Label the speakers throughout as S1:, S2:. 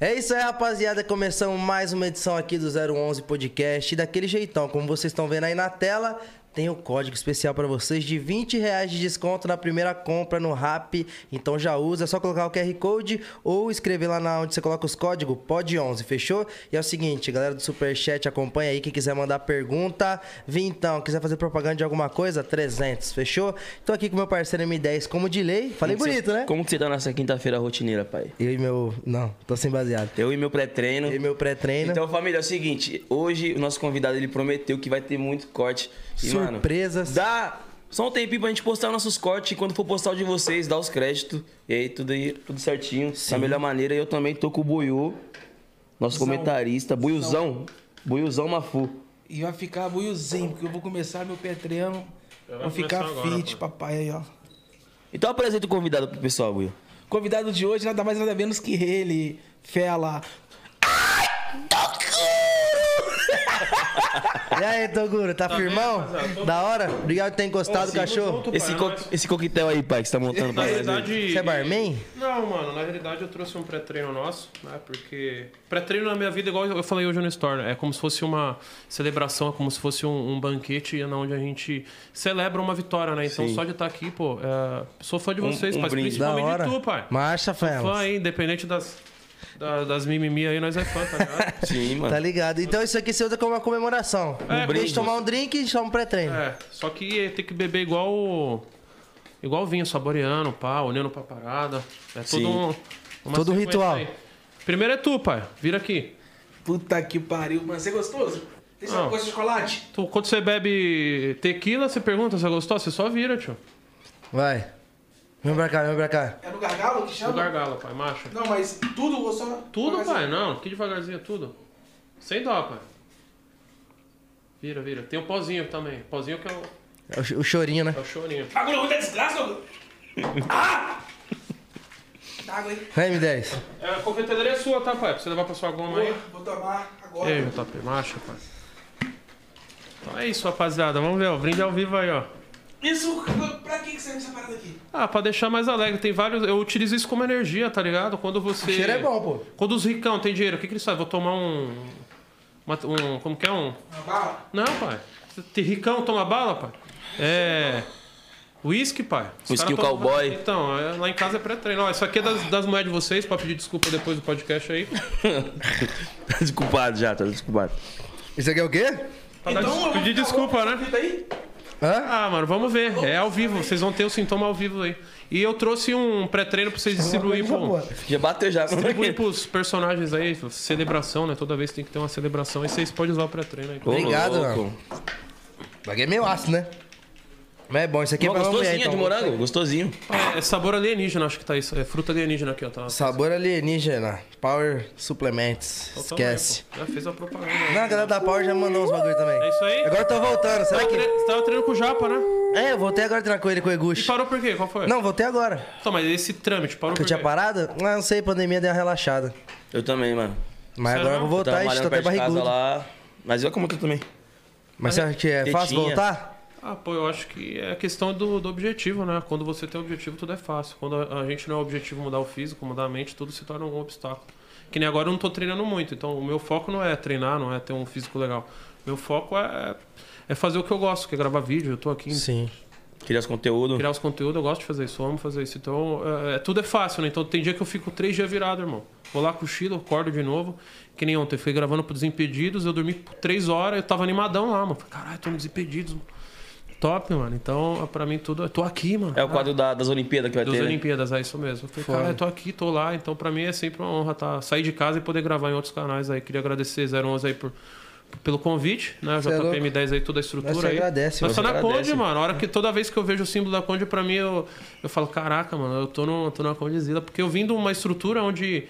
S1: É isso aí, rapaziada. Começamos mais uma edição aqui do 011 Podcast. E daquele jeitão, como vocês estão vendo aí na tela, tem o código especial pra vocês de 20 reais de desconto na primeira compra no Rap. Então já usa, é só colocar o QR Code ou escrever lá na onde você coloca os códigos, pode 11, fechou? E é o seguinte, galera do Superchat, acompanha aí. Quem quiser mandar pergunta, vintão. Quiser fazer propaganda de alguma coisa, 300, fechou? Tô aqui com meu parceiro M10, como de lei. Falei
S2: Como que
S1: bonito,
S2: você-
S1: né?
S2: Como que você tá nessa quinta-feira rotineira, pai?
S1: Eu e meu. Não, tô sem baseado.
S2: Eu e meu pré-treino.
S1: E meu pré-treino.
S2: Então, família, é o seguinte. Hoje, o nosso convidado, ele prometeu que vai ter muito corte. E, mano,
S1: Surpresas.
S2: dá só um tempinho pra gente postar nossos cortes. E quando for postar o de vocês, dá os créditos. E aí, tudo, aí, tudo certinho. Da melhor maneira. E eu também tô com o Buiú, nosso comentarista. Buiuzão. Buiuzão Mafu.
S3: E vai ficar buiozinho, porque eu vou começar meu pé treino.
S4: Já vai
S3: Vou ficar
S4: começar agora,
S3: fit,
S4: pô.
S3: papai aí, ó.
S2: Então, apresenta o convidado pro pessoal, Buiú.
S3: Convidado de hoje, nada mais nada menos que ele, Fela.
S1: E aí, Toguro, tá, firmão?
S4: rapaziada? Tô-
S1: Da hora? Obrigado por ter encostado,
S4: Ô,
S1: cachorro.
S4: junto,
S2: Esse,
S4: pai,
S2: co-
S4: nós-
S2: esse coquetel aí, pai, que você tá montando
S4: Na
S2: pra nós. aí.
S4: realidade.
S1: Você é barman?
S4: Não, mano, na realidade eu trouxe um pré-treino nosso, né? Porque. Pré-treino na minha vida, igual eu falei hoje no Store, né? É como se fosse uma celebração, é como se fosse um, um banquete na onde a gente celebra uma vitória, né? Então só de estar aqui, pô, é, sou fã de
S2: Um-
S4: vocês,
S2: um
S4: pai.
S2: brinde.
S1: Da
S4: Principalmente
S1: hora. É,
S4: de tu, pai.
S1: Marcha,
S4: Fã
S1: Fela.
S4: aí, independente das, da- das mimimi aí, nós é fã, tá ligado?
S2: Sim, mano.
S1: Tá ligado? Então isso aqui você usa como uma comemoração.
S4: É,
S1: Um brinde.
S4: brinde.
S1: tomar um drink e toma um pré-treino.
S4: É, só que tem que beber igual o- igual vinho, saboreando, pá, olhando pra parada. É todo
S2: Sim.
S4: um uma
S1: Todo um
S4: sequência
S1: ritual.
S4: aí. Primeiro é tu, pai. Vira aqui.
S3: Puta que pariu, mano. Você é gostoso? Tem só
S4: Não.
S3: coisa de chocolate?
S4: Tu, quando você bebe tequila, você pergunta se gostou, você só vira, tio.
S1: Vai. Vem pra cá, vem pra cá.
S3: É no gargalo que
S4: Do
S3: chama?
S4: gargalo, pai, macho.
S3: Não, mas tudo ou só.
S4: Tudo,
S3: mas-
S4: pai, não. Que devagarzinho, tudo. Sem dó, pai. Vira, vira. Tem o pozinho também. Pozinho que é o,
S1: É o ch- O chorinho, né?
S4: é o chorinho.
S3: Bagulho ruim da desgraça, Gugu. Ah! Dá água aí.
S1: Vai, M10.
S4: É, a confeitaria é sua, tá, pai? Pra você levar pra sua goma aí.
S3: Porra, vou tomar agora.
S4: Ei, JP, marcha, pai. Então é isso, rapaziada. Vamos ver, ó. Brinde ao vivo aí, ó.
S3: Isso, pra que que serve essa parada aqui?
S4: Ah, pra deixar mais alegre. Tem vários. Eu utilizo isso como energia, tá ligado? Quando você.
S1: O cheiro é bom, pô.
S4: Quando os ricão tem dinheiro, o que, que eles fazem? Vou tomar um. uma- um. Como que é um?
S3: Uma bala?
S4: Não, pai. Tem Ricão toma bala, pai. É. Whisky, pai. Os
S2: Whisky
S4: caras tomam-
S2: cowboy.
S4: Então, é, lá em casa é pré-treino. Ó, Isso aqui é das, das moedas de vocês, pra pedir desculpa depois do podcast aí.
S2: Tá desculpado já, tá desculpado.
S1: Isso aqui é o quê?
S4: Pra dar des-
S3: eu vou
S4: pedir
S3: ficar
S4: Tá desculpa,
S3: louco,
S4: né?
S3: essa fita aí?
S1: Hã?
S4: Ah, mano, vamos ver. É ao vivo, vocês vão ter o sintoma ao vivo aí. E eu trouxe um pré-treino pra vocês distribuir pro,
S2: Já bateu já.
S4: distribuir pros personagens aí, celebração, né? Toda vez tem que ter uma celebração. E vocês podem usar o pré-treino aí.
S2: Ô,
S1: Obrigado,
S2: louco.
S1: mano. O bagulho é meio ácido, né? Mas é bom, isso aqui é
S2: Ó,
S1: pra uma mulher,
S2: gostosinho, é
S1: então.
S2: de morango? Gostosinho.
S4: É, é sabor alienígena, acho que tá isso. É fruta alienígena aqui, ó. Tá.
S1: Sabor alienígena. Power Suplements.
S4: Então, também,
S1: Esquece.
S4: pô. Já fez a propaganda. aí.
S1: Não, a galera da Power já mandou uns bagulho também.
S4: É isso aí?
S1: Agora eu tô voltando, será
S4: Tava
S1: que...
S4: Tá tre- Você tava treinando com o Japa, né?
S1: É, eu voltei agora a treinar com ele, com o
S4: E
S1: Eguchi.
S4: parou por quê? Qual foi?
S1: Não, voltei agora.
S4: Então, mas esse trâmite parou
S1: Que eu
S4: por
S1: tinha
S4: quê?
S1: parado? Ah, não sei, pandemia deu uma relaxada.
S2: Eu também, mano.
S1: Mas
S4: Sério
S1: agora eu
S4: não?
S1: vou
S2: Eu
S1: voltar,
S2: tava
S1: gente, tô
S2: malhando
S1: até
S2: perto de casa
S1: barrigudo.
S2: lá. Mas olha como eu tô também.
S1: Mas você acha que é fácil
S2: Tetinha.
S1: voltar?
S4: Ah, pô, eu acho que é questão do, do objetivo, né? Quando você tem um objetivo, tudo é fácil. Quando a, a gente não é objetivo mudar o físico, mudar a mente, tudo se torna um obstáculo. Que nem agora eu não tô treinando muito, então o meu foco não é treinar, não é ter um físico legal. Meu foco é, é fazer o que eu gosto, que é gravar vídeo, eu tô aqui.
S1: Sim.
S2: Criar os conteúdos.
S4: Criar os conteúdos, eu gosto de fazer isso, eu amo fazer isso. Então, é, é- tudo é fácil, né? Então, tem dia que eu fico três dias virado, irmão. Vou lá, cochilo, acordo de novo. Que nem ontem, fui gravando pro Desimpedidos, eu dormi por três horas, eu tava animadão lá, mano. Falei, caralho, tô no Desimpedidos, mano. Top, mano. Então, pra mim, tudo. Eu tô aqui, mano.
S2: É o quadro da- das Olimpíadas que vai
S4: das
S2: ter. né?
S4: Olimpíadas, é isso mesmo. Eu falei, cara, eu tô aqui, tô lá, então pra mim é sempre uma honra tá, sair de casa e poder gravar em outros canais aí. Queria agradecer 011 aí por, pelo convite, né?
S1: Cê é louco.
S4: JPM10 aí, toda a estrutura
S1: Nós te
S4: aí.
S1: agradece,
S4: Nós
S1: mano.
S4: só na
S2: Agradece.
S4: Conde, mano. A hora que toda vez que eu vejo o símbolo da Conde, pra mim eu, eu falo, caraca, mano, eu tô, no, tô numa Condezila, porque eu vim de uma estrutura onde.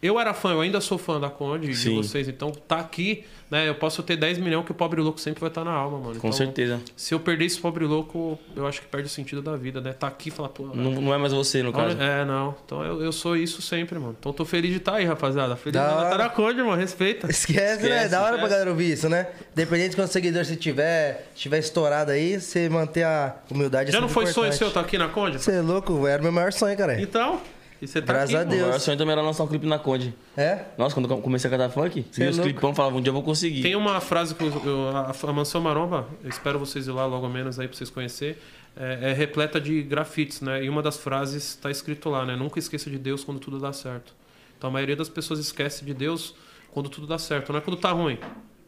S4: Eu era fã, eu ainda sou fã da Conde e de
S2: Sim.
S4: vocês, então tá aqui, né? Eu posso ter 10 milhões que o pobre louco sempre vai estar na alma, mano.
S2: Com
S4: Então,
S2: certeza.
S4: Se eu perder esse pobre louco, eu acho que perde o sentido da vida, né? Tá aqui e falar, pô,
S2: Não, não é mais você, no caso.
S4: é, não. Então eu, eu sou isso sempre, mano. Então tô feliz de estar aí, rapaziada. Feliz de
S1: Da
S4: estar
S1: hora.
S4: na Conde, mano. Respeita.
S1: Esquece, né?
S2: Esquece,
S1: Da hora pra
S2: esquece.
S1: galera ouvir isso, né? Independente de quantos seguidores você tiver, tiver estourado aí, você manter a humildade é
S4: Já não
S1: sempre
S4: foi sonho
S1: importante.
S4: seu estar aqui na Conde?
S1: Você é louco, velho, era o meu maior sonho, cara.
S4: Então, E você tá
S1: Graças
S4: aqui,
S1: a
S4: pô.
S2: O
S1: Deus.
S2: maior sonho também era lançar um clipe na Conde.
S1: É?
S2: Nossa, quando eu comecei a cantar funk, e
S1: é
S2: os
S1: louco.
S2: clipão falavam, um dia eu vou conseguir.
S4: Tem uma frase que eu- eu- a, a Mansão Maromba, eu espero vocês ir lá logo menos aí pra vocês conhecer, é, é repleta de grafites, né? E uma das frases tá escrito lá, né? Nunca esqueça de Deus quando tudo dá certo. Então a maioria das pessoas esquece de Deus quando tudo dá certo. Não é quando tá ruim,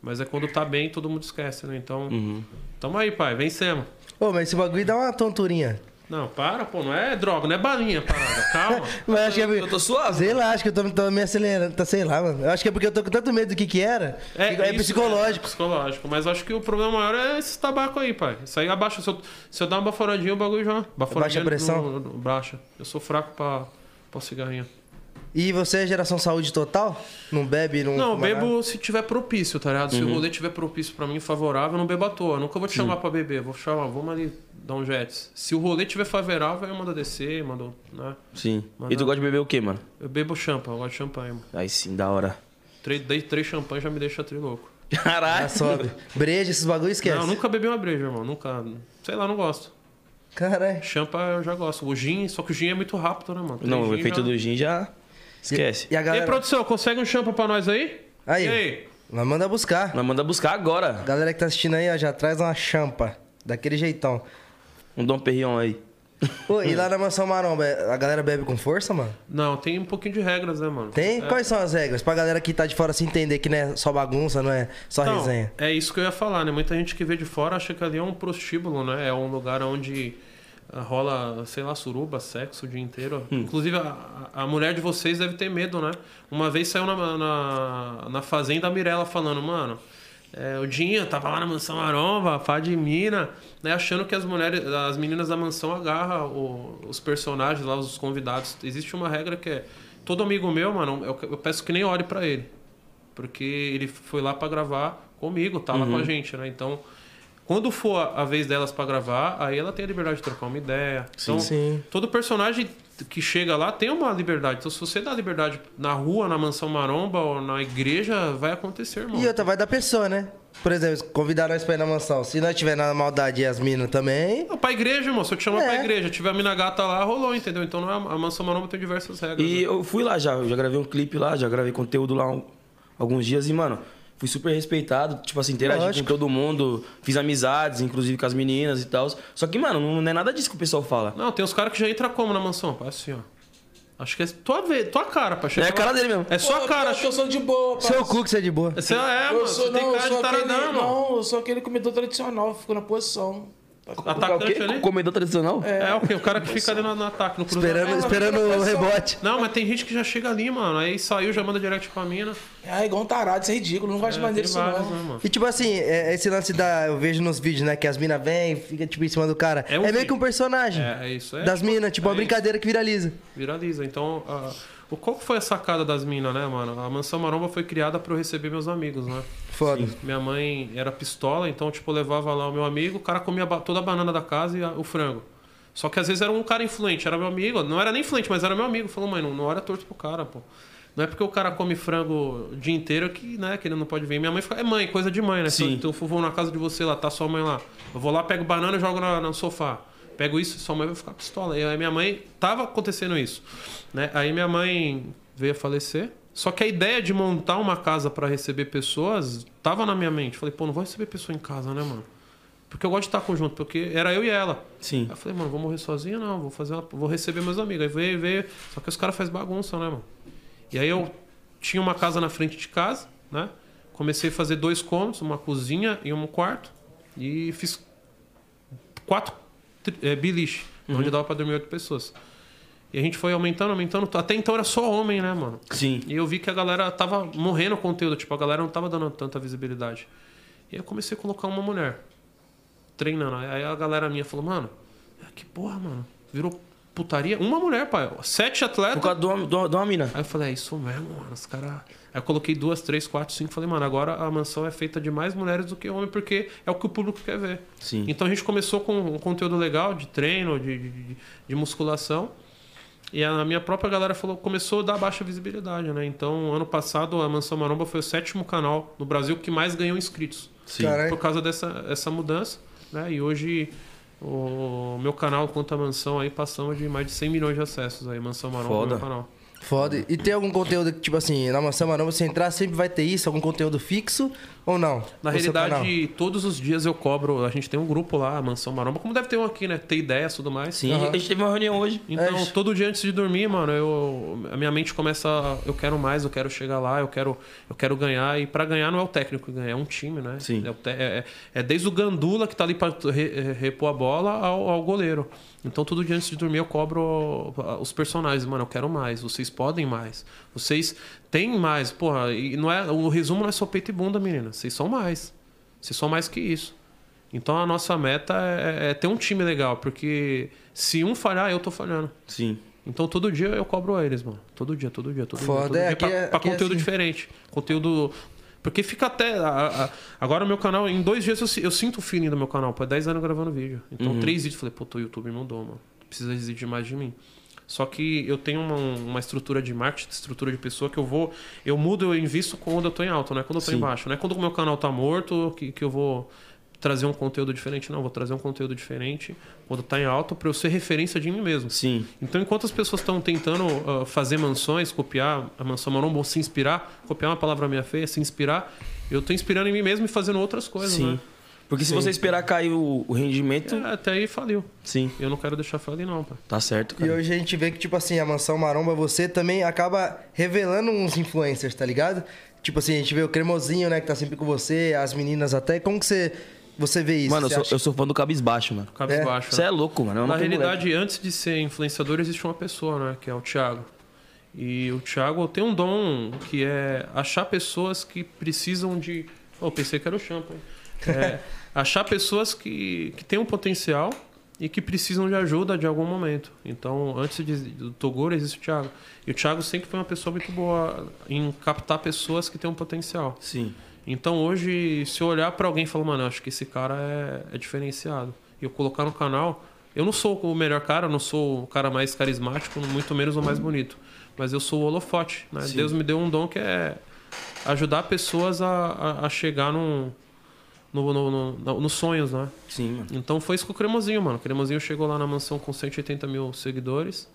S4: mas é quando tá bem todo mundo esquece, né? Então, tamo aí, pai, vencemos.
S1: Ô, mas esse bagulho dá uma tonturinha.
S4: Não, para, pô, não é droga, não é balinha, parada, calma.
S1: Mas acho que é...
S2: Eu tô suave.
S1: Sei lá, acho que eu tô, tô me acelerando, tá, sei lá, mano. Eu acho que é porque eu tô com tanto medo do que que era. É, é
S4: isso,
S1: psicológico.
S4: é psicológico. Mas acho que o problema maior é esse tabaco aí, pai. Isso aí abaixa. Se eu, se eu dar uma baforadinha, o bagulho já. Baforadinha
S1: É Baixa a pressão?
S4: no- no- baixa. Eu sou fraco pra, pra cigarrinha.
S1: E você é geração saúde total? Não bebe, não.
S4: Não, eu
S1: fuma nada?
S4: bebo se tiver propício, tá ligado? Se
S2: Uhum.
S4: o rolê tiver propício pra mim, favorável, eu não bebo à toa. Eu nunca vou te chamar pra beber. Vou chamar, vamos ali dar um jets. Se o rolê tiver favorável, eu mando descer, mando. Né?
S2: Sim.
S4: Mas
S2: E tu
S4: não.
S2: gosta de beber o quê, mano?
S4: Eu bebo champanhe, eu gosto de champanhe, mano.
S2: Aí sim, da hora.
S4: Três, dei três champanhe já me deixa trilouco.
S1: Ah,
S2: Caralho.
S1: sobe. Breja, esses bagulhos esquece.
S4: Não, eu nunca bebi uma breja, irmão. Nunca. Sei lá, não gosto.
S1: Caralho.
S4: Champa eu já gosto. O gin, só que o gin é muito rápido, né, mano? Tem
S2: Não, o
S4: gin
S2: efeito
S4: já...
S2: do gin já... Esquece.
S1: E
S4: E
S1: a
S4: aí,
S1: galera.
S4: produção, consegue um champa pra nós aí?
S1: Aí.
S4: E aí?
S1: Mas manda buscar.
S2: Nós manda buscar agora.
S1: Galera que tá assistindo aí, ó, já traz uma champa. Daquele jeitão.
S2: Um Dom Perrion aí.
S1: Ô, e lá na Mansão Maromba, a galera bebe com força, mano?
S4: Não, tem um pouquinho de regras, né, mano?
S1: Tem?
S4: É.
S1: Quais são as regras? Pra galera que tá de fora se entender que não é só bagunça, não é só
S4: Então,
S1: resenha.
S4: É isso que eu ia falar, né? Muita gente que vê de fora acha que ali é um prostíbulo, né? É um lugar onde ah, rola, sei lá, suruba, sexo o dia inteiro.
S2: Hum.
S4: Inclusive, a, a a mulher de vocês deve ter medo, né? Uma vez saiu na, na, na fazenda a Mirella falando, mano. é, o Dinho tava lá na mansão Aromba, pá de mina, né? Achando que as mulheres, as meninas da mansão agarram o- os personagens lá, os convidados. Existe uma regra que é: todo amigo meu, mano, eu, eu peço que nem olhe pra ele. Porque ele foi lá pra gravar comigo, tá
S1: Uhum.
S4: lá com a gente, né? Então, quando for a a vez delas pra gravar, aí ela tem a liberdade de trocar uma ideia. então,
S1: Sim.
S4: todo personagem que chega lá tem uma liberdade. Então, se você dá liberdade na rua, na mansão maromba ou na igreja, vai acontecer, irmão.
S1: E outra, vai da pessoa, né? Por exemplo, convidar nós pra ir na mansão. Se nós tiver na maldade e as minas também.
S4: Não, pra igreja, irmão. Se eu te chamar
S1: É.
S4: pra igreja, tiver a mina gata lá, rolou, entendeu? Então, não é- a mansão maromba tem diversas regras.
S2: E
S4: né?
S2: eu fui lá já, eu já gravei um clipe lá, já gravei conteúdo lá um- alguns dias e, mano, fui super respeitado, tipo assim, interagi
S1: Lógico.
S2: com todo mundo, fiz amizades, inclusive com as meninas e tal. Só que, mano, não é nada disso que o pessoal fala.
S4: Não, tem uns caras que já entram como na mansão? Pá, assim, ó. Acho que é tua, ve- tua cara, pra chegar
S2: É a cara
S4: lá.
S2: dele mesmo.
S4: É só a cara.
S3: acho que eu sou de boa,
S1: Seu cu que você é de boa.
S4: Você é,
S3: Eu sou,
S4: mano. Você
S3: não,
S4: tem
S3: eu
S4: cara
S3: sou
S4: de
S3: aquele,
S4: taradão, mano.
S3: não, eu sou aquele comedor tradicional, fico na posição.
S2: O
S4: Atacante
S2: quê?
S4: ali?
S2: Comedor tradicional?
S4: É, o quê? O cara que fica ali no, no ataque, no cruzamento.
S3: É,
S1: Esperando, esperando o rebote.
S4: Não, mas tem gente que já chega ali, mano. Aí saiu, já manda direct pra mina.
S3: É igual um tarado, isso é ridículo, não gosto
S4: É,
S3: mais
S4: tem
S3: dele isso
S4: vários, né,
S3: não.
S4: mano?
S1: E tipo assim, é- esse lance da. Eu vejo nos vídeos, né? Que as minas vêm, fica tipo em cima do cara. É,
S4: É um
S1: meio que um
S4: vídeo.
S1: personagem.
S4: É, é isso. É,
S1: das minas,
S4: é
S1: tipo, uma
S4: isso.
S1: brincadeira que viraliza.
S4: Viraliza. Então, a- o, qual que foi a sacada das minas, né, mano? A Mansão Maromba foi criada pra eu receber meus amigos, né?
S1: Foda.
S4: Minha mãe era pistola, então, tipo, eu levava lá o meu amigo, o cara comia ba- toda a banana da casa e a- o frango. Só que às vezes era um cara influente, era meu amigo, não era nem influente, mas era meu amigo. Falou, mãe, não, não olha torto pro cara, pô. Não é porque o cara come frango o dia inteiro que, né, que ele não pode vir. Minha mãe fica, é mãe, coisa de mãe, né?
S2: Sim.
S4: Então eu vou na casa de você lá, tá sua mãe lá. Eu vou lá, pego banana e jogo na- no sofá. Pego isso, sua mãe vai ficar pistola. E aí minha mãe, tava acontecendo isso. Né? Aí minha mãe veio a falecer. Só que a ideia de montar uma casa pra receber pessoas tava na minha mente. Falei, pô, não vou receber pessoa em casa, né, mano? Porque eu gosto de estar conjunto, porque era eu e ela.
S2: Sim.
S4: Aí eu falei, mano, vou morrer sozinho? Não, vou fazer uma- vou receber meus amigos. Aí veio, veio. Só que os caras fazem bagunça, né, mano? E aí eu tinha uma casa na frente de casa, né? Comecei a fazer dois cômodos, uma cozinha e um quarto. E fiz quatro tri- eh, biliche, onde dava pra dormir oito pessoas. E a gente foi aumentando, aumentando. Até então era só homem, né, mano?
S2: Sim.
S4: E eu vi que a galera tava morrendo o conteúdo, tipo, a galera não tava dando tanta visibilidade. E eu comecei a colocar uma mulher treinando. Aí a galera minha falou, mano, ah, que porra, mano. Virou putaria. Uma mulher, pai. Sete
S2: Por
S4: atletas.
S2: causa de uma, de uma- de uma mina.
S4: Aí eu falei, é isso mesmo, mano. Os caras. Aí eu coloquei duas, três, quatro, cinco. Falei, mano, agora a mansão é feita de mais mulheres do que homem, porque é o que o público quer ver.
S2: Sim.
S4: Então a gente começou com um conteúdo legal de treino, de, de- de- de musculação. E a minha própria galera falou, começou a dar baixa visibilidade, né? Então, ano passado, a Mansão Maromba foi o sétimo canal no Brasil que mais ganhou inscritos
S2: Sim.
S1: Caralho.
S4: por causa dessa essa mudança, né? E hoje O meu canal Conta Mansão aí passamos de mais de 100 milhões de acessos aí, Mansão Maromba
S2: Foda.
S4: no meu canal.
S1: Foda. E tem algum conteúdo que, tipo assim, na Mansão Maromba, você entrar, sempre vai ter isso? Algum conteúdo fixo ou não?
S4: Na
S1: No seu é canal?
S4: realidade, todos os dias eu cobro, a gente tem um grupo lá, Mansão Maromba, como deve ter um aqui, né? Ter ideias e tudo mais.
S2: Sim, a gente teve uma reunião hoje.
S4: Então,
S1: É.
S4: todo dia antes de dormir, mano, eu, a minha mente começa. a- Eu quero mais, eu quero chegar lá, eu quero, eu quero ganhar. E pra ganhar não é o técnico que ganha, é um time, né?
S2: Sim.
S4: É, o te- é- é- é desde o gandula que tá ali pra re- é, repor a bola ao, ao goleiro. Então, todo dia antes de dormir, eu cobro ah, os personagens, mano, eu quero mais, vocês podem mais. Vocês têm mais, porra, e não é, o resumo não é só peito e bunda, menina. Vocês são mais. Vocês são mais que isso. Então a nossa meta é, é ter um time legal, porque se um falhar, eu tô falhando.
S2: Sim.
S4: Então todo dia eu cobro eles, mano. Todo dia, todo dia, todo
S1: Foda,
S4: dia. Todo
S1: é,
S4: dia
S1: aqui
S4: pra,
S1: é-
S4: pra
S1: aqui é
S4: conteúdo
S1: assim.
S4: diferente. Conteúdo. Porque fica até. a- a- agora o meu canal, em dois dias eu, si- eu sinto o feeling do meu canal. Pô, é 10 anos gravando vídeo. Então, três vídeos. Falei, pô, o YouTube mudou, mano. Precisa exigir mais de mim. Só que eu tenho uma, uma estrutura de marketing, estrutura de pessoa que eu vou. Eu mudo, eu invisto quando eu tô em alta, não é quando eu tô
S2: Sim.
S4: em baixo. Não é quando o meu canal tá morto que, que eu vou trazer um conteúdo diferente, não. Eu Vou trazer um conteúdo diferente quando tá em alta pra eu ser referência de mim mesmo.
S2: Sim.
S4: Então, enquanto as pessoas estão tentando ah, fazer mansões, copiar a mansão Maromba, ou se inspirar, copiar uma palavra minha feia, se inspirar, eu tô inspirando em mim mesmo e fazendo outras coisas,
S2: Sim.
S4: né?
S2: Porque se você esperar cair o, o rendimento.
S4: É, até aí faliu.
S2: Sim.
S4: Eu não quero deixar falir, não, pai.
S2: Tá certo,
S1: E
S2: cara.
S1: hoje a gente vê que, tipo assim, a Mansão Maromba, você também acaba revelando uns influencers, tá ligado? Tipo assim, a gente vê o Cremosinho, né, que tá sempre com você, as meninas até. Como que você, você vê isso?
S2: Mano, eu
S1: Você
S2: sou,
S1: acha-
S2: eu sou fã do cabisbaixo, mano.
S4: Cabisbaixo.
S2: Você
S4: né?
S2: é louco, mano. Eu não
S4: Na
S2: tenho
S4: realidade, antes de ser influenciador, existe uma pessoa, né? Que é o Thiago. E o Thiago tem um dom que é achar pessoas que precisam de. Oh, pensei que era o shampoo. hein? É, achar pessoas que, que têm um potencial e que precisam de ajuda de algum momento. Então, antes de, do Toguro, existe o Thiago. E o Thiago sempre foi uma pessoa muito boa em captar pessoas que têm um potencial.
S2: Sim.
S4: Então hoje, se eu olhar pra alguém e falar, mano, eu acho que esse cara é, é diferenciado. E eu colocar no canal, eu não sou o melhor cara, eu não sou o cara mais carismático, muito menos o mais bonito. Mas eu sou o holofote, né? Deus me deu um dom que é ajudar pessoas a, a, a chegar num- no, no, no- no- nos sonhos, né?
S2: Sim, mano.
S4: Então foi isso com o Cremosinho, mano. O Cremosinho chegou lá na mansão com 180 mil seguidores.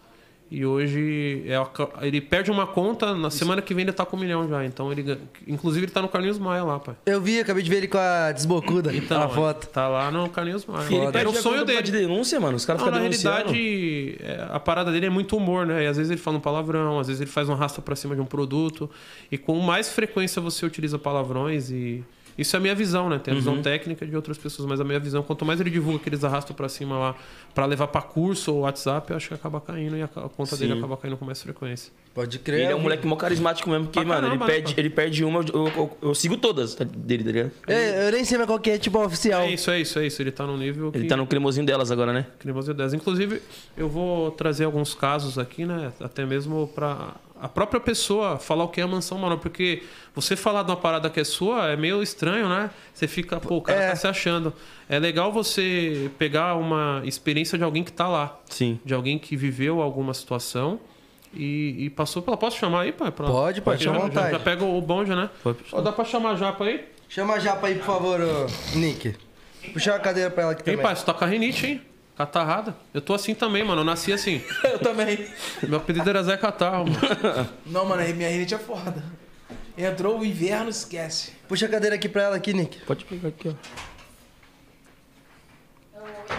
S4: E hoje é a ca- ele perde uma conta, na semana que vem ele tá com um milhão já. Então ele. gan- Inclusive ele tá no Carlinhos Maia lá, pai.
S1: Eu vi, acabei de ver ele com a desbocuda na
S4: mano,
S1: foto.
S4: Tá lá no Carlinhos Maia.
S2: E ele é um
S4: Era o
S2: perde a
S4: sonho
S2: conta por causa
S4: dele.
S2: de denúncia, mano. Os caras
S4: Não, na
S2: ficam denunciando.
S4: realidade, é, a parada dele é muito humor, né? E às vezes ele fala um palavrão, às vezes ele faz um rasta pra cima de um produto. E com mais frequência você utiliza palavrões e. Isso é a minha visão, né? Tem a
S2: Uhum.
S4: visão técnica de outras pessoas, mas a minha visão, quanto mais ele divulga que eles arrastam pra cima lá pra levar pra curso ou WhatsApp, eu acho que acaba caindo e a ca- a conta dele
S2: Sim.
S4: acaba caindo com mais frequência.
S1: Pode crer.
S2: Ele é um moleque mó carismático mesmo, porque,
S4: Pra
S2: mano,
S4: caramba,
S2: ele,
S4: né,
S2: perde,
S4: cara?
S2: ele perde uma, eu, eu- eu sigo todas tá- dele, tá ligado?
S1: É, eu nem sei mais qual que é, tipo, oficial.
S4: É isso, é isso, é isso. Ele tá no nível que.
S2: Ele tá no cremosinho delas agora, né?
S4: Que nem você dez. Inclusive, eu vou trazer alguns casos aqui, né? Até mesmo pra a própria pessoa falar o que é a mansão maromba. Porque você falar de uma parada que é sua é meio estranho, né? Você fica, pô, o cara
S1: É.
S4: tá se achando. É legal você pegar uma experiência de alguém que tá lá.
S2: Sim.
S4: De alguém que viveu alguma situação e, e passou pela... Posso chamar aí, pai? Pra-
S1: Pode, pode,
S4: Porque
S1: fica à
S4: já-
S1: vontade.
S4: Já, já pega o bonde, né? Ó, dá pra chamar a japa aí?
S1: Chama a japa aí, por favor, ô, Nick. Puxa a cadeira pra ela aqui
S4: Hein,
S1: também.
S4: pai? Você tá com rinite, hein? Catarrada. Eu tô assim também, mano. Eu nasci assim.
S3: Eu também.
S4: Meu apelido era Zé Catarro, mano.
S3: Não, mano, minha rinite é foda. Entrou o inverno, esquece.
S1: Puxa a cadeira aqui pra ela aqui, Nick.
S2: Pode pegar aqui, ó.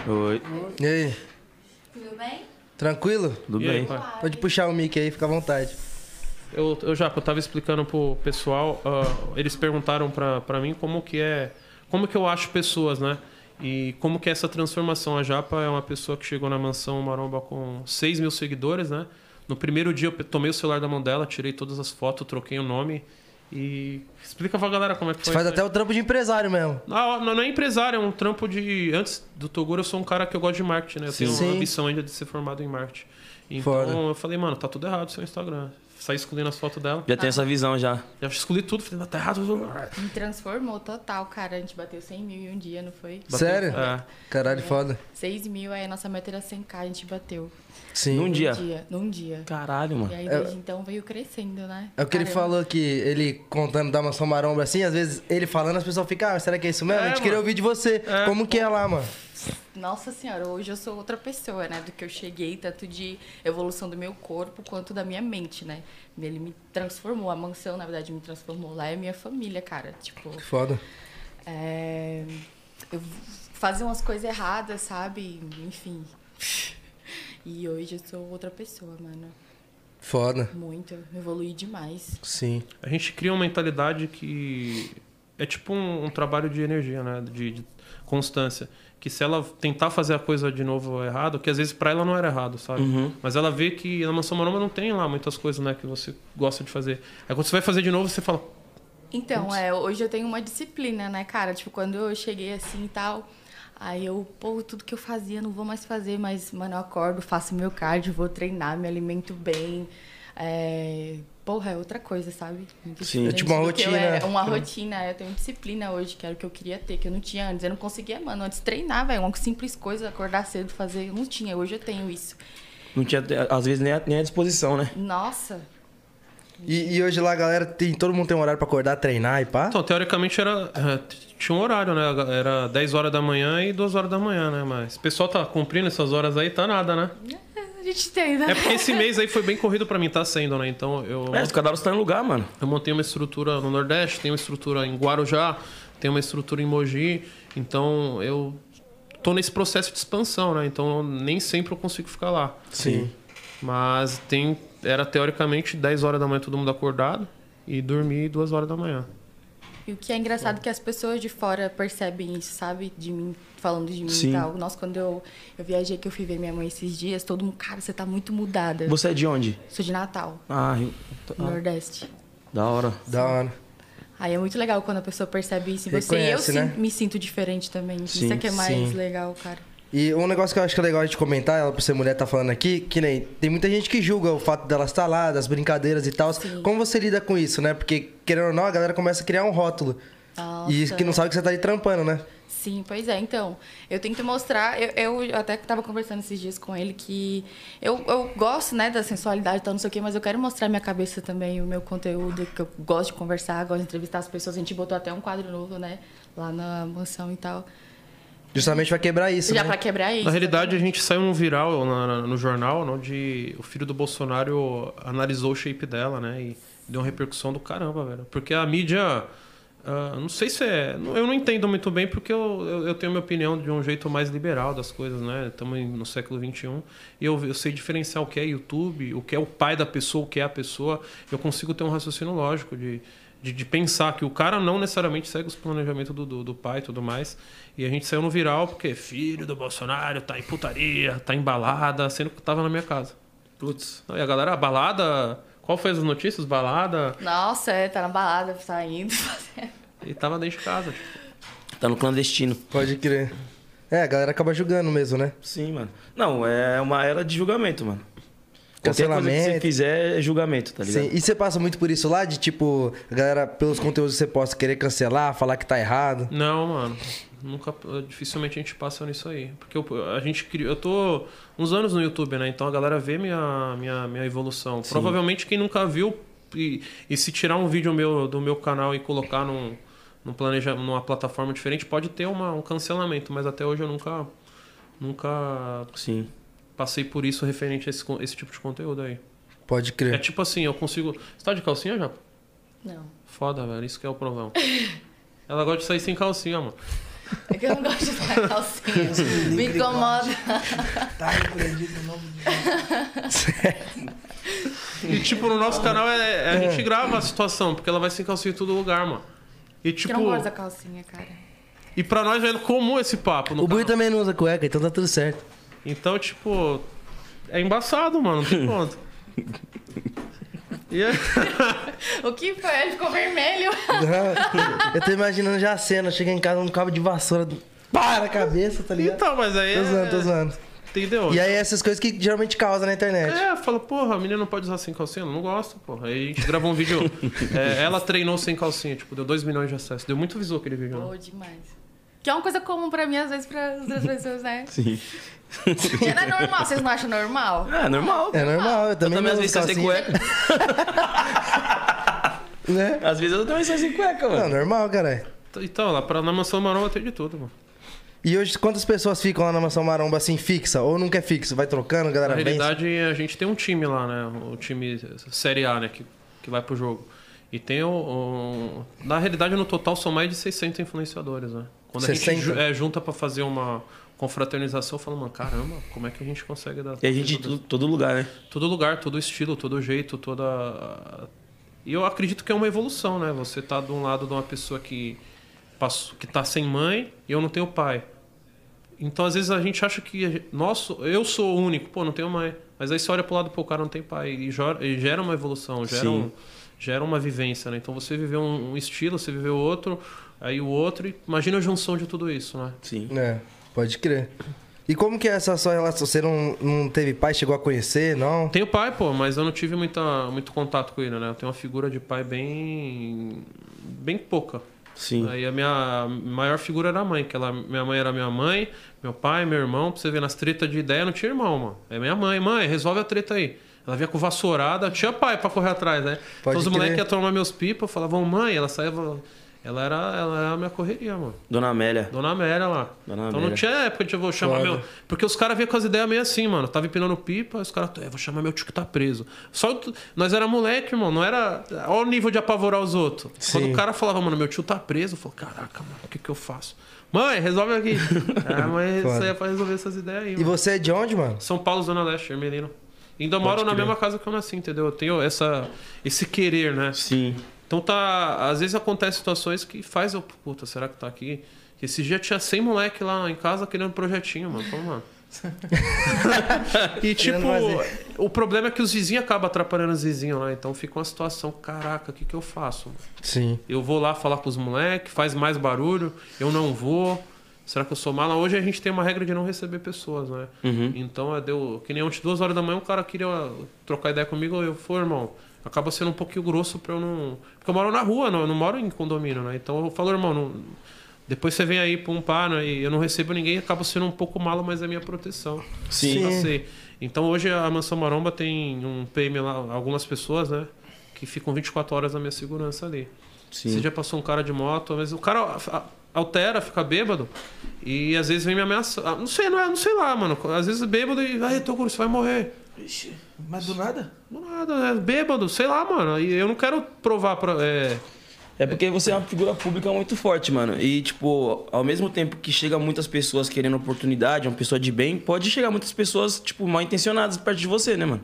S2: Oi.
S1: E aí,
S5: Tudo bem?
S1: tranquilo?
S2: Tudo
S4: E
S2: bem?
S4: aí, pai?
S1: Pode puxar o mic aí, fica à vontade.
S4: Eu, eu já, eu tava explicando pro pessoal, ah, eles perguntaram pra, pra mim como que é, como que eu acho pessoas, né? E como que é essa transformação. A Japa é uma pessoa que chegou na mansão Maromba com 6 mil seguidores, né? No primeiro dia eu pe- tomei o celular da mão dela, tirei todas as fotos, troquei o nome e... Explica pra galera como é que foi.
S1: Você faz
S4: isso aí.
S1: até o trampo de empresário mesmo.
S4: Não, não, não é empresário, é um trampo de. Antes do Toguro, eu sou um cara que eu gosto de marketing, né? Eu
S1: Sim.
S4: tenho
S1: Sim.
S4: uma ambição ainda de ser formado em marketing. Então
S1: Foda.
S4: eu falei, mano, tá tudo errado o seu Instagram. Saí excluindo as fotos dela.
S1: Ah.
S2: Já tem essa visão já.
S4: Já excluí tudo, falei, não, tá errado.
S5: Me transformou total, cara. A gente bateu 100 mil em um dia, não foi?
S1: Sério?
S4: É.
S1: Caralho, foda.
S5: 6 mil, aí a nossa meta era 100k, a gente bateu.
S1: Sim.
S2: Num dia.
S5: Num dia.
S2: Caralho,
S5: E
S2: mano.
S5: aí, desde então, veio crescendo, né?
S1: É o que ele
S5: Caramba.
S1: falou que ele contando da mansão maromba assim, às vezes ele falando, as pessoas ficam, ah, será que é isso mesmo?
S4: É,
S1: a gente queria
S4: mano.
S1: ouvir de você. Como que é lá, mano?
S5: nossa senhora, hoje eu sou outra pessoa, né? Do que eu cheguei, tanto de evolução do meu corpo quanto da minha mente, né? Ele me transformou, a mansão, na verdade, me transformou. Lá é minha família, cara. Tipo,
S1: Que foda.
S5: é, eu fazia umas coisas erradas, sabe? Enfim. E hoje eu sou outra pessoa, mano.
S1: Foda.
S5: Muito. eu Evoluí demais.
S1: Sim.
S4: A gente cria uma mentalidade que é tipo um, um trabalho de energia, né? De, de constância. Que se ela tentar fazer a coisa de novo errado, que às vezes pra ela não era errado, sabe?
S2: Uhum.
S4: Mas ela vê que na Mansão Maromba não tem lá muitas coisas, né? Que você gosta de fazer. Aí quando você vai fazer de novo, você fala...
S5: Então, é, hoje eu tenho uma disciplina, né, cara? Tipo, quando eu cheguei assim e tal, aí eu, pô, tudo que eu fazia, não vou mais fazer, mas, mano, eu acordo, faço meu cardio, vou treinar, me alimento bem. É... Porra, é outra coisa, sabe? Muito
S2: Sim.
S1: É
S5: diferente
S1: tipo uma
S5: do que eu
S1: rotina.
S5: era. É uma rotina, eu tenho disciplina hoje, que era o que eu queria ter, que eu não tinha antes. Eu não conseguia, mano, antes treinar, velho. Uma simples coisa, acordar cedo, fazer, eu não tinha. Hoje eu tenho isso.
S2: Não tinha, às vezes, nem a, nem a disposição, né?
S5: Nossa,
S1: E, e hoje lá, a galera, tem, todo mundo tem um horário pra acordar, treinar e pá?
S4: Então, teoricamente era. é, t- Tinha um horário, né? Era 10 horas da manhã e 2 horas da manhã, né? Mas o pessoal tá cumprindo essas horas aí, tá nada, né?
S5: a gente tem, né?
S4: É porque esse mês aí foi bem corrido pra mim, tá sendo, né? Então eu,
S2: É, os cadáveres estão em lugar, mano.
S4: eu montei uma estrutura no Nordeste, tenho uma estrutura em Guarujá, tenho uma estrutura em Mogi. Então eu tô nesse processo de expansão, né? Então eu nem sempre eu consigo ficar lá.
S1: Sim.
S4: Mas tem. Era teoricamente 10 horas da manhã todo mundo acordado e dormir 2 horas da manhã.
S5: E o que é engraçado é que as pessoas de fora percebem isso, sabe? De mim, falando de mim
S2: Sim.
S5: e tal. Nossa, quando eu, eu viajei, que eu fui ver minha mãe esses dias, todo mundo, cara, você tá muito mudada.
S2: Você é de onde?
S5: Sou de Natal,
S2: Ah, Rio. ah,
S5: Nordeste.
S2: da hora.
S1: Da hora.
S5: Aí é muito legal quando a pessoa percebe isso em você. E eu
S1: Reconhece,
S5: sim,
S1: né?
S5: me sinto diferente também.
S2: Sim,
S5: isso é que é mais
S1: sim.
S5: legal, cara.
S1: E um negócio que eu acho que é legal a gente comentar, ela por ser mulher tá falando aqui, que nem tem muita gente que julga o fato dela estar lá, das brincadeiras e tal.
S5: Sim.
S1: Como você lida com isso, né? Porque, querendo ou não, a galera começa a criar um rótulo. E
S5: Nossa.
S1: que não sabe que você tá ali trampando, né?
S5: Sim, pois é. Então, eu tento mostrar. Eu, eu até estava conversando esses dias com ele que eu, eu gosto, né, da sensualidade e tal, não sei o quê, mas eu quero mostrar minha cabeça também, o meu conteúdo, que eu gosto de conversar, gosto de entrevistar as pessoas. A gente botou até um quadro novo, né, lá na mansão e tal.
S1: Justamente vai quebrar isso,
S5: Já
S1: né?
S5: pra quebrar isso. né?
S4: Na realidade, a gente saiu um viral na- na- no jornal onde o filho do Bolsonaro analisou o shape dela, né? E deu uma repercussão do caramba, velho. Porque a mídia. ah, não sei se é. não- Eu não entendo muito bem, porque eu, eu, eu tenho minha opinião de um jeito mais liberal das coisas, né? Estamos em- no século XXI. E eu, eu sei diferenciar o que é YouTube, o que é o pai da pessoa, o que é a pessoa. Eu consigo ter um raciocínio lógico de de, de pensar que o cara não necessariamente segue os planejamentos do, do, do pai e tudo mais. E a gente saiu no viral porque filho do Bolsonaro tá em putaria, tá embalada, sendo que tava na minha casa. Putz. E a galera, a balada. Qual foi as notícias? Balada.
S5: Nossa, é, tá na balada, saindo.
S4: E tava dentro de casa. Tipo.
S2: Tá no clandestino.
S1: Pode crer. É, a galera acaba julgando mesmo, né?
S2: Sim, mano. Não, é uma era de julgamento, mano. Qualquer coisa que você
S1: Cancelamento.
S2: fizer é julgamento, tá ligado?
S1: Sim. E você passa muito por isso lá, de tipo, a galera, pelos conteúdos que você posta, querer cancelar, falar que tá errado.
S4: Não, mano. Nunca, dificilmente a gente passa nisso aí. Porque eu, a gente criou. Eu tô uns anos no YouTube, né? Então a galera vê minha, minha, minha evolução. Provavelmente quem nunca viu. E, e se tirar um vídeo meu do meu canal e colocar num, num planeja, numa plataforma diferente, pode ter uma, um cancelamento, mas até hoje eu nunca. Nunca
S2: Sim.
S4: passei por isso referente a esse, con- esse tipo de conteúdo aí.
S1: Pode
S4: É
S1: crer.
S4: tipo assim, eu consigo. Você tá de calcinha já?
S5: Não.
S4: Foda, velho. Isso que é o problema. Ela gosta de sair sem calcinha, mano.
S5: É que eu não gosto de usar calcinha. me incomoda.
S3: Tá repreendido o nome de
S4: E, tipo, no nosso canal é, é a gente grava a situação, porque ela vai sem calcinha em todo lugar, mano. E,
S5: Que
S4: tipo,
S5: eu não gosto da calcinha, cara.
S4: e pra nós é comum esse papo. No
S1: O Bui
S4: canal.
S1: também não usa cueca, então tá tudo certo.
S4: Então, tipo, é embaçado, mano, não tem ponto.
S2: é
S4: E aí,
S5: O que foi? Ele ficou vermelho.
S1: Eu tô imaginando já a cena, chega em casa um cabo de vassoura, para a cabeça, tá ligado?
S4: então, mas aí.
S1: Tô zoando, tô zoando.
S4: Entendeu?
S1: E aí essas coisas que geralmente causa na internet.
S4: É, fala, porra, a menina não pode usar sem calcinha? Eu Não gosto, porra. Aí a gente gravou um vídeo. é, ela treinou sem calcinha, tipo, deu 2 milhões de acessos. Deu muito visor aquele vídeo, né?
S5: Boa demais. Que é uma coisa comum pra mim, às vezes, pra outras pessoas, né?
S2: Sim.
S5: Não é normal, vocês não acham normal?
S2: É normal.
S1: É normal, eu também,
S2: Eu também às
S1: não
S2: vezes
S1: uso
S2: saio sem
S1: calcinha,
S2: cueca.
S1: né?
S2: Às vezes eu também saio sem cueca,
S1: Não,
S2: mano.
S1: normal, cara.
S4: Então, lá pra, na mansão maromba tem de tudo, mano.
S1: E hoje, quantas pessoas ficam lá na Mansão Maromba assim, fixa? Ou nunca é fixo? Vai trocando, galera
S4: Na
S1: vem?
S4: realidade, a gente tem um time lá, né? O time Série A, né? Que, que vai pro jogo. E tem o, o- Na realidade, no total, são mais de 600 influenciadores, né? Quando a
S1: 60?
S4: gente ju- é, junta pra fazer uma confraternização, fala, mano, caramba, como é que a gente consegue dar...
S2: E a gente em todo, todo lugar, né?
S4: Todo lugar, todo estilo, todo jeito, toda. E eu acredito que é uma evolução, né? Você tá de um lado de uma pessoa que passou, que tá sem mãe e eu não tenho pai. Então às vezes a gente acha que a gen- nosso, eu sou o único, pô, não tenho mãe. Mas aí você olha pro lado, pô, o cara não tem pai e jo- e gera uma evolução, gera
S2: Sim.
S4: um, gera uma vivência, né? Então você viveu um um estilo, você viveu outro, aí o outro, e imagina a junção de tudo isso, né?
S2: Sim.
S1: É, pode crer. E como que é essa sua relação? Você não, não teve pai, chegou a conhecer, não?
S4: Tenho pai, pô, mas eu não tive muita, muito contato com ele, né? Eu tenho uma figura de pai bem. bem pouca.
S2: Sim.
S4: Aí a minha maior figura era a mãe, que ela, minha mãe era minha mãe, meu pai, meu irmão. Pra você ver, nas tretas de ideia não tinha irmão, mano. É minha mãe, mãe, resolve a treta aí. Ela vinha com vassourada, tinha pai pra correr atrás, né? então
S1: Pode
S4: os
S1: crer.
S4: moleques iam tomar meus pipas, falavam, mãe, ela saia. Ela era, ela era a minha correria, mano.
S2: Dona Amélia.
S4: Dona Amélia lá.
S2: Dona
S4: então
S2: Amélia.
S4: não tinha época de eu vou chamar
S1: Foda.
S4: meu. Porque os caras vinham com as ideias meio assim, mano. Tava empinando pipa, os caras, é, vou chamar meu tio que tá preso. Só tu- nós era moleque, mano. Não era. Olha o nível de apavorar os outros. Quando o cara falava, mano, meu tio tá preso, eu falava, caraca, mano, o que que eu faço? Mãe, resolve aqui. ah, mãe,
S1: Foda.
S4: isso aí é pra resolver essas ideias aí,
S1: E
S4: mano.
S1: você é de onde, mano?
S4: São Paulo, Zona Leste, Hermelino. Ainda moro na mesma casa que eu nasci, entendeu? Eu tenho essa, esse querer, né?
S2: Sim.
S4: Então tá. Às vezes acontecem situações que faz eu. Puta, será que tá aqui? Esse dia tinha 100 moleque lá em casa querendo um projetinho, mano. Vamos lá. e tipo,
S1: fazer.
S4: o problema é que os vizinhos acabam atrapalhando os vizinhos lá. Então fica uma situação, caraca, o que, que eu faço? mano?
S1: Sim.
S4: Eu vou lá falar com os moleques, faz mais barulho, eu não vou. Será que eu sou mala? Hoje a gente tem uma regra de não receber pessoas, né?
S1: Uhum.
S4: Então é, deu. Que nem ontem, duas horas da manhã, um cara queria trocar ideia comigo, eu fui, irmão. Acaba sendo um pouquinho grosso pra eu não. Porque eu moro na rua, não, eu não moro em condomínio, né? Então eu falo, irmão, não- depois você vem aí pra um par, né? E eu não recebo ninguém, acaba sendo um pouco mala, mas é minha proteção.
S1: Sim.
S4: Eu sei. Então hoje a Mansão Maromba tem um PM lá, algumas pessoas, né? Que ficam 24 horas na minha segurança ali.
S2: Sim.
S4: Esse dia passou um cara de moto, mas o cara a- a- altera, fica bêbado. E às vezes vem me ameaçar. Ah, Não sei, não, é, não sei lá, mano. Às vezes bêbado e. Aí, Toguro, você vai morrer.
S3: Ixi, mas do nada?
S4: Do nada, é bêbado, sei lá, mano. E eu não quero provar pra. É,
S2: É porque você é uma figura pública muito forte, mano. E, tipo, ao mesmo tempo que chega muitas pessoas querendo oportunidade, uma pessoa de bem, pode chegar muitas pessoas, tipo, mal intencionadas perto de você, né, mano?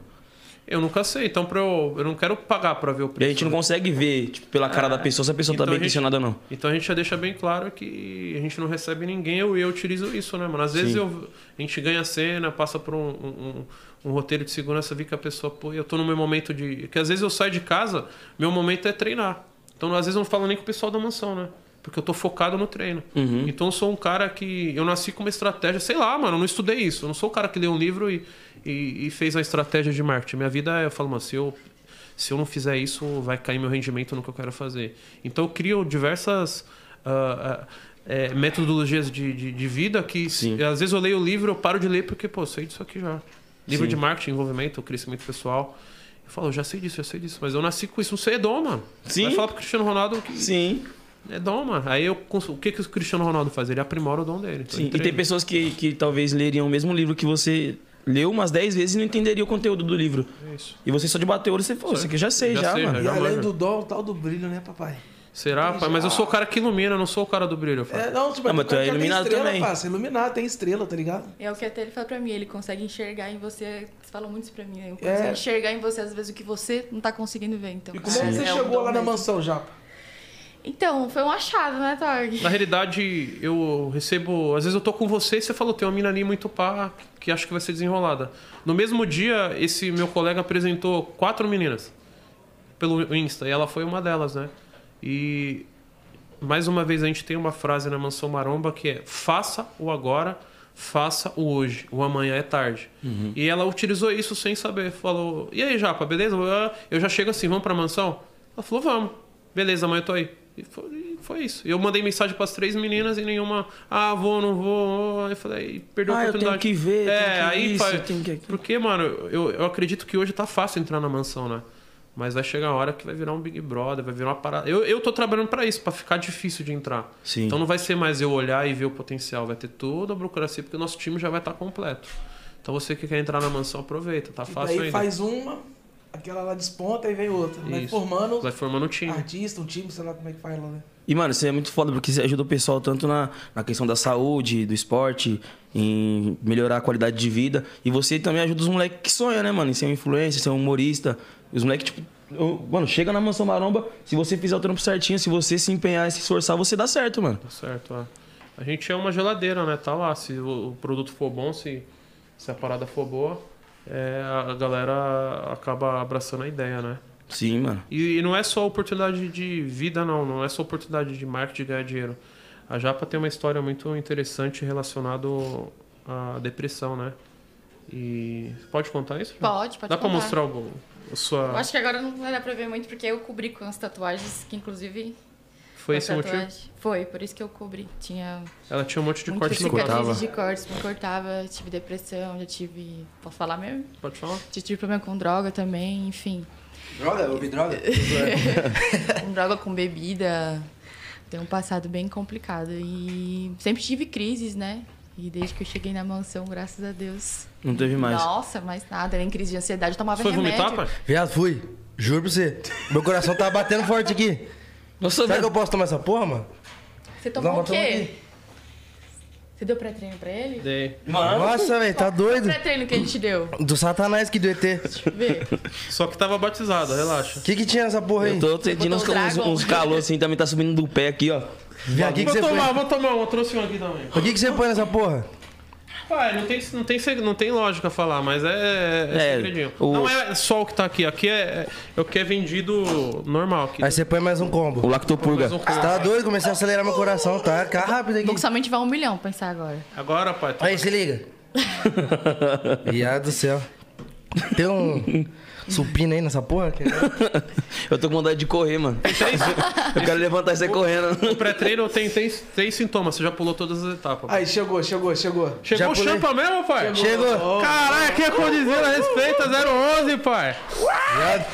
S4: eu nunca sei, então pra eu, eu não quero pagar pra ver o
S2: E
S4: preço.
S2: a gente não
S4: né?
S2: consegue ver, tipo, pela cara da pessoa se a pessoa
S4: Então
S2: tá
S4: a
S2: bem
S4: gente-
S2: intencionada ou não.
S4: Então a gente já deixa bem claro que a gente não recebe ninguém eu- e eu, utilizo isso, né, mano? Às vezes
S2: Sim.
S4: eu- a gente ganha cena, passa por um, um- um- um roteiro de segurança, vi que a pessoa, pô, eu tô no meu momento de. Que às vezes eu saio de casa, meu momento é treinar. Então às vezes eu não falo nem com o pessoal da mansão, né? Porque eu tô focado no treino.
S2: Uhum.
S4: Então eu sou um cara que. Eu nasci com uma estratégia, sei lá, mano, eu não estudei isso. Eu não sou o cara que leu um livro e, e- e fez uma estratégia de marketing. Minha vida, é, eu falo, mano, se eu se eu não fizer isso, vai cair meu rendimento no que eu quero fazer. Então eu crio diversas ah, ah, eh, metodologias de, de, de vida que se-
S2: Sim.
S4: às vezes eu leio o livro, eu paro de ler porque, pô, eu sei disso aqui já. Livro
S2: Sim.
S4: de marketing, envolvimento, crescimento pessoal. Eu falo, eu já sei disso, já sei disso, mas eu nasci com isso, não sei, é dom, mano.
S2: Sim.
S4: Vai falar pro Cristiano Ronaldo que
S2: Sim,
S4: é dom, mano. Aí eu, cons- o que, que o Cristiano Ronaldo faz? Ele aprimora o dom dele. Então
S2: sim.
S4: ele
S2: E tem
S4: treina.
S2: pessoas que, que talvez leriam o mesmo livro que você leu umas 10 vezes e não entenderia o conteúdo do livro.
S4: É isso.
S2: E você só de bater o olho, você falou, isso aqui eu já sei,
S4: Já
S2: já,
S4: sei,
S2: mano.
S3: E
S4: já
S3: além
S4: manjo.
S3: do dom, o tal do brilho, né, papai?
S4: Será, pai? Mas eu sou o cara que ilumina, eu não sou o cara do brilho, eu falo.
S3: É, não, tipo,
S2: Ah, mas tu
S3: o cara
S2: é
S3: já tem
S2: iluminado
S3: estrela,
S2: também.
S3: Parça, iluminado, tem estrela, tá ligado?
S5: É o que até ele fala pra mim, ele consegue enxergar em você. Você falou muito isso pra mim, né? Eu
S3: É.
S5: consigo enxergar em você, às vezes, o que você não tá conseguindo ver. Então,
S3: E como é que você
S5: um
S3: chegou
S5: dom
S3: lá na
S5: mesmo.
S3: mansão, Japa?
S5: Então, foi um achado, né, Tog?
S4: Na realidade, eu recebo. Às vezes eu tô com você e você falou, tem uma mina ali muito pá, que acho que vai ser desenrolada. No mesmo dia, esse meu colega apresentou quatro meninas pelo Insta, e ela foi uma delas, né? E mais uma vez a gente tem uma frase na Mansão Maromba que é: faça o agora, faça o hoje, o amanhã é tarde.
S2: Uhum.
S4: E ela utilizou isso sem saber. Falou: e aí, Japa, beleza? Eu já chego assim, vamos pra mansão? Ela falou: vamos, beleza, amanhã eu tô aí. E foi, e foi isso. Eu mandei mensagem pras três meninas e nenhuma, ah, vou, não vou. Aí eu falei: "Ih, perdeu a
S2: Ah, eu
S4: oportunidade.
S2: tenho que ver,
S4: É,
S2: tenho que
S4: aí
S2: isso,
S4: pai,
S2: tenho que aquilo.
S4: porque, mano, eu, eu acredito que hoje tá fácil entrar na mansão, né? Mas vai chegar a hora que vai virar um Big Brother, vai virar uma parada. Eu, eu tô trabalhando pra isso, pra ficar difícil de entrar.
S2: Sim.
S4: Então não vai ser mais eu olhar e ver o potencial, vai ter toda a burocracia, porque o nosso time já vai estar completo. Então você que quer entrar na mansão, aproveita, tá
S3: E
S4: fácil
S3: daí
S4: ainda.
S3: faz um uma, aquela lá desponta e vem outra. Vai
S4: Isso.
S3: formando
S4: Vai formando um time.
S3: artista, um time, sei lá como é que faz lá, né?
S2: E, mano, isso é muito foda, porque você ajuda o pessoal tanto na, na questão da saúde, do esporte, em melhorar a qualidade de vida. E você também ajuda os moleques que sonham, né, mano? Em ser um influencer, ser um humorista. Os moleques, tipo, eu- mano, chega na mansão maromba, se você fizer o trampo certinho, se você se empenhar e se esforçar, você dá certo, mano.
S4: Tá certo, é. A gente é uma geladeira, né? Tá lá. Se o o produto for bom, se, se a parada for boa, é, a a galera acaba abraçando a ideia, né?
S2: Sim, mano.
S4: E, e não é só oportunidade de vida, não. Não é só oportunidade de marketing de ganhar dinheiro. A Japa tem uma história muito interessante relacionada à depressão, né? E. Pode contar isso? Japa?
S5: Pode, pode
S4: Dá pra
S5: contar.
S4: mostrar o, o sua.
S5: Eu acho que agora não vai dar pra ver muito, porque eu cobri com as tatuagens, que inclusive...
S4: Foi
S5: as
S4: esse o motivo?
S5: tatuagens- Foi, por isso que eu cobri. Tinha
S4: Ela tinha um monte de
S5: muitas
S4: corte no
S5: cicatrizes
S4: corpo.
S2: cortava.
S5: de cortes, me cortava, tive depressão, já tive... Posso falar mesmo?
S4: Pode falar?
S5: Já tive problema com droga também, enfim.
S1: Droga? Eu ouvi droga?
S5: com droga, com bebida. Tem um passado bem complicado. E sempre tive crises, né? E desde que eu cheguei na mansão, graças a Deus.
S2: Não teve mais.
S5: Nossa, mais nada, nem crise de ansiedade, eu tomava
S4: Você foi
S5: remédio.
S4: vomitar, pai?
S1: Viado, fui. Juro pra você. Meu coração tá batendo forte aqui.
S2: Nossa,
S1: Será que
S2: velho.
S1: eu posso tomar essa porra, mano?
S5: Você tomou
S1: Não,
S5: o
S1: mas toma
S5: quê?
S1: aqui.
S5: Você deu pré-treino pra ele?
S4: Dei.
S1: Nossa, velho, tá
S5: O
S1: doido.
S5: pré-treino que a gente deu.
S1: Do satanás que do ET.
S5: Vê.
S4: Só que tava batizado, relaxa.
S1: O que que tinha nessa porra aí?
S2: Eu tô sentindo uns,
S5: Botou o
S2: uns,
S5: Dragon.
S2: uns calor assim, também tá subindo do pé aqui, ó.
S1: Vem aqui que
S4: vou
S1: você
S4: tomar,
S1: põe.
S4: vou tomar uma, trouxe um aqui também.
S1: O que que você põe nessa porra?
S4: Pai, não tem, não tem, seg- não tem lógica falar, mas é, é,
S2: É,
S4: segredinho.
S2: o-
S4: Não é só o que tá aqui, aqui é, é- é o que é vendido normal. Aqui.
S1: Aí você põe mais um
S2: O
S1: combo.
S2: lactopurga.
S4: Mais um-
S1: Você tá doido? Comecei a acelerar meu coração, tá? Cá rápido aqui.
S5: Bom, que somente vai um milhão pensar agora.
S4: Agora, pai, tá
S1: Aí, se liga. Viado do céu. Tem um supino aí nessa porra? Que-
S2: Eu tô com vontade de correr, mano. Eu quero levantar e sair correndo.
S4: o pré-treino tem, tem três sintomas, você já pulou todas as etapas.
S3: Aí, chegou, chegou, chegou.
S4: Chegou o
S1: pulei.
S4: champa mesmo, pai?
S1: Chegou.
S3: Ó,
S4: Caralho, aqui é condizendo, respeita 011, pai.
S1: Viado.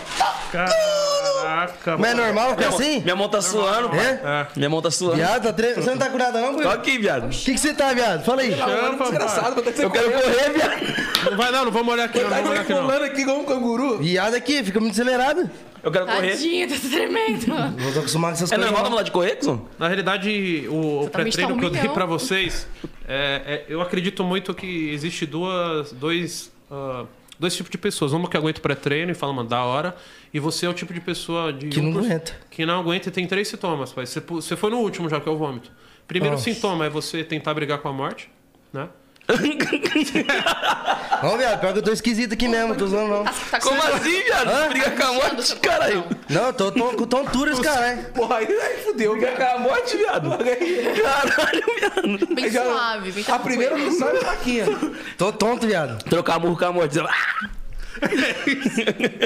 S4: Caraca,
S1: Mas é
S4: mano.
S1: normal ficar assim?
S2: Minha mão tá suando, pai.
S1: É?
S4: É.
S2: Minha mão tá suando.
S1: Viado, tá tre... você não tá curado não,
S2: Tô
S1: Guilherme?
S2: aqui, viado.
S1: O que que você tá, viado? Fala aí.
S4: Champa, pai.
S5: é
S3: Engraçado, vou ter que
S2: Eu quero correr, viado.
S4: Não vai não, não vamos olhar aqui, não, não vamos olhar
S3: Tá
S4: aqui não.
S3: pulando aqui igual um canguru.
S1: Viado aqui, fica muito acelerado.
S2: Eu quero correr.
S5: Tadinho, tá tremendo.
S1: Não tô acostumado com essas
S2: É
S1: coisas.
S2: normal
S1: não.
S2: vontade de correr, Kuzão?
S4: Na realidade, o
S5: Você tá me
S4: pré-treino que eu dei
S5: estalminhando.
S4: pra vocês, é- é- eu acredito muito que existe duas, dois, ah, dois tipos de pessoas. Uma que aguenta o pré-treino e fala, mano, da hora. E você é o tipo de pessoa de.
S1: Que não
S4: 1%,
S1: aguenta.
S4: Que não aguenta e tem três sintomas, pai. Você, pu- você foi no último já, que é o vômito. Primeiro
S1: Nossa.
S4: sintoma é você tentar brigar com a morte, né?
S1: Não, viado, pior que eu tô esquisito aqui mesmo, tô usando não.
S5: Tá
S2: Como assim, viado? Briga com a
S4: Tá
S2: morte, caralho.
S1: Não, eu tô, tô com tontura esse
S2: né?
S1: caralho.
S3: Porra, aí, aí fudeu,
S2: Briga com
S3: cara.
S2: a morte, viado. Caralho, viado.
S5: Bem
S3: Já-
S5: suave, bem
S3: A
S5: tranquilo.
S3: primeira que sai é a faquinha.
S1: Tô tonto, viado.
S2: Trocar murro com a morte. Ah,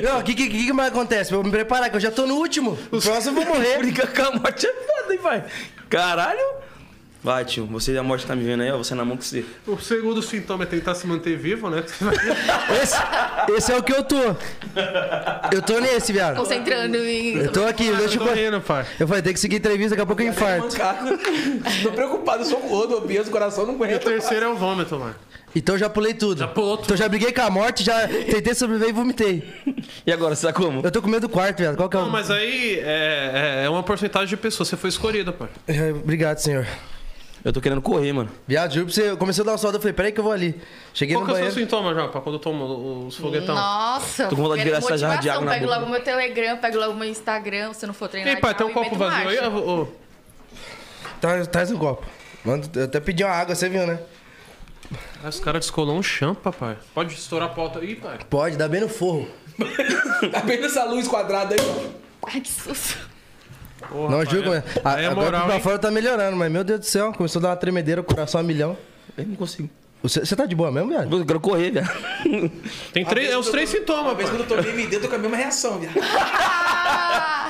S1: Não, o que, que, que mais acontece? Pra eu me preparar, que eu já tô no último. O próximo eu vou morrer.
S2: Briga com a morte é foda, hein, pai. Caralho. Vai, tio. Você e a morte tá me vendo aí, ó. Você na mão com você.
S4: O segundo sintoma é tentar se manter vivo, né?
S1: Esse, esse é o que eu tô. Eu tô nesse, viado.
S5: Concentrando em.
S1: Eu tô aqui, deixa eu
S4: tô
S1: correr.
S4: rindo, pai.
S1: Eu falei, tem que seguir entrevista, daqui a pouco eu infarto.
S3: Mancado. Tô preocupado, eu sou gordo, obeso, o coração não
S4: E o
S3: aguenta.
S4: terceiro é o vômito, mano.
S1: Então eu já pulei tudo.
S4: Já pulou tudo.
S1: Então eu já briguei com a morte, já tentei sobreviver e vomitei.
S2: E agora, você tá como?
S1: Eu tô com medo do quarto, viado. Qual que é o.
S4: Não, mas aí é, é- é uma porcentagem de pessoas. Você foi escolhido, pai.
S1: É, Obrigado, senhor.
S2: Eu tô querendo correr, mano.
S1: Viado, juro pra você, eu comecei a dar um soldo, eu falei, peraí que eu vou ali. Cheguei
S4: Qual
S1: no
S4: que é o seu
S1: banheiro.
S4: sintoma, Japa, quando toma os foguetão?
S5: Nossa,
S2: Tô com vontade de virar essa jarra de
S5: motivação.
S2: água na
S5: Pego
S2: boca.
S5: logo meu Telegram, pego logo meu Instagram, se não for treinar.
S4: Ei, pai,
S5: e
S4: tem
S5: tal,
S4: um
S5: e
S4: copo
S5: meto
S4: vazio aí?
S5: marcha.
S4: Ô, ô.
S1: Traz, traz um copo. Mano, eu até pedi uma água, você viu, né?
S4: Ah, Os caras descolou um champa, pai. Pode estourar a pauta aí, pai.
S1: Pode, dá bem no forro.
S3: Tá bem nessa luz quadrada aí, ó.
S5: Ai, que susto.
S4: Porra, pai,
S1: Não, juro.
S4: é-
S1: mas- a-
S4: aí é
S1: agora
S4: moral,
S1: moral, pra
S4: hein?
S1: fora tá melhorando, mas meu Deus do céu, começou a dar uma tremedeira, o coração a milhão.
S2: Eu não consigo.
S1: Você, você tá de boa mesmo, viado?
S2: Eu quero correr, viado.
S4: Tem três, é os três sintomas,
S3: Uma vez quando
S4: pai.
S3: eu tomei MD, eu tô com a mesma reação, viado.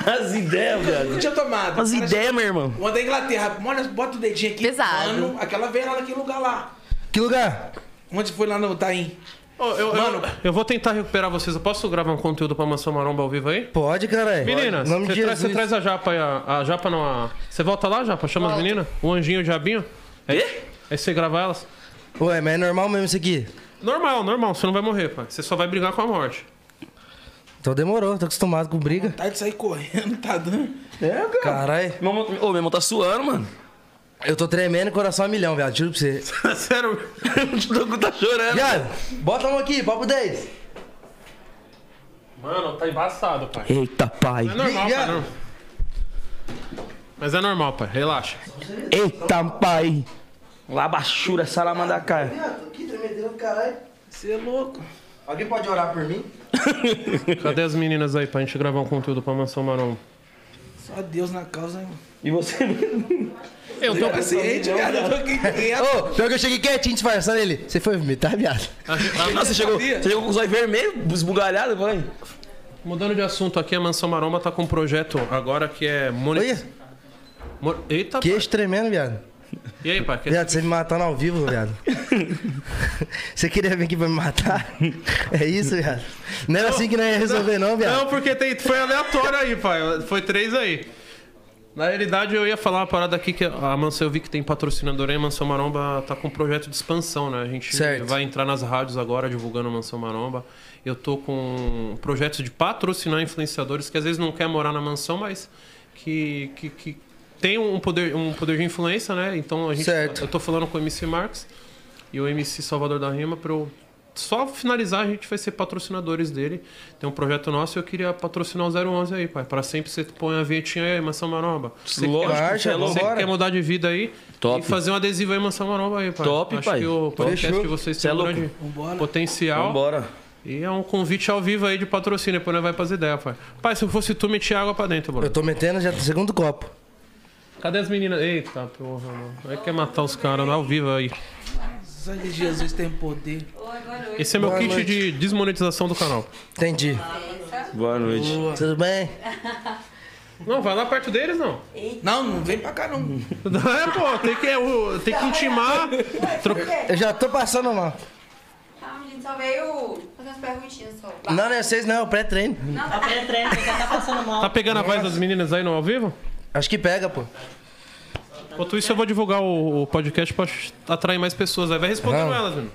S2: As ideias, viado.
S3: Eu tinha tomado.
S2: As ideias, meu irmão.
S3: Uma da Inglaterra, olha, bota o dedinho aqui.
S5: Pesado.
S3: Mano, aquela vez lá naquele lugar lá.
S1: Que lugar?
S3: Onde foi lá no Taim?
S4: Ô, eu, eu, eu vou tentar recuperar vocês. Eu posso gravar um conteúdo pra Mansão Maromba ao vivo aí?
S1: Pode, caralho.
S4: Meninas,
S1: Em nome de
S4: você traz, você
S1: Jesus.
S4: traz a japa aí, a, a japa não, a... Você volta lá, japa? Chama as
S5: Volto.
S4: meninas? O anjinho, o diabinho? É, é você gravar elas?
S1: Ué, mas é normal mesmo isso aqui?
S4: Normal, normal, você não vai morrer, pai. Você só vai brigar com a morte.
S1: Então demorou, tô acostumado com briga.
S3: Tá de sair correndo, tá dando.
S2: É, cara.
S1: Caralho.
S2: Meu irmão, ô, meu irmão tá suando, mano.
S1: Eu tô tremendo, coração a milhão, viado. Juro pra você.
S4: Sério?
S2: o Dogu tá chorando.
S1: Viado, bota a mão aqui, papo 10.
S4: Mano, tá embaçado, pai.
S2: Eita, pai.
S4: É normal, pai,
S1: Obrigado.
S4: não. Mas é normal, pai. Relaxa.
S2: Eita, pai. Labachura, salamandacai.
S1: Viado, tô aqui tremendo, caralho.
S3: Você é louco.
S1: Alguém pode orar por mim?
S4: Cadê as meninas aí pra gente gravar um conteúdo pra Mansão Maromba?
S3: Só Deus na causa, hein?
S2: E você,
S4: Eu tô...
S3: Paciente, cara, eu tô aqui quieto.
S1: Ô, pior que eu cheguei quietinho disfarçando ele. Você foi vomitar, viado?
S2: Ah, Nossa, você chegou,
S3: sabia.
S2: você chegou com os olhos vermelhos, esbugalhado, vai.
S4: Mudando de assunto aqui, a Mansão Maromba tá com um projeto agora que é... Moni...
S1: Olha,
S4: Mo- Eita, pai.
S1: queixo tremendo, viado.
S4: E aí,
S2: É,
S4: pai? que-
S1: Viado, você me matando ao vivo, viado. Você queria vir aqui pra me matar? É isso, viado? Não era assim que não ia resolver, não,
S4: Não,
S1: viado.
S4: porque tem- foi aleatório aí, pai. Foi três aí. Na realidade, eu ia falar uma parada aqui que a Mansão, eu vi que tem patrocinador aí. A Mansão Maromba tá com um projeto de expansão, né? A gente
S1: Certo.
S4: vai entrar nas rádios agora divulgando a Mansão Maromba. Eu tô com um projeto de patrocinar influenciadores que às vezes não quer morar na mansão, mas que, que, que tem um poder, um poder de influência, né? Então a gente.
S1: Certo.
S4: Eu tô falando com o MC Marx e o MC Salvador da Rima pra eu. Só finalizar, a gente vai ser patrocinadores dele. Tem um projeto nosso e eu queria patrocinar o 011 aí, pai. Pra sempre você põe a vinhetinha aí, Mansão Maromba. Você que
S2: Lógico,
S4: quer-
S1: marcha,
S2: você é louco.
S4: você que
S1: Bora.
S4: quer mudar de vida aí
S2: Top.
S4: e fazer um adesivo aí, Mansão Maromba aí, pai.
S2: Top,
S4: Acho
S2: pai.
S4: que o podcast
S1: Fechou.
S4: de vocês
S2: Você
S4: tem
S2: é
S4: um
S2: louco.
S4: grande
S3: Vambora.
S4: potencial.
S2: Vambora.
S4: E é um convite ao vivo aí de patrocínio, depois nós vai pras ideias, pai. Pai, se eu fosse tu, metia água pra dentro,
S1: Eu
S4: mano.
S1: tô metendo já no segundo copo.
S4: Cadê as meninas? Eita, porra, mano. Vai quer é matar os caras ao vivo aí.
S3: Só que Jesus tem poder.
S4: Esse é meu
S1: Boa
S4: kit
S1: noite.
S4: de desmonetização do canal.
S1: Entendi.
S2: Boa noite.
S1: Tudo bem?
S4: Não, vai lá perto deles, não.
S3: Não, não vem pra cá, não.
S4: Não é, pô, tem que, o- tem que intimar. Troca...
S1: Eu já tô passando mal.
S6: Calma, Ah, gente, só veio fazer umas perguntinhas só.
S1: Não, não é vocês, não. é o Pré-treino.
S7: Tá pré-treino, você já tá passando mal.
S4: Tá pegando a voz das meninas aí no ao vivo?
S1: Acho que pega, pô.
S4: Enquanto isso, eu vou divulgar o, o podcast pra ch- atrair mais pessoas. Aí vai respondendo
S1: Não.
S4: elas, menino.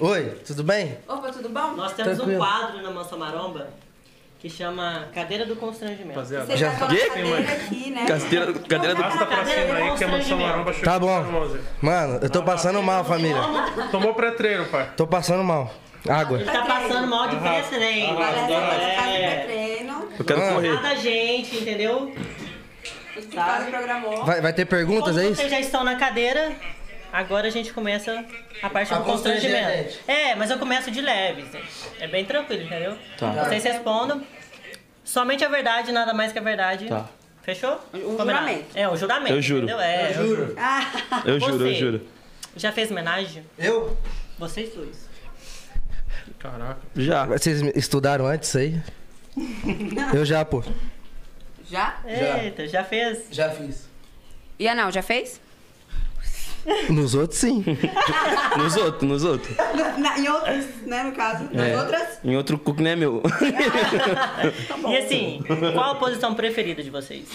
S1: Oi, tudo bem?
S6: Opa, tudo bom?
S7: Nós temos
S1: Tranquilo.
S7: um quadro na Mansão Maromba que chama Cadeira do Constrangimento.
S4: Rapaziada.
S6: Você
S1: Já-
S6: já tá com a
S2: Quê?
S6: cadeira aqui, né?
S2: Cadeira, cadeira do...
S4: Arrasta pra cima aí que é a mansão maromba chegou.
S1: Tá bom. Mano, eu tô passando mal, família.
S4: Tomou pré-treino, pai.
S1: Tô passando mal. Água.
S7: Ele tá passando mal de né, pré-treino.
S6: Parece uma casa de
S7: É.
S6: treino.
S2: Eu quero
S1: Ah.
S2: correr.
S7: Cada gente, entendeu?
S6: O Estado programou.
S1: Vai, vai ter perguntas,
S7: Como
S1: é isso?
S7: vocês já estão na cadeira, agora a gente começa a parte
S1: A
S7: do
S1: constranger a
S7: constrangimento. É, mas eu começo de leve. assim. É bem tranquilo, entendeu?
S2: Tá.
S7: Vocês respondam. Somente a verdade, nada mais que a verdade.
S2: Tá.
S7: Fechou?
S6: Um
S7: Combinado?
S6: juramento.
S7: É, um juramento.
S2: Eu juro.
S7: entendeu? É, eu juro.
S6: Ah,
S2: Eu juro, eu
S7: Você.
S2: juro.
S7: Já fez homenagem?
S1: Eu?
S7: Vocês dois.
S4: Caraca.
S2: Já.
S1: Vocês me- estudaram antes isso aí? Eu já, pô.
S6: já?
S7: Eita, já fez?
S1: Já fiz.
S6: E a Nau, já fez?
S1: Nos outros, sim.
S2: Nos outros, nos outros.
S6: Na, em outras, né, no caso.
S2: É.
S6: Nas outras.
S2: Em outro cu que não é meu.
S7: E assim, qual a posição preferida de vocês?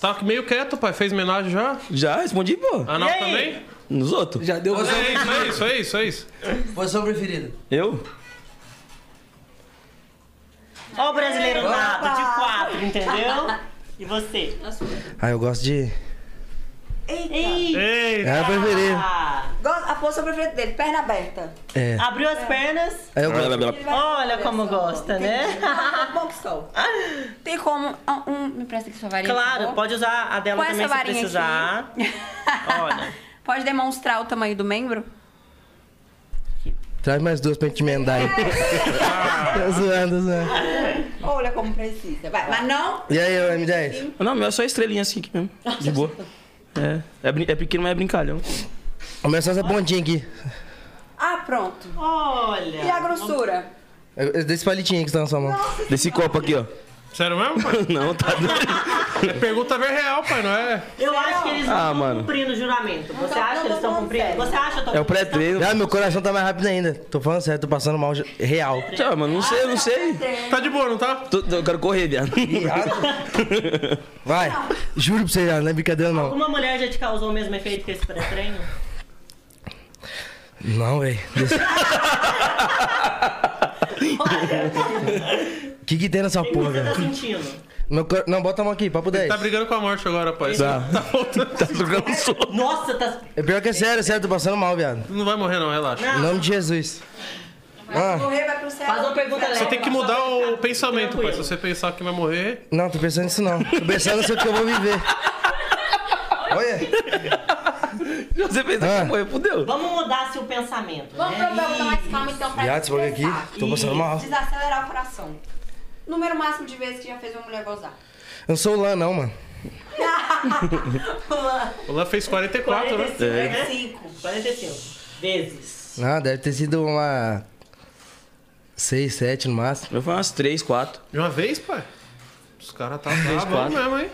S4: Tá meio quieto, pai. Fez homenagem já?
S2: Já respondi, pô.
S4: Anal
S7: E aí?
S4: também?
S2: Nos outros.
S3: Já deu você.
S4: É isso, é isso, é isso, é isso.
S1: Posição preferida.
S2: Eu?
S7: Ó o brasileiro nato de quatro, entendeu? E você?
S1: Ah, eu gosto de.
S6: Eita.
S4: Ei,
S1: É a preferida.
S7: Ah,
S6: Gosto- A posição preferida dele, perna aberta.
S1: É.
S7: abriu as pernas.
S1: Aí eu gosto.
S6: Ele vai-
S7: Olha como gosta, né?
S6: Ah, bom que sol. Tem como. ah, um- me presta aqui sua varinha. por
S7: Claro,
S6: favor.
S7: pode usar a dela
S6: Com
S7: também
S6: essa
S7: se
S6: varinha
S7: precisar.
S6: aqui.
S7: Olha.
S6: Pode demonstrar o tamanho do membro?
S1: Traz mais duas pra gente emendar aí.
S8: 아,
S1: Tô zoando, tô zoando.
S6: Olha como precisa. Vai, mas não.
S1: E aí, ô M10?
S2: Não, meu é só estrelinha assim aqui mesmo. De boa. É. É, brin- é pequeno, mas é brincalhão.
S1: Começou essa pontinha aqui.
S6: Ah, pronto.
S7: Olha.
S6: E a grossura?
S1: É, Eu- eu- Desse palitinho aí que você tá na sua mão.
S2: Desse copo aqui, ó.
S4: sério mesmo, pai?
S2: Não, tá doido.
S4: Pergunta bem real, pai, não é?
S7: Eu acho que eles não
S2: Ah,
S7: estão
S2: mano.
S7: cumprindo o juramento. Você
S6: tão-
S7: acha
S6: não
S7: que eles
S6: tão
S7: estão
S6: falando
S7: cumprindo?
S6: sério.
S7: Você acha, Tom?
S2: É o pré-treino.
S1: Ah, meu coração tá mais rápido ainda. Tô falando sério, tô passando mal já- real.
S2: Tchau, mano, não sei, eu não sei.
S4: Tá de boa, não tá?
S2: Tô- tô- eu quero correr, viado.
S1: Vai. Juro pra você, não é brincadeira não.
S7: Alguma mulher já te causou o mesmo efeito que esse pré-treino?
S1: Não, velho. O que que tem nessa
S7: O que
S1: porra,
S7: você tá
S1: velho?
S7: sentindo?
S1: Meu cor- Não, bota a mão aqui, papo 10.
S4: Tá brigando com a morte agora, pai.
S2: É Tá.
S4: Tá voltando.
S2: Tá trocando soco.
S7: Nossa, tá.
S1: É pior que é sério, é sério, tô passando mal, viado.
S4: Não vai morrer, não, relaxa.
S1: Em
S7: Não,
S1: nome de Jesus. Ah.
S6: Vai morrer, vai pro céu.
S7: faz uma pergunta leve. Tá
S4: Só tem que mudar o pensamento, pai.
S7: Tranquilo.
S4: Se você pensar que vai morrer.
S1: Não, tô pensando nisso não. Tô pensando no que eu vou viver. Olha.
S2: Você fez
S1: Ah.
S2: que morrer, fudeu.
S7: Vamos mudar seu pensamento.
S6: Vamos pra uma pergunta mais calma, então, pra
S1: Viado, esse bagulho aqui, tô passando mal.
S6: Desacelerar o coração. Número máximo de vezes que já fez uma mulher gozar.
S1: Eu não sou lã, não, mano.
S4: O Lan fez 44, né? É.
S7: 45,
S2: É
S7: né?
S6: 45.
S7: 45 vezes.
S1: Não, deve ter sido uma. 6, 7 no máximo.
S2: Eu fui umas 3, 4.
S4: De uma vez, pai? Os caras tá bravos
S2: quatro.
S4: mesmo, hein?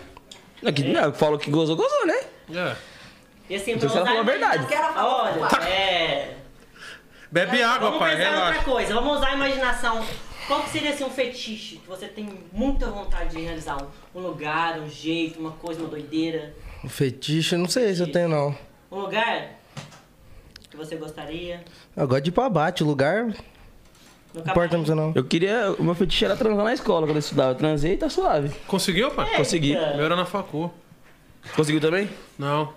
S2: Não, que, não, falou que gozou, gozou, né?
S4: É.
S7: E assim,
S2: sei se ela
S7: pra
S2: Então falou a
S7: usar-
S2: verdade.
S6: Que ela falou,
S7: Olha, é.
S4: Bebe água,
S7: Vamos
S4: pai,
S7: pensar em outra
S4: relaxa.
S7: coisa, vamos usar a imaginação. Qual que seria assim, um fetiche que você tem muita vontade de realizar? Um, um lugar, um jeito, uma coisa, uma doideira?
S1: O Um fetiche, eu não sei se eu tenho, não.
S7: Um lugar que você gostaria?
S1: Eu gosto de ir pra bate, o lugar. Não
S7: No
S1: importa muito, não.
S2: Eu queria. O meu fetiche era transar na escola quando eu estudava. Eu transei e tá suave.
S4: Conseguiu, pai?
S2: Consegui.
S7: Eita.
S4: Meu era na facu.
S2: Conseguiu também?
S4: Não.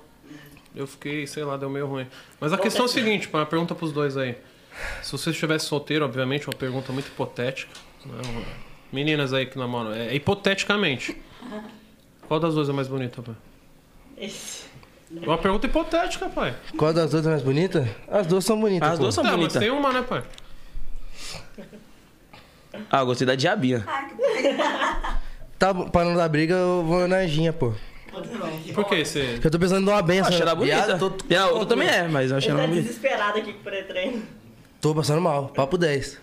S4: Eu fiquei, sei lá, deu meio ruim. Mas a questão é o seguinte, pai, uma pergunta pros dois aí. Se você estivesse solteiro, obviamente, uma pergunta muito hipotética. né? Uma- Meninas aí que namoram, é hipoteticamente. Qual das duas é mais bonita, pai?
S7: Esse.
S4: Uma pergunta hipotética, pai.
S1: Qual das duas é mais bonita? As duas são bonitas.
S2: As
S1: pô.
S2: duas são
S4: Tá, mas
S2: bonitas.
S4: tem uma, né, pai? um-
S2: Ah, eu gostei da diabinha.
S1: Tá, bom, pra não dar briga, eu vou na Anjinha, pô.
S4: Por que esse.
S1: Eu tô pensando em dar uma benção.
S2: Achei ela bonita.
S1: Viado, tô,
S2: E a outra também é, mas eu achei
S7: Ele
S2: ela
S7: tá
S2: bonita.
S7: desesperado aqui com o pré-treino.
S1: tô passando mal. Papo 10.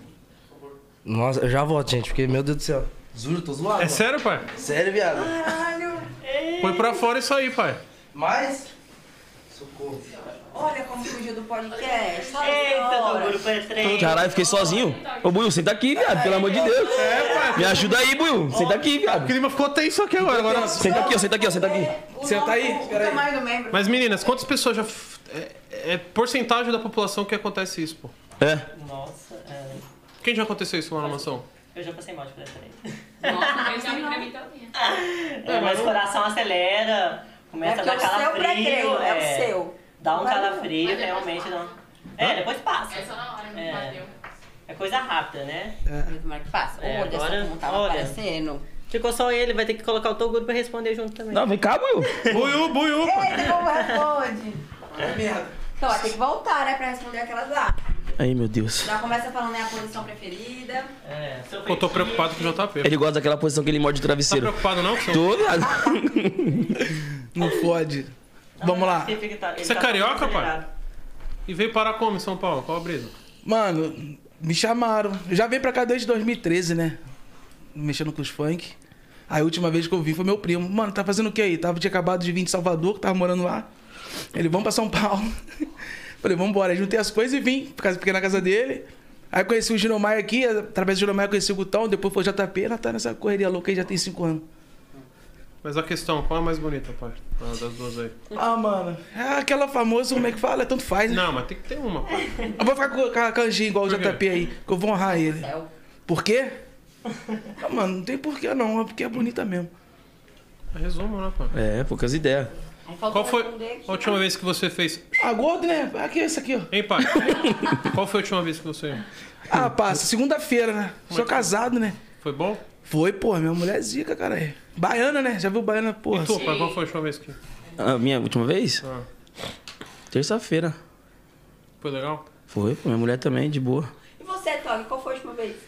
S1: Nossa, eu já volto, gente, porque, meu Deus do céu. Juro, tô zoado.
S4: É
S1: mano.
S4: sério, pai?
S1: Sério, viado.
S4: Põe pra fora isso aí, pai.
S1: Mas. Socorro.
S6: Olha como fugiu do podcast. Sabe?
S7: Eita, do
S6: Olha.
S7: guru pré-treino.
S2: Caralho, fiquei sozinho. Ô, Buiu, senta aqui, viado, pelo amor de Deus. Me ajuda aí, Buiu. Senta aqui,
S4: É, O
S2: viado.
S4: clima ficou tenso aqui agora. agora...
S2: Senta aqui, ó, senta aqui, ó, senta aqui.
S6: O
S3: Senta
S6: nome-
S4: tá
S3: aí,
S6: O
S3: espera aí.
S6: tamanho do membro.
S4: Mas meninas, quantas pessoas já. f- É, é porcentagem da população que acontece isso, pô.
S2: É.
S7: Nossa, é,
S4: Quem já aconteceu isso lá na mansão?
S7: eu já passei mal de pré-treino.
S9: Nossa, eu já me tremi todinha.
S7: É, mas o coração acelera,
S6: É
S7: começa a
S6: porque é
S7: dar
S6: o seu
S7: calafrio.
S6: pré-treino, é o seu.
S7: Dá um
S6: Mas-
S7: calafrio,
S9: mas depois
S7: realmente dá
S9: passa.
S7: um... É, depois passa.
S9: É só na hora,
S7: É.
S9: não bateu.
S7: É coisa rápida, né?
S6: Como é que faz?
S7: É,
S6: olha
S7: agora-
S6: só como tava
S7: olha.
S6: aparecendo.
S7: Ficou só ele, vai ter que colocar o Toguro pra responder junto também.
S2: Não, vem cá, Buiu.
S4: Buiu, buiu, pai.
S6: Eita, como responde?
S3: É merda.
S6: Então, vai ter que voltar, né, pra responder aquelas lá.
S2: Aí, meu Deus.
S6: Já começa falando, né, a posição preferida.
S7: É, seu
S4: Pô, tô
S7: feitiço.
S4: preocupado com o JP.
S2: Ele gosta daquela posição que ele morde o
S4: Tá
S2: travesseiro.
S4: preocupado não? seu-
S2: Tô, viado.
S3: Não fode. Vamos lá.
S7: Ele fica- ele
S4: Você é
S7: tá
S4: carioca, pai?
S7: acelerado.
S4: E veio parar como em São Paulo? Qual a brisa?
S3: Mano, me chamaram. Eu já vim pra cá desde 2013, né? Mexendo com os funk. Aí a última vez que eu vi foi meu primo. Mano, tá fazendo o que aí? Tava, tinha acabado de vir de Salvador, que tava morando lá. Ele, vamos pra São Paulo. Falei, vambora. Aí Juntei as coisas e vim, por causa- fiquei na casa dele. Aí conheci o Giromai aqui, através do Giromai eu conheci o Gutão, depois foi o JP, ela tá nessa correria louca aí já tem cinco anos.
S4: Mas a questão, qual é a mais bonita, pai? Ah, Das duas aí.
S3: Ah, mano. É aquela famosa, como é que fala? Tanto faz, né?
S4: Não, mas tem que ter uma, pai.
S3: Eu vou ficar com com a canjinha igual o
S4: Por quê?
S3: JP aí, que eu vou honrar ele.
S6: Céu.
S3: Por quê? Ah, mano, não tem porquê não, é porque é bonita mesmo.
S4: É Resumo, né, pai?
S2: É, poucas ideias.
S6: Aí faltou
S4: Qual
S7: um
S4: foi
S6: responder
S7: né?
S6: aqui.
S4: a última vez que você fez?
S3: Ah, gordo, né? Aqui, esse aqui, ó.
S4: Hein, pai? Qual foi a última vez que você
S3: Ah, passa, segunda-feira, né? Sou casado, né?
S4: é foi bom?
S3: Foi, pô, minha mulher é zica, cara. Baiana, né? Já viu baiana, porra.
S4: E tu, pai, qual foi a última vez que
S2: A minha última vez?
S4: Ah.
S2: Terça-feira.
S4: foi legal?
S2: Foi, pô, minha mulher também, de boa.
S6: E você, Tog, qual foi a última vez?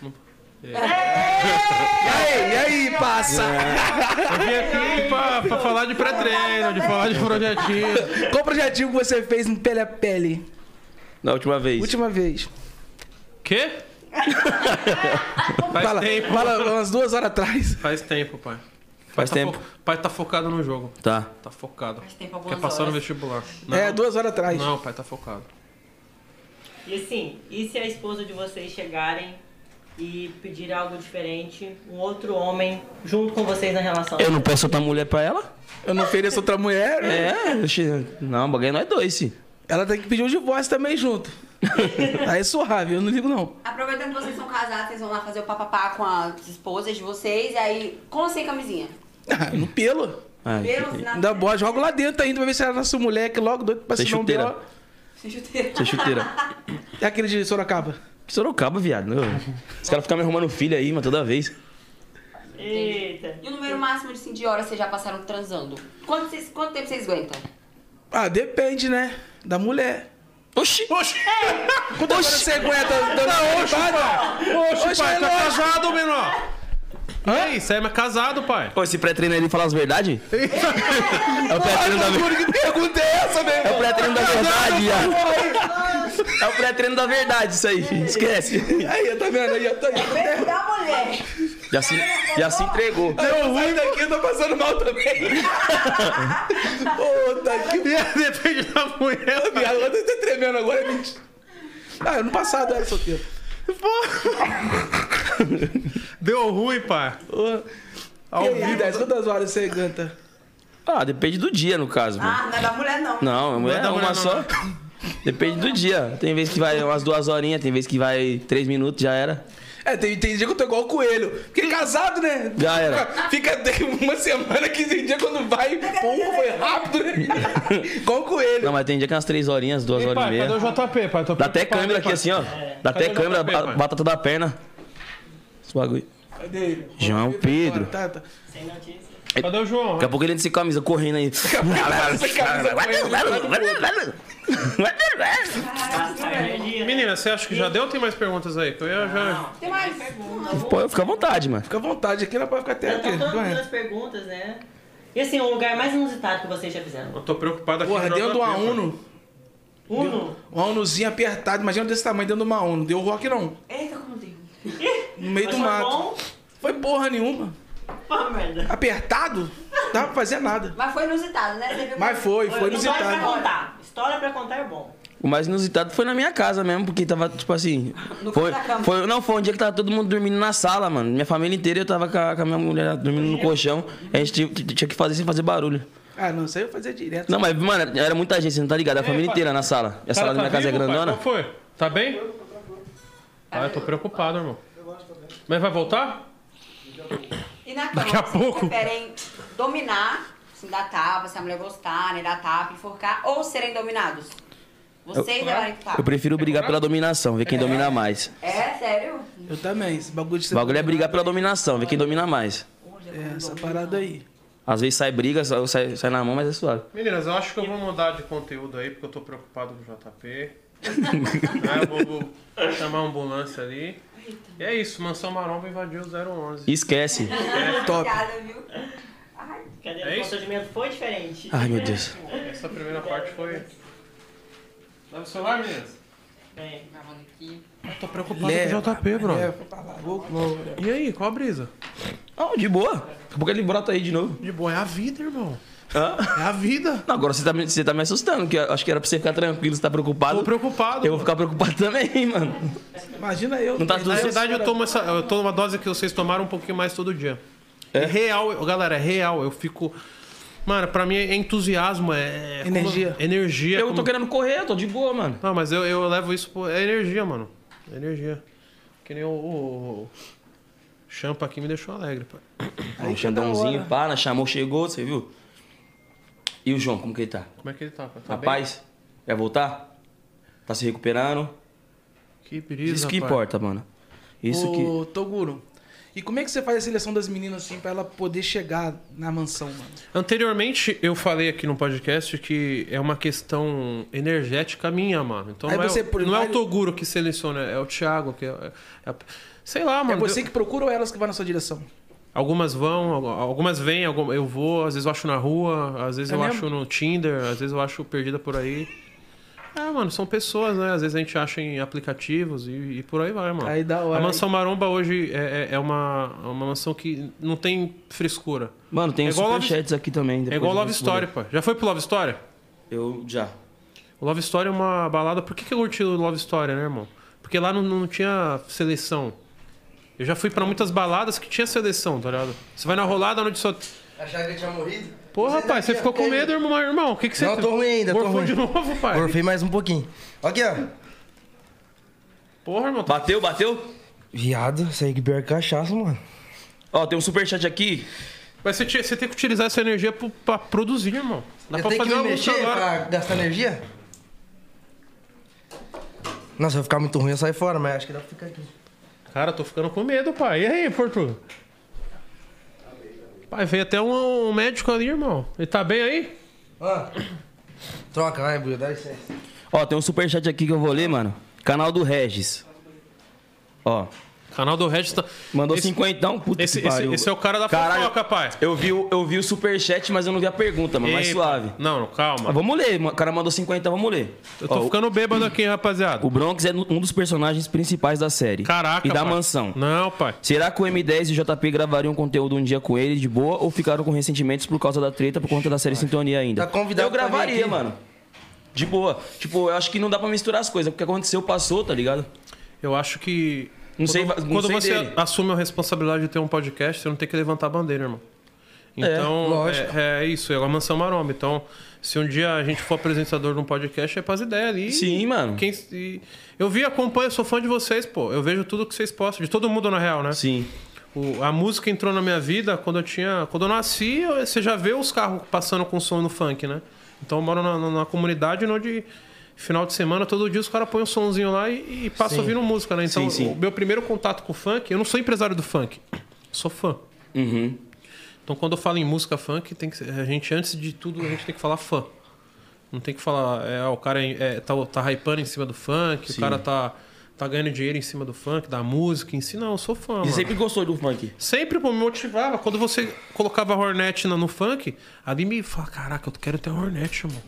S10: É.
S3: E aí, e aí, passa?
S4: É.
S10: É.
S4: Eu vim aqui pra, pra falar de pré-treino, de falar de projetinho.
S3: Qual projetinho que você fez no pele a pele?
S2: Na última vez.
S3: Última vez.
S4: Quê? Faz
S3: fala,
S4: tempo.
S3: fala umas duas horas atrás.
S4: Faz tempo, pai.
S2: Faz
S4: tá
S2: tempo.
S4: fo- Pai tá focado no jogo.
S2: Tá.
S4: Tá focado.
S7: Faz tempo, algumas
S4: Quer passar no
S7: horas.
S4: vestibular.
S3: É, duas horas atrás.
S4: Não, pai tá focado.
S7: E assim, e se a esposa de vocês chegarem e pedir algo diferente, um outro homem junto com vocês na relação?
S2: Eu não peço outra mulher pra ela?
S3: Eu não ofereço outra mulher. né?
S2: É, oxi, não, o bagulho é nós dois, sim.
S3: Ela tem que pedir o divórcio também junto. Aí é suave, eu não ligo não.
S10: Aproveitando que vocês são casados, vocês vão lá fazer o papapá com as esposas de vocês, e aí, com ou sem camisinha?
S3: Ah, no pelo.
S2: Ai,
S10: Pelo,
S2: que-
S10: na...
S3: Dá boa, joga lá dentro ainda pra ver se ela nasce mulher, que logo doido pra
S2: Sem
S3: assinar um
S2: chuteira.
S3: B.O.
S10: sem chuteira.
S2: Você é chuteira.
S3: É aquele de Sorocaba.
S2: Que Sorocaba, viado. Eu- Os caras ficam me arrumando filho aí, mas toda vez.
S7: Eita.
S10: E o número máximo de, assim, de horas vocês já passaram transando? Quanto, vocês- quanto tempo vocês aguentam?
S3: Ah, depende, né? Da mulher.
S2: Oxi!
S3: Oxi! Quanto agora você aguenta? Não, oxi, pai! Oxi,
S4: Oxe, pai,
S3: é
S4: tá
S3: lógico.
S4: casado, menor! Ei, você é casado, pai.
S2: Pô, esse pré-treino ali fala as verdades? É o pré-treino da verdade.
S3: Que pergunta é essa, meu
S2: É o
S3: irmão?
S2: pré-treino da verdade, viado. É o pré-treino da verdade, isso aí, filho. Esquece.
S3: Aí, tá vendo? Aí, tá aí.
S10: Da mulher!
S2: Já se, já se entregou.
S3: Deu ruim daqui, eu tô passando mal também. Ô, tá aqui.
S4: Depende da mulher.
S3: Ô, viado, eu tô tremendo agora, é mentira. Ah, ano passado eu era solteiro.
S4: Deu ruim, pai. Ao
S3: E aí,
S4: vivo.
S3: 10, quantas horas você aguenta?
S2: Ah, depende do dia, no caso. mano.
S10: Ah, não é da mulher não.
S2: Não, a mulher
S4: dá
S2: é uma
S4: mulher, não,
S2: só. Depende do dia. Tem vez que vai umas duas horinhas, tem vez que vai três minutos, já era.
S3: É, tem, tem dia que eu tô igual o coelho. Porque casado, né?
S2: Já era.
S3: Fica tem uma semana, 15 dias, quando vai, pum, foi rápido, né? igual o coelho.
S2: Não, mas tem dia que é umas três horinhas, duas
S4: Ei,
S2: horas
S4: pai,
S2: e meia.
S4: cadê o JP, pai? Tô
S2: Dá até
S4: preocupado,
S2: câmera
S4: hein,
S2: aqui
S4: pai?
S2: assim, ó. Dá
S4: Cadê
S2: até
S4: o
S2: câmera,
S4: JP,
S2: ba-
S4: pai?
S2: batata da perna. Esse bagulho.
S3: Cadê ele?
S2: João Pedro.
S3: Tá, tá.
S7: Sem notícia.
S4: Cadê o João?
S2: Daqui a pouco ele entra sem camisa, correndo aí.
S3: Sem camisa,
S7: Gastar energia. né?
S4: Menina, você acha que já deu ou tem mais perguntas aí? Que eu ia já.
S10: Tem mais?
S2: Pô, fica à vontade, mano.
S3: Fica à vontade, aqui não pode ficar até
S7: Já
S3: aqui.
S7: tá todo mundo
S3: Vai.
S7: as perguntas, né? E assim, o lugar mais inusitado que vocês já fizeram?
S4: Eu tô preocupado aqui.
S3: Porra,
S4: com o
S3: dentro de
S4: JP,
S3: uma
S4: pai.
S3: Uno,
S7: Uno?
S3: uma Unozinha apertada, imagina um desse tamanho dentro de uma Uno. Deu rock não,
S10: Eita, como tem.
S3: no meio
S7: Mas
S3: do
S7: foi
S3: mato.
S7: bom?
S3: Foi porra nenhuma.
S7: Pô, merda.
S3: Apertado, não dava pra fazer nada.
S10: Mas foi inusitado, né? Você viu
S3: Mas foi, foi
S7: História pra
S3: inusitado.
S7: contar. História pra contar é bom.
S2: O mais inusitado foi na minha casa mesmo, porque tava, tipo assim.
S10: No
S2: Foi,
S10: canto da cama.
S2: foi, não, foi um dia que tava todo mundo dormindo na sala, mano. Minha família inteira eu tava com a, com a minha mulher dormindo no colchão. A gente tinha, tinha que fazer sem fazer barulho.
S3: Ah, não, isso aí eu fazia direto.
S2: Não, mas, mano, era muita gente, você não tá ligado? A família
S4: pai.
S2: inteira na sala. E a
S4: O cara
S2: sala da minha
S4: tá
S2: casa é
S4: vivo, pai?
S2: grandona.
S4: Qual foi? Tá bem? Ah, eu tô preocupado, irmão. Mas vai voltar?
S10: E na cama,
S4: Daqui a
S10: vocês
S4: pouco.
S10: preferem dominar, assim, dar tapa, se a mulher gostar, né? Dar tapa, enforcar, ou serem dominados? Vocês levarem tapa.
S2: Eu prefiro brigar pela dominação, ver quem domina mais.
S10: É, sério?
S3: Eu também, esse bagulho de
S2: O bagulho é
S4: tá?
S2: brigar pela dominação, ver quem domina mais.
S3: É, essa parada aí.
S2: Às vezes sai briga, sai, sai- sai na mão, mas é suave.
S4: Meninas, eu acho que eu vou mudar de conteúdo aí, porque eu tô preocupado com o JP. Ah, eu vou, vou chamar a ambulância ali. E é isso, Mansão Maromba invadiu o 011.
S2: E esquece.
S3: Top.
S10: Obrigada, viu?
S7: Cadê?
S4: É
S7: o
S4: isso?
S7: procedimento foi diferente.
S2: Ai, meu Deus.
S4: Essa primeira parte foi. Leva o celular, meninas.
S7: Bem,
S4: Tô preocupado
S3: Leva,
S4: com o JP, bro.
S3: É, pra lá, vou- vou-
S4: E aí, qual a brisa?
S2: Ah, de boa. Daqui a pouco ele brota aí de novo.
S4: De boa, é a vida, irmão.
S2: Hã?
S4: É a vida.
S2: Não, agora você tá, me- você tá me assustando, porque eu acho que era pra você ficar tranquilo, você tá preocupado.
S4: Tô preocupado.
S2: Eu vou ficar preocupado também, mano.
S3: Imagina eu.
S2: Não tá tudo
S4: Na
S2: certo.
S4: verdade, eu tomo, essa, eu tomo uma dose que vocês tomaram um pouquinho mais todo dia. É, real, eu- galera, é real. Eu fico. Mano, pra mim é entusiasmo, é. é como-
S3: Energia.
S4: energia.
S2: Eu
S4: como-
S2: tô querendo correr, eu tô de boa, mano.
S4: Não, mas eu, eu levo isso por. É energia, mano. É energia. Que nem o. o- o Champa aqui me deixou alegre, pai.
S2: Aí,
S4: é
S2: o Xandãozinho, pá, né, chamou, chegou, você viu? E o João, como que ele tá?
S4: Como é que ele tá? pai? Tá
S2: Rapaz, vai voltar? Tá se recuperando?
S4: bem? Que brisa,
S2: Isso que
S4: pai.
S2: importa, mano. Isso que.
S3: Ô, Toguro, e como é que você faz a seleção das meninas assim pra ela poder chegar na mansão, mano?
S4: Anteriormente, eu falei aqui no podcast que é uma questão energética minha, mano. Então
S3: Aí
S4: não, é,
S3: você por
S4: não é o
S3: vários-
S4: Toguro que seleciona, é o Thiago. Que é, é a- sei lá,
S3: É
S4: mano.
S3: você
S4: eu-
S3: que procura ou elas que vão na sua direção?
S4: Algumas vão, algu- algumas vêm, algum- eu vou, às vezes eu acho na rua, às vezes
S3: É
S4: eu
S3: mesmo?
S4: acho no Tinder, às vezes eu acho perdida por aí. É, mano, são pessoas, né? Às vezes a gente acha em aplicativos e, e por aí vai, mano.
S3: Aí da hora.
S4: A mansão maromba hoje é, é- é uma, uma mansão que não tem frescura.
S2: Mano, tem um
S4: É
S2: os
S4: igual Love-
S2: superchats aqui também.
S4: é
S2: depois
S4: igual
S2: eu
S4: Love
S2: vou
S4: Story, pô. Já foi pro Love Story?
S2: responder. Eu já.
S4: O Love Story é uma balada. Por que, que eu curti o Love Story, né, irmão? Porque lá não, não tinha seleção. Eu já fui pra muitas baladas que tinha seleção, tá ligado? Você vai na rolada, onde só.
S1: Achava que eu tinha morrido?
S4: Pô, rapaz, você ficou com medo, irmão? irmão o que, que você.
S1: Não, tô ruim ainda, tô
S4: Gorfou
S1: ruim.
S4: de novo, pai.
S1: Gorfei mais um pouquinho. Aqui, ó.
S4: Porra, irmão. Tá...
S2: Bateu, bateu?
S1: Viado, isso aí que pior que cachaça, mano.
S2: Ó, tem um superchat aqui.
S4: Mas você, tinha- você tem que utilizar essa energia pro- pra produzir, irmão. Dá
S1: Eu
S4: pra
S1: tenho que
S4: fazer
S1: me
S4: uma música
S1: mexer
S4: agora.
S1: pra gastar energia? Nossa, vai ficar muito ruim, eu saio fora, mas acho que dá pra ficar aqui.
S4: Cara, tô ficando com medo, pai. E aí, Porto? Pai, veio até um, um médico ali, irmão. Ele tá bem aí?
S1: Ó. Troca, vai, Buio, dá licença.
S2: Ó, tem um superchat aqui que eu vou ler, mano. Canal do Regis. Ó,
S4: Canal do Regis tá...
S2: mandou
S4: Esse-
S2: 50, então. Puta
S4: Esse,
S2: que
S4: esse-
S2: pariu.
S4: esse é o cara da
S2: Caralho.
S4: fofoca, pai.
S2: Eu vi, o- eu vi o superchat, mas eu não vi a pergunta, mano. Mais
S4: Ei,
S2: suave.
S4: pai. Não, não, calma.
S2: Ah, vamos ler, mano. o cara mandou 50, vamos ler.
S4: Eu tô
S2: Ó, o-
S4: ficando bêbado aqui, hein, rapaziada.
S2: O Bronx é um dos personagens principais da série.
S4: Caraca,
S2: E da
S4: pai.
S2: mansão.
S4: Não, pai.
S2: Será que o M10 e o JP gravariam conteúdo um dia com ele de boa ou ficaram com ressentimentos por causa da treta por conta da série Sintonia ainda?
S1: Tá convidado
S2: eu
S1: pra vir
S2: gravaria,
S1: aqui.
S2: mano. De boa. Tipo, eu acho que não dá pra misturar as coisas, porque aconteceu, passou, tá ligado?
S4: Eu acho que...
S2: Não
S4: quando,
S2: sei- não
S4: Quando
S2: sei
S4: você
S2: dele.
S4: assume a responsabilidade de ter um podcast, você não tem que levantar a bandeira, irmão. Então,
S1: lógico.
S4: é, é isso. É uma mansão maromba. Então, se um dia a gente for apresentador de um podcast, é pras ideias ali.
S2: Sim, mano.
S4: Quem- e- eu vi, acompanho, sou fã de vocês, pô. Eu vejo tudo que vocês postam, de todo mundo na real, né?
S2: Sim.
S4: O- a música entrou na minha vida quando eu tinha. Quando eu nasci, eu- você já vê os carros passando com som no funk, né? Então eu moro na, na, na comunidade onde final de semana, todo dia os caras põem um somzinho lá e, e passam ouvindo música, né? Então
S2: Sim, sim.
S4: o meu primeiro contato com o funk, eu não sou empresário do funk, sou fã.
S2: Uhum.
S4: Então, quando eu falo em música funk, tem que ser- a gente, antes de tudo, a gente tem que falar fã. Não tem que falar, é, ah, o cara é, é, tá, tá hypando em cima do funk, o cara tá, tá ganhando dinheiro em cima do funk, da música em si. Não, eu sou fã.
S2: E
S4: Mano. Sempre,
S2: sempre gostou do funk.
S4: pô, me motivava. Quando você colocava a Hornet no, no funk, ali me fala: caraca, eu quero ter a Hornet, mano.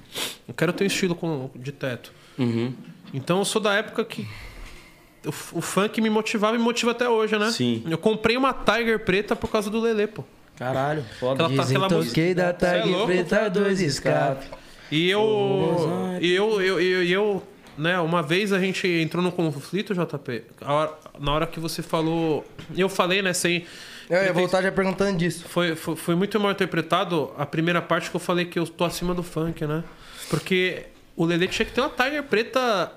S4: Eu quero ter um estilo com, de teto.
S2: Uhum.
S4: Então, eu sou da época que. O, f- o funk me motivava e me motiva até hoje, né?
S2: Sim.
S4: Eu comprei uma Tiger preta por causa do Lelê, pô.
S2: Caralho, foda.
S4: Aquela- tá aquela
S1: Desentoquei da
S4: Cê é
S1: tag
S4: louco?
S1: preta, dois escape.
S4: E eu, e eu, eu, eu, e eu, né, uma vez a gente entrou no conflito, JP, a hora- na hora que você falou, e eu falei, né, sem...
S1: Eu ia voltar já perguntando disso.
S4: Foi, foi, foi muito mal interpretado a primeira parte que eu falei que eu tô acima do funk, né? Porque o Lelê tinha que ter uma Tiger preta...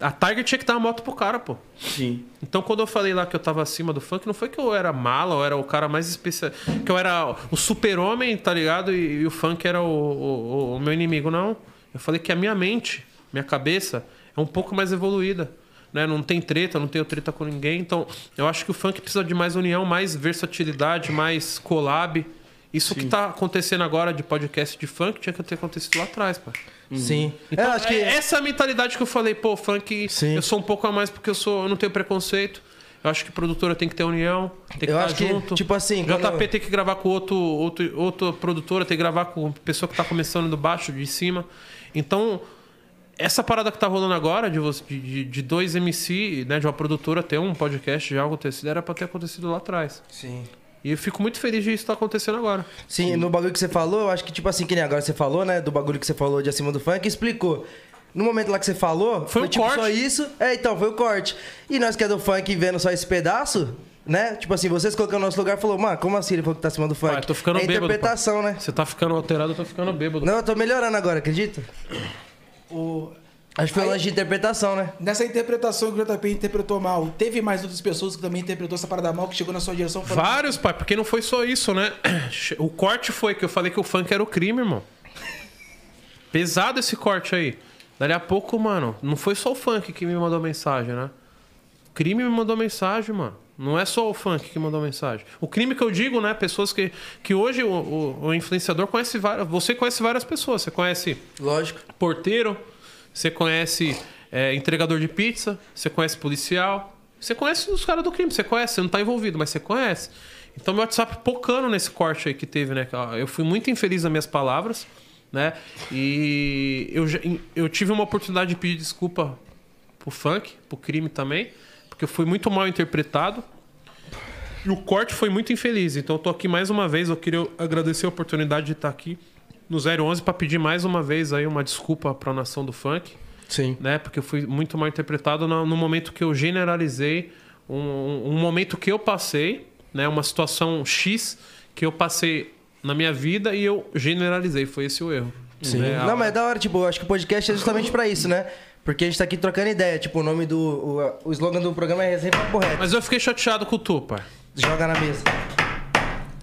S4: A Tiger tinha que dar uma moto pro cara, pô.
S2: Sim.
S4: Então, quando eu falei lá que eu tava acima do funk, não foi que eu era mala, eu era o cara mais especial. Que eu era o super-homem, tá ligado? E, e o funk era o, o- o- o meu inimigo, não. Eu falei que a minha mente, minha cabeça, é um pouco mais evoluída. Né? Não tem treta, não tenho treta com ninguém. Então, eu acho que o funk precisa de mais união, mais versatilidade, mais collab. Isso que tá acontecendo agora de podcast de funk tinha que ter acontecido lá atrás, pai.
S1: Sim.
S4: Então,
S1: eu Uhum. acho que.
S4: é essa mentalidade que eu falei, pô, funk,
S1: Sim.
S4: eu sou um pouco a mais porque eu sou, eu não tenho preconceito. Eu acho que produtora tem que ter união, tem que
S1: Eu
S4: estar
S1: acho que,
S4: junto.
S1: tipo assim,
S4: JP
S1: quando-
S4: tem que gravar com outro, outro, outra produtora, tem que gravar com pessoa que tá começando do baixo, de cima. Então, essa parada que tá rolando agora, de, você- de, de- de dois MC, né, de uma produtora ter um podcast já acontecido, era pra ter acontecido lá atrás.
S1: Sim.
S4: E eu fico muito feliz de isso estar acontecendo agora.
S1: Sim, no bagulho que você falou, eu acho que, tipo assim, que nem agora você falou, né? Do bagulho que você falou de acima do funk, explicou. No momento lá que você falou,
S4: Foi um
S1: tipo
S4: corte.
S1: só isso. É, então, foi o corte. E nós que é do funk vendo só esse pedaço, né? Tipo assim, vocês colocando no nosso lugar falou, mano, como assim ele falou que tá acima do funk?
S4: Pai, Ah, tô ficando
S1: é
S4: bêbado,
S1: interpretação, né?
S4: Você tá ficando alterado, eu tô ficando bêbado.
S1: Não, eu tô melhorando agora, acredita?
S3: O-
S1: Acho que foi
S3: Aí-
S1: longe de interpretação, né?
S3: Nessa interpretação que o JP interpretou mal, teve mais outras pessoas que também interpretou essa parada mal, que chegou na sua direção e falou...
S4: Vários, pai, porque não foi só isso, né? O corte foi que eu falei que o funk era o crime, irmão. Pesado esse corte aí. Dali a pouco, mano, não foi só o funk que me mandou mensagem, né? O crime me mandou mensagem, mano. Não é só o funk que mandou mensagem. O crime que eu digo, né? Pessoas que. Que hoje o, o- o influenciador conhece várias. Você conhece várias pessoas. Você conhece
S1: Lógico.
S4: porteiro, você conhece é, entregador de pizza, você conhece policial, você conhece os caras do crime, você conhece, você não tá envolvido, mas você conhece. Então meu WhatsApp pocando nesse corte aí que teve, né? Eu fui muito infeliz nas minhas palavras. né? E eu, já- eu tive uma oportunidade de pedir desculpa pro funk, pro crime também, porque eu fui muito mal interpretado. E o corte foi muito infeliz. Então eu tô aqui mais uma vez, eu queria agradecer a oportunidade de estar aqui no 011 para pedir mais uma vez aí uma desculpa para a nação do funk,
S1: Sim.
S4: né? Porque eu fui muito mal interpretado no, no momento que eu generalizei um, um- um momento que eu passei, né? Uma situação X que eu passei na minha vida e eu generalizei, foi esse o erro.
S1: Sim.
S4: né?
S1: Não, mas é da hora, tipo, eu acho que o podcast é justamente pra isso, né? Porque a gente tá aqui trocando ideia. Tipo, o nome do. O, o slogan do programa é resenha papo reto.
S4: Mas eu fiquei chateado com o tu, pai.
S1: Joga na mesa.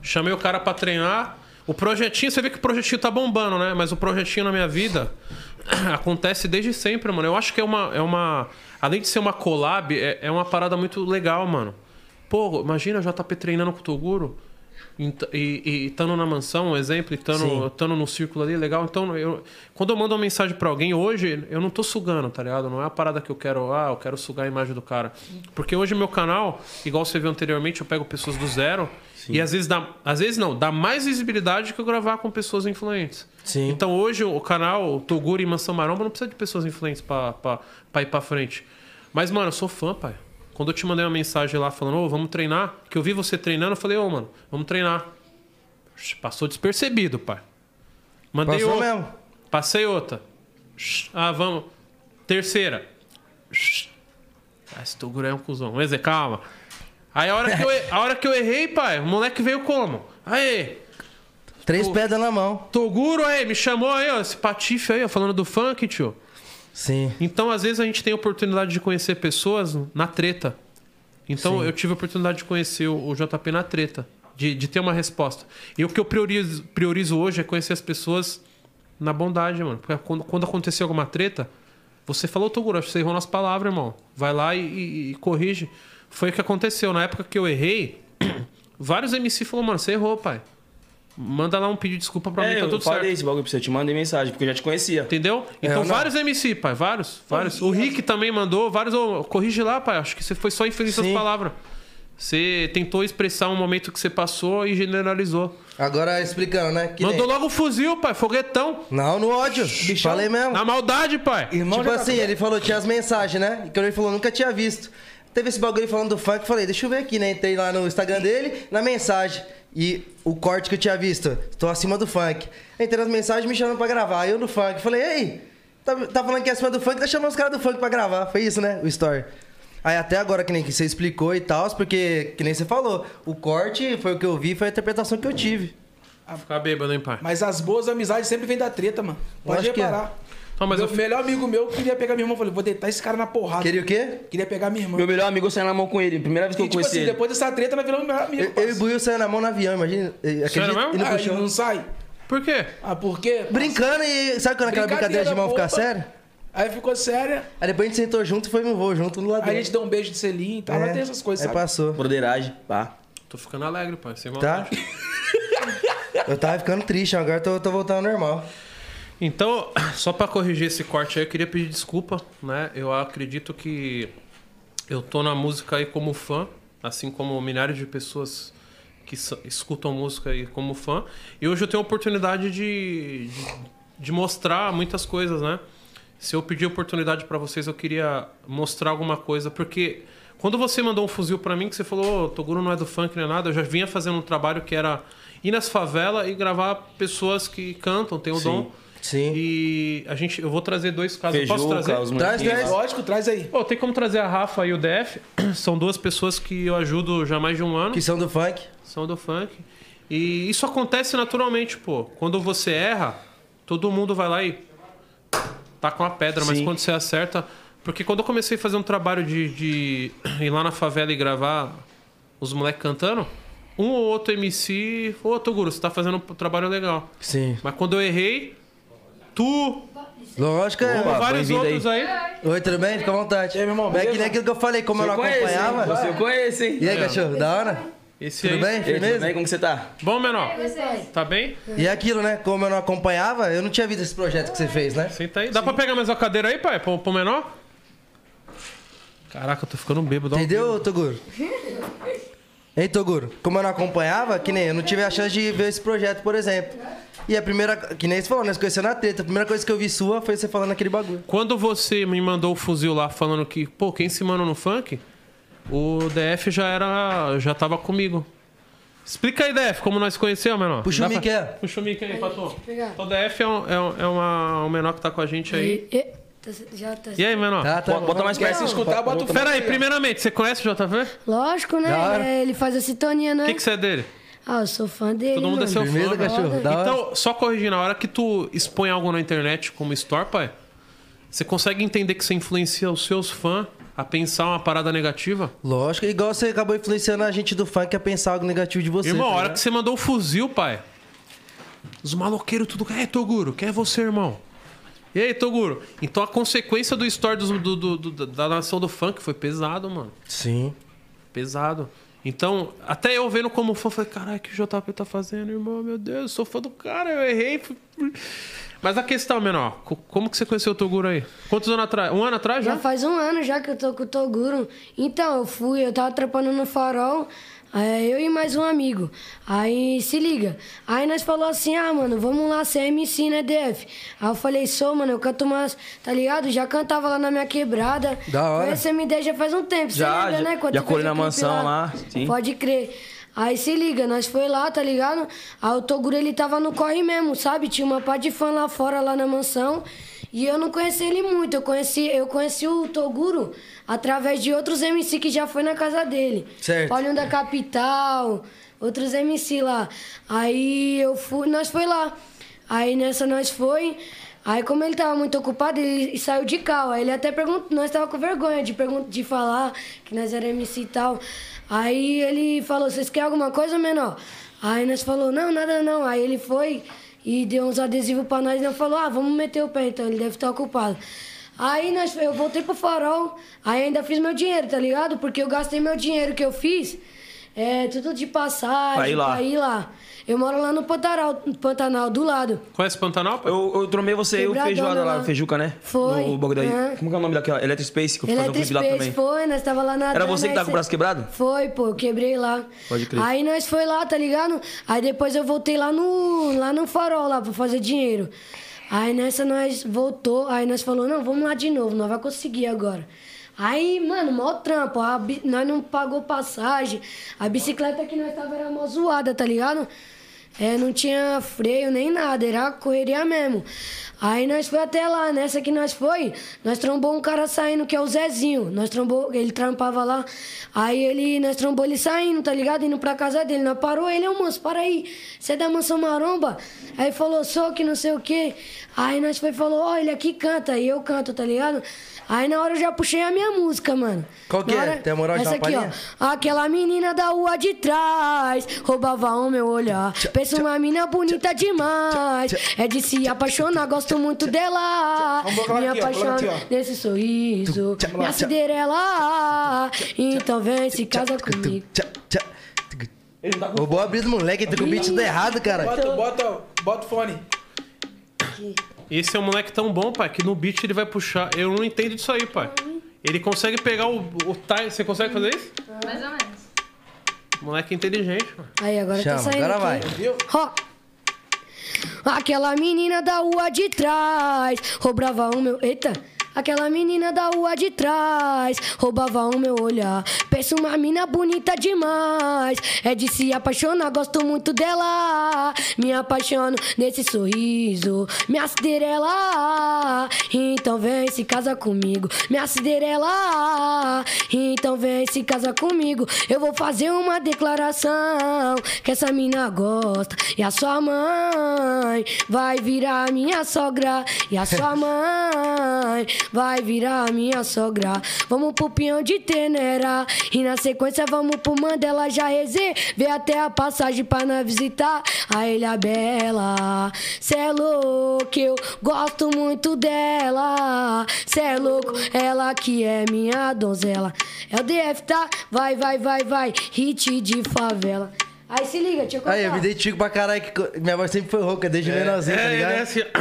S4: Chamei o cara pra treinar. O projetinho, você vê que o projetinho tá bombando, né? Mas o projetinho na minha vida acontece desde sempre, mano. Eu acho que é uma. É uma além de ser uma collab, é, é uma parada muito legal, mano. Pô, imagina o JP treinando com o Toguro e- e estando na mansão, um exemplo, e
S1: Sim.
S4: estando estando no círculo ali, legal. Então, eu, quando eu mando uma mensagem pra alguém hoje, eu não tô sugando, tá ligado? Não é a parada que eu quero, ah, eu quero sugar a imagem do cara. Porque hoje meu canal, igual você viu anteriormente, eu pego pessoas do zero e às vezes dá, às vezes não, dá mais visibilidade que eu gravar com pessoas influentes.
S1: Sim.
S4: Então hoje o canal Toguro e Mansão Maromba não precisa de pessoas influentes pra, pra, pra ir pra frente. Mas, mano, eu sou fã, pai. Quando eu te mandei uma mensagem lá falando, ô, vamos treinar, que eu vi você treinando, eu falei, ô, mano, vamos treinar. Passou despercebido, pai. Mandei
S1: Passou
S4: outra.
S1: mesmo.
S4: Passei outra. Ah, vamos. Terceira. Ah, esse Toguro é um cuzão. Mas é, calma. Aí a hora que eu, e- a hora que eu errei, pai, o moleque veio como? Aê,
S1: Três pedras na mão.
S4: Toguro aí, me chamou aí, ó, esse patife aí, ó, falando do funk, tio.
S1: Sim.
S4: Então, às vezes, a gente tem a oportunidade de conhecer pessoas na treta. Então, eu tive a oportunidade de conhecer o o JP na treta, de, de ter uma resposta. E o que eu priorizo, priorizo hoje é conhecer as pessoas na bondade, mano. Porque quando, quando acontecer alguma treta, você falou, Toguro, acho que você errou nas palavras, irmão. Vai lá e, e- e corrige. Foi o que aconteceu. Na época que eu errei, vários MC falaram, mano, você errou, pai. Manda lá um pedido de desculpa pra mim,
S2: É,
S4: tá
S2: eu
S4: tudo
S2: falei
S4: certo.
S2: esse bagulho pra você, eu te mandei mensagem, porque eu já te conhecia.
S4: Entendeu? Então,
S1: É, não.
S4: vários MC, pai, vários, vários. O Rick também mandou, vários. Ô, corrige lá, pai, acho que você foi só infeliz nas
S1: Sim.
S4: palavras. Você tentou expressar um momento que você passou e generalizou.
S1: Agora explicando, né? Que
S4: mandou
S1: nem-
S4: logo o fuzil, pai, foguetão.
S1: Não, no ódio. Falei mesmo.
S4: Na maldade, pai.
S1: tipo assim, ele falou, tinha as mensagens, né? E quando ele falou, nunca tinha visto. Teve esse bagulho falando do funk, falei, deixa eu ver aqui, né? Entrei lá no Instagram dele, na mensagem. E o corte que eu tinha visto, tô acima do funk. Entrei nas mensagens me chamando pra gravar, eu no funk. Falei, ei, tá, tá falando que é acima do funk, tá chamando os caras do funk pra gravar. Foi isso, né? O story. Aí até agora, que nem que você explicou e tal, porque, que nem você falou, o corte foi o que eu vi, foi a interpretação que eu tive.
S4: Ficar bêbado, hein, pai?
S3: Mas as boas amizades sempre vêm da treta, mano. Pode
S1: acho que é.
S3: reparar.
S4: Não, Então, mas
S3: meu
S4: eu fi-
S3: melhor amigo meu queria pegar minha irmã. eu Falei, vou deitar esse cara na porrada.
S1: Queria o quê?
S3: Queria pegar minha irmã.
S2: Meu melhor amigo, eu saí na mão com ele, primeira vez que
S3: E,
S2: eu
S3: tipo
S2: conheci
S3: assim,
S2: ele.
S3: depois dessa treta, nós viramos meu amigo.
S1: Eu, eu e o Buiu saiu na mão no avião, imagina. Acredita?
S4: mesmo?
S1: E não
S3: Ah, ele
S1: puxou.
S3: não sai.
S4: Por quê?
S3: Ah, por quê?
S1: Brincando e sabe quando aquela brincadeira de mão
S3: boba.
S1: ficar séria?
S3: Aí ficou séria.
S1: Aí depois a gente sentou junto e foi no voo junto do lado É,
S3: Aí a gente deu um beijo de selinho e tal. Mas tem essas coisas,
S1: Aí
S3: sabe?
S1: passou.
S2: Broderagem, pá.
S4: Tô ficando alegre, pai. Sem
S1: Tá?
S4: maldade.
S1: eu tava ficando triste, agora eu tô, tô voltando ao normal.
S4: Então, só pra corrigir esse corte aí, eu queria pedir desculpa, né? Eu acredito que eu tô na música aí como fã, assim como milhares de pessoas que s- escutam música aí como fã. E hoje eu tenho a oportunidade de, de, de mostrar muitas coisas, né? Se eu pedir oportunidade pra vocês, eu queria mostrar alguma coisa, porque quando você mandou um fuzil pra mim, que você falou, "Ô, Toguro não é do funk nem nada, eu já vinha fazendo um trabalho que era ir nas favelas e gravar pessoas que cantam, tem o dom.
S1: Sim.
S4: E a gente, eu vou trazer dois casos. Eu Posso
S2: Feijuca,
S4: trazer?
S2: os
S1: Traz,
S2: molequinhos
S1: traz.
S2: lá.
S3: Lógico, traz aí.
S4: Pô, tem como trazer a Rafa e o DF. São duas pessoas que eu ajudo já há mais de um ano.
S1: Que são do funk.
S4: São do funk. E isso acontece naturalmente, pô. Quando você erra, todo mundo vai lá e tá com a pedra, mas
S2: Sim.
S4: quando você acerta. Porque quando eu comecei a fazer um trabalho de, de ir lá na favela e gravar os moleques cantando, um ou outro MC. Ô, Toguro, você tá fazendo um trabalho legal.
S1: Sim.
S4: Mas quando eu errei, tu,
S1: Lógico, é.
S2: Opa.
S4: vários
S2: bem-vindo aí.
S4: outros aí.
S1: Oi, tudo bem? Fica à vontade.
S3: E aí, meu irmão,
S1: Mas é que
S3: beleza?
S1: nem aquilo que eu falei, como eu não
S2: conhece, hein?
S1: acompanhava.
S2: Você eu conheço, hein?
S1: E aí, cachorro, da hora?
S4: Esse
S1: Tudo
S4: aí.
S1: bem?
S2: E aí, tudo
S1: Firmeza?
S2: bem? Como que você tá?
S4: Bom, menor. Tá bem?
S1: E é aquilo, né? Como eu não acompanhava, eu não tinha visto esse projeto que você fez, né?
S4: Senta Tá aí. Dá pra pegar mais uma cadeira aí, pai? Pro, pro menor? Caraca, eu tô ficando bêbado. ó.
S1: Entendeu, Toguro? Ei, Toguro, como eu não acompanhava, que nem eu não tive a chance de ver esse projeto, por exemplo. E a primeira. Que nem você falou, nós conhecemos na treta. A primeira coisa que eu vi sua foi você falando aquele bagulho.
S4: Quando você me mandou o fuzil lá falando que, pô, quem se manda no funk, o DF já era. já tava comigo. Explica aí, DF, como nós conhecemos, menor.
S1: Puxa
S4: Dá
S1: o
S4: pra-
S1: mic aí.
S4: Puxa o mic aí, Pato.
S11: pegar.
S4: O DF é, um, é, um- é uma, um menor que tá com a gente aí.
S11: E- e- tá- já tá-
S4: E aí, menor?
S1: Tá, tá.
S2: Bota mais perto se escutar, bota o
S4: Pera aí, primeiramente, você conhece o JV?
S11: Lógico, né?
S1: Da hora.
S11: É, Ele faz a sintonia, né?
S4: O que, que você é dele?
S11: Ah, eu sou fã dele.
S4: Todo mundo
S11: mano.
S4: é seu
S1: Firmeza,
S4: fã. né?
S1: cachorro. Da hora.
S4: Então, só corrigir, na hora que tu expõe algo na internet como store, pai, você consegue entender que você influencia os seus fãs a pensar uma parada negativa?
S1: Lógico, igual você acabou influenciando a gente do funk a pensar algo negativo de você.
S4: irmão, a
S1: tá
S4: hora
S1: ligado?
S4: que você mandou o fuzil, pai. Os maloqueiros tudo. É, Toguro, quem é você, irmão? E aí, Toguro? Então a consequência do story dos- do- do- do- da nação do funk foi pesado, mano.
S1: Sim.
S4: Pesado. Então, até eu vendo como fã, falei, caralho, o que o JP tá fazendo, irmão? Meu Deus, eu sou fã do cara, eu errei. Mas a questão, menor, co- como que você conheceu o Toguro aí? Quantos anos atrás? Um ano atrás já?
S11: Já faz um ano já que eu tô com o Toguro. Então, eu fui, eu tava trampando no farol, é, eu e mais um amigo. Aí, se liga. Aí nós falou assim, ah, mano, vamos lá, você é MC, né, DF? Aí eu falei, sou, mano, eu canto umas, tá ligado? Já cantava lá na minha quebrada.
S1: Da hora.
S11: Conheço a MD já faz um tempo, você
S2: Já,
S11: lembra,
S2: já-
S11: né? Quando
S2: já
S11: você
S2: colhi
S11: fez o
S2: na
S11: clipe
S2: mansão lá, sim.
S11: Pode crer. Aí se liga, nós foi lá, tá ligado? Aí o Toguro ele tava no corre mesmo, sabe? Tinha uma pá de fã lá fora, lá na mansão. E eu não conheci ele muito, eu conheci, eu conheci o Toguro através de outros MC que já foi na casa dele.
S1: Certo.
S11: Paulinho da é Capital, outros MC lá. Aí eu fui, nós foi lá. Aí nessa nós foi. Aí como ele tava muito ocupado, ele saiu de cal. Aí ele até perguntou, nós tava com vergonha de pergun- de falar que nós era MC e tal. Aí ele falou: "Vocês querem alguma coisa, menor?" Aí nós falou: "Não, nada não". Aí ele foi e deu uns adesivos pra nós e nós falou: "Ah, vamos meter o pé então, ele deve estar ocupado". Aí nós, eu voltei pro farol, aí ainda fiz meu dinheiro, tá ligado? Porque eu gastei meu dinheiro que eu fiz, é, tudo de passagem,
S2: Pra ir lá.
S11: pra ir lá. Eu moro lá no Pantanal, Pantanal do lado.
S4: Conhece Pantanal, pai?
S2: Eu, eu tromei você aí, o
S11: Quebradona
S2: feijoada lá,
S11: lá.
S2: Feijuca, né?
S11: Foi,
S2: No bagulho daí.
S11: aham.
S2: Como que é o nome daquela? Electric Space, que eu fazia um
S11: Electric
S2: clipe lá
S11: Space é
S2: também.
S11: foi, nós tava lá na
S2: Era você que tava com o braço quebrado?
S11: Foi, pô, eu quebrei lá.
S2: Pode crer.
S11: Aí nós foi lá, tá ligado? Aí depois eu voltei lá no, lá no farol lá pra fazer dinheiro. Aí nessa nós voltou, aí nós falou, não, vamos lá de novo, nós vai conseguir agora. Aí, mano, mó trampo, a bi- nós não pagou passagem, a bicicleta que nós tava era mó zoada, tá ligado? É, não tinha freio nem nada, era correria mesmo. Aí nós foi até lá, nessa que nós foi, nós trombou um cara saindo que é o Zezinho. Nós trombou, ele trampava lá. Aí ele, nós trombou ele saindo, tá ligado? Indo pra casa dele. Nós parou ele, ô moço, para aí. Você é da mansão maromba? Aí falou, sou que não sei o quê. Aí nós foi e falou, ó, ele aqui canta, e eu canto, tá ligado? Aí na hora eu já puxei a minha música, mano.
S1: Qual que
S11: Na
S1: é? Tem a moral de
S11: essa
S1: dar uma
S11: aqui, ó.
S1: palhinha?
S11: Aquela menina da rua de trás roubava o meu olhar. Pensa uma menina bonita demais. É de se apaixonar, gosto muito dela. Me apaixono nesse sorriso. Minha Cinderela. Então vem se casa comigo.
S1: Tchá, tchá. Eu vou abrir do moleque, tá com o beat tudo errado, cara.
S3: Bota, bota, bota o fone.
S4: Esse é um moleque tão bom, pai, que no beat ele vai puxar. Eu não entendo disso aí, pai. Ele consegue pegar o, o time. Você consegue fazer isso?
S9: Mais ou menos.
S4: Moleque inteligente, mano.
S11: Aí agora
S1: Chama,
S11: tá saindo.
S1: agora vai.
S11: aqui. Ó. Aquela menina da rua de trás roubava o meu. Eita! Aquela menina da rua de trás roubava o meu olhar. Pensa uma mina bonita demais. É de se apaixonar, gosto muito dela. Me apaixono nesse sorriso. Minha Cinderela, então vem se casa comigo. Minha Cinderela, então vem se casa comigo. Eu vou fazer uma declaração que essa mina gosta. E a sua mãe vai virar minha sogra. E a sua mãe vai virar minha sogra. Vamos pro pinhão de Tenera. E na sequência vamos pro Mandela já rezer. Vê até a passagem pra nós visitar a Ilha Bela. Cê é louco, eu gosto muito dela. Cê é louco, ela que é minha donzela. É o DF, tá? Vai, vai, vai, vai. Hit de favela. Aí se liga, deixa eu contar.
S1: Aí, eu me identifico pra caralho que co- minha voz sempre foi rouca, desde menorzinho, tá
S4: ele
S1: ligado?
S4: É, assim.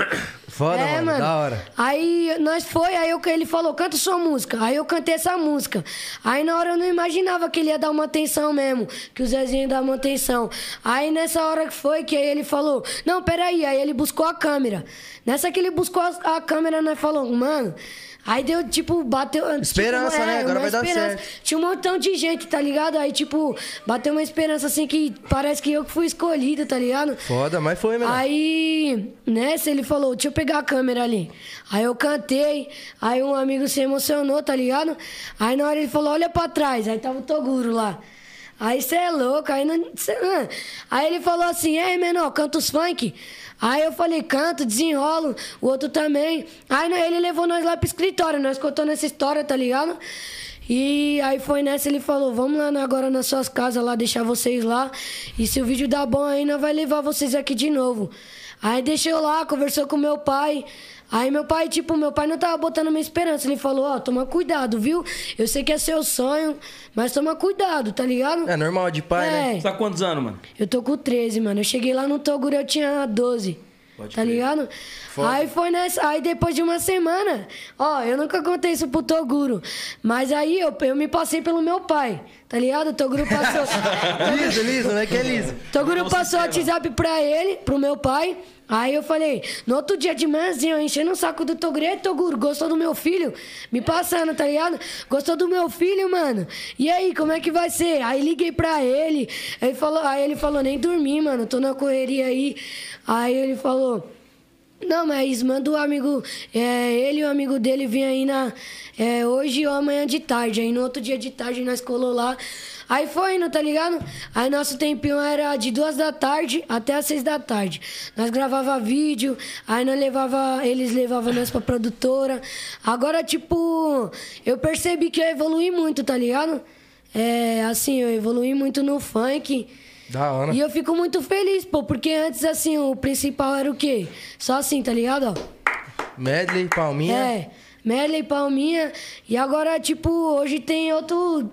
S1: Foda, mano, da hora.
S11: É, Aí nós foi, aí eu, ele falou, canta sua música. Aí eu cantei essa música. Aí na hora eu não imaginava que ele ia dar uma atenção mesmo, que o Zezinho ia dar uma atenção. Aí nessa hora que foi, que aí ele falou, não, peraí, aí ele buscou a câmera. Nessa que ele buscou a, a câmera, nós falou, mano. Aí deu, tipo, bateu. tipo,
S1: Esperança, né?
S11: uma
S1: Agora vai dar
S11: esperança.
S1: certo.
S11: Tinha um montão de gente, tá ligado? Aí, tipo, bateu uma esperança assim que parece que eu que fui escolhido, tá ligado?
S1: Foda, mas foi, né? mano.
S11: Aí, nessa, ele falou, deixa eu pegar a câmera ali. Aí eu cantei, aí um amigo se emocionou, tá ligado? Aí na hora ele falou, olha pra trás, aí tava o Toguro lá. Aí você é louco, aí não. cê- ah. Aí ele falou assim, ei, menor, canta os funk. Aí eu falei, canto, desenrolo, o outro também. Aí na- ele levou nós lá pro escritório, nós contando essa história, tá ligado? E aí foi nessa, ele falou, vamos lá na- agora nas suas casas lá, deixar vocês lá. E se o vídeo dá bom ainda, vai levar vocês aqui de novo. Aí deixou lá, conversou com meu pai. Aí meu pai, tipo, meu pai não tava botando minha esperança. Ele falou, ó, toma cuidado, viu? Eu sei que é seu sonho, mas toma cuidado, tá ligado?
S1: É normal, de pai, né?
S11: É.
S2: Você tá com quantos anos, mano?
S11: Eu tô com 13, mano. Eu cheguei lá no Toguro, eu tinha 12.
S2: Pode
S11: tá
S2: crer.
S11: ligado?
S2: Foda.
S11: Aí foi nessa. Aí depois de uma semana, ó, eu nunca contei isso pro Toguro. Mas aí eu, eu me passei pelo meu pai, tá ligado? O Toguro passou.
S1: liso, liso, né? Que é liso.
S11: Toguro Então, passou o WhatsApp pra ele, pro meu pai. Aí eu falei, no outro dia de manhãzinha, eu enchendo o saco do Toguro, "Ei, Toguro, gostou do meu filho? Me passando, tá ligado? Gostou do meu filho, mano? E aí, como é que vai ser? Aí liguei pra ele, ele falou, aí ele falou, nem dormi, mano, tô na correria aí. Aí ele falou, não, mas manda o amigo, é, ele e o amigo dele vir aí na, é, hoje ou amanhã de tarde. Aí no outro dia de tarde nós colou lá. Aí foi indo, tá ligado? Aí nosso tempinho era de duas da tarde até as seis da tarde. Nós gravava vídeo, aí nós levava, eles levavam nós pra produtora. Agora, tipo, eu percebi que eu evoluí muito, tá ligado? É, assim, eu evoluí muito no funk.
S1: Da hora.
S11: E eu fico muito feliz, pô, porque antes, assim, o principal era o quê? Só assim, tá ligado? ó?
S1: Medley, palminha.
S11: É, Melly, Palminha. E agora, tipo, hoje tem outro,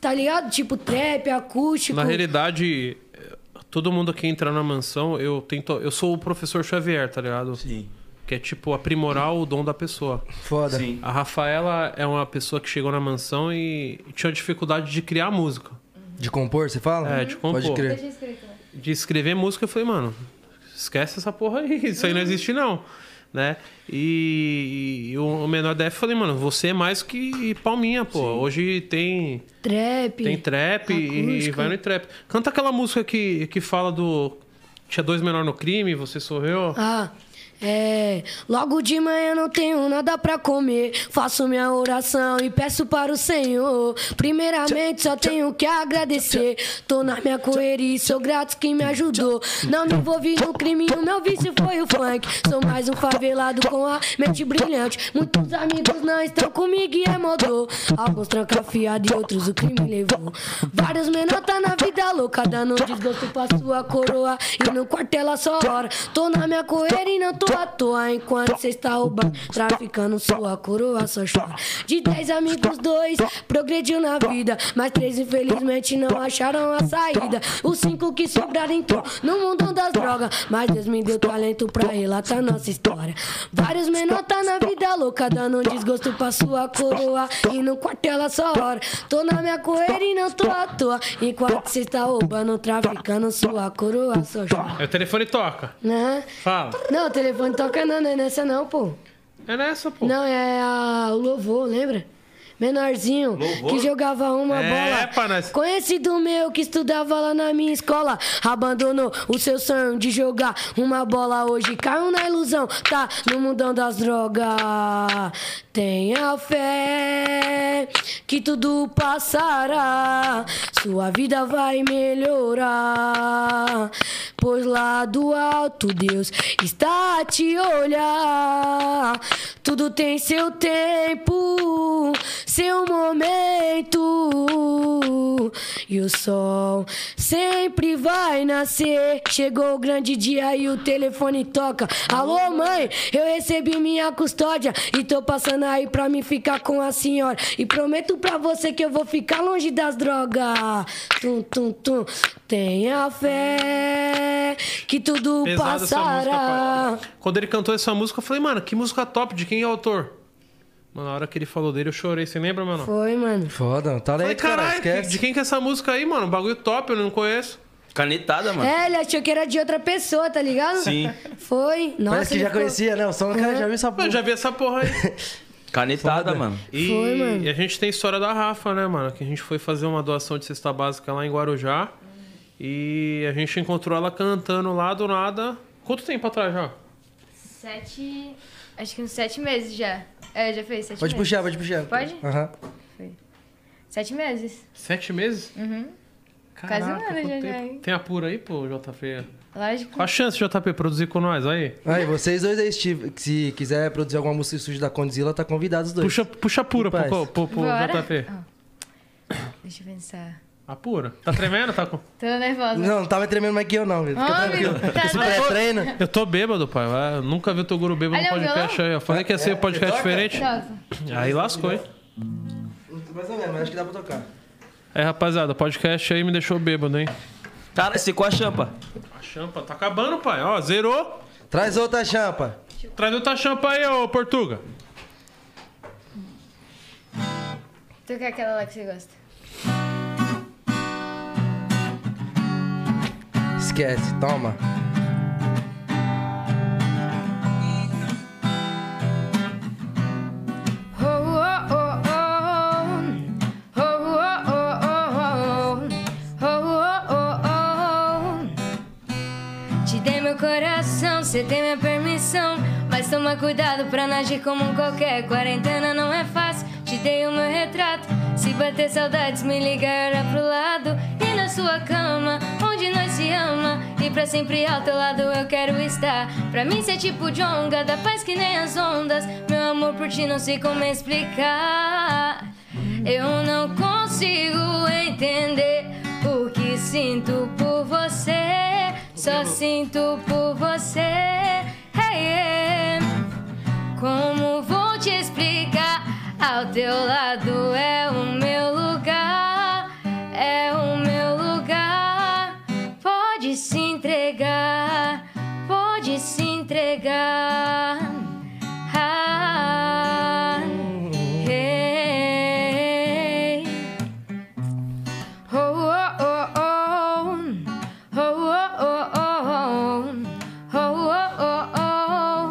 S11: tá ligado? Tipo, trap, acústico.
S4: Na realidade, eh, todo mundo que entra na mansão, eu tento. Eu sou o professor Xavier, tá ligado? Sim. Que é tipo aprimorar o dom da pessoa.
S1: Foda. Sim.
S4: A Rafaela é uma pessoa que chegou na mansão e tinha dificuldade de criar música.
S1: De compor, você fala?
S4: É, de compor.
S1: Pode crer.
S4: De escrever música, eu falei, mano, esquece essa porra aí, isso
S11: Uhum.
S4: aí não existe não. Né? E, e o menor da F eu falei, mano, você é mais que palminha, pô. Hoje tem.
S11: Trap.
S4: Tem trap e, e
S11: acústica.
S4: vai no trap. Canta aquela música que, que fala do. Tinha dois menor no crime, você sorriu.
S11: Ah, é. Logo de manhã não tenho nada pra comer. Faço minha oração e peço para o Senhor. Primeiramente só tenho que agradecer. Tô na minha correria e sou grato quem me ajudou. Não me envolvi no crime, o meu vício foi o funk. Sou mais um favelado com a mente brilhante. Muitos amigos não estão comigo e é modô. Alguns tranca fiado e outros o crime levou. Vários menor tá na vida louca, dando desgosto pra sua coroa. E no quartel a só hora. Tô na minha coeira e não tô à toa. Enquanto cê está roubando, traficando sua coroa, só chora. De dez amigos, dois progrediu na vida. Mas três, infelizmente, não acharam a saída. Os cinco que sobraram entrou no mundo das drogas. Mas Deus me deu talento pra relatar nossa história. Vários menor tá na vida louca, dando um desgosto pra sua coroa. E no quartel a só hora. Tô na minha coeira e não tô à toa. Enquanto cê está roubando, traficando sua coroa, só chora.
S4: Aí o telefone toca.
S11: Né?
S4: Fala.
S11: Não, o telefone toca não, não é nessa não, pô.
S4: É nessa, pô.
S11: Não, é a o Louvor, lembra? Menorzinho,
S4: Louvor?
S11: que jogava uma
S4: É,
S11: bola.
S4: pra nós.
S11: Conhecido meu que estudava lá na minha escola. Abandonou o seu sonho de jogar uma bola hoje. Caiu na ilusão, tá no mundão das drogas. Tenha fé que tudo passará. Sua vida vai melhorar. Pois lá do alto Deus está a te olhar. Tudo tem seu tempo. seu momento. E o sol sempre vai nascer. Chegou o grande dia e o telefone toca. Alô, mãe, eu recebi minha custódia e tô passando aí pra me ficar com a senhora. E prometo pra você que eu vou ficar longe das drogas. Tum, tum, tum. Tenha fé que tudo
S4: Pesada essa música,
S11: passará.
S4: pai. Quando ele cantou essa música, eu falei, mano, que música top, de quem é o autor? Mano, na hora que ele falou dele, eu chorei. Você lembra, mano?
S11: Foi, mano.
S1: Foda, tá
S4: Falei,
S1: legal, cara,
S4: caralho, que-
S1: esquece.
S4: de quem que é essa música aí, mano? Bagulho top, eu não conheço.
S2: Canetada,
S11: É, ele achou que era de outra pessoa, tá ligado?
S2: Sim.
S11: Foi. Nossa,
S1: Parece que
S11: ele
S1: já
S11: ficou-
S1: conhecia, né? O som, cara, já viu essa porra.
S4: Eu já vi essa porra aí.
S2: Canetada, mano.
S4: E,
S11: Foi, mano.
S4: e a gente tem a história da Rafa, né, mano? Que a gente foi fazer uma doação de cesta básica lá em Guarujá. E a gente encontrou ela cantando lá do nada. Quanto tempo atrás já?
S8: Sete. Acho que uns sete meses já. É, já fez sete
S1: Pode
S8: meses.
S1: puxar, pode puxar.
S8: Pode?
S1: Aham.
S8: Sete meses.
S4: Sete meses?
S8: Uhum.
S4: Caraca,
S8: Quase um ano
S4: quanto
S8: já, já.
S4: tempo.
S8: hein?
S4: Tem apuro aí, pô, JP?
S8: Lógico.
S4: Qual a chance, JP, produzir com nós aí?
S1: Aí, vocês dois aí, Steve, se quiser produzir alguma música suja da Condzilla, tá convidado os dois.
S4: Puxa, puxa pura
S1: Em
S4: pro,
S1: paz.
S4: pro, pro
S8: Bora. Ah.
S4: JP.
S8: Deixa eu pensar.
S4: Apura. Tá tremendo? Tá com...
S8: Tô nervosa.
S1: Não, não tava tremendo mais que eu, não. Fica
S8: Homem,
S1: tranquilo.
S8: tá
S1: Esse
S8: doido.
S1: pré-treino.
S4: Eu tô bêbado, pai. Ah, eu nunca vi o Toguro bêbado
S8: Olha
S4: no
S8: o
S4: podcast aí. Eu falei que ia
S2: É,
S1: É,
S4: ser um podcast diferente.
S8: Toca.
S4: Aí lascou, hein?
S1: Mais ou menos, mas acho que dá pra tocar.
S4: É, rapaziada, o podcast aí me deixou bêbado, hein?
S2: Cara, secou a champa.
S4: A champa tá acabando, pai. Ó, zerou.
S1: Traz outra champa.
S4: Traz outra champa aí, ô Portuga.
S8: Toca aquela lá que você gosta.
S1: Esquece, toma.
S8: Oh, oh, oh, oh. Oh, oh, oh, oh, oh. Oh, oh, oh, oh. Te dei meu coração, cê tem minha permissão. Mas toma cuidado pra não agir como um qualquer. Quarentena não é fácil, te dei o meu retrato. Se bater saudades, me liga e olha pro lado. E na sua cama, onde nós se ama. E pra sempre ao teu lado eu quero estar. Pra mim cê é tipo de onda, da paz que nem as ondas. Meu amor por ti não sei como explicar. Eu não consigo entender o que sinto por você. Só sinto por você. Hey, yeah. Como vou te explicar? Ao teu lado é o meu lugar, é o meu lugar. Pode se entregar, pode se entregar. Ah, hey. Oh, oh, oh, oh. Oh, oh, oh, oh. Oh, oh, oh, oh.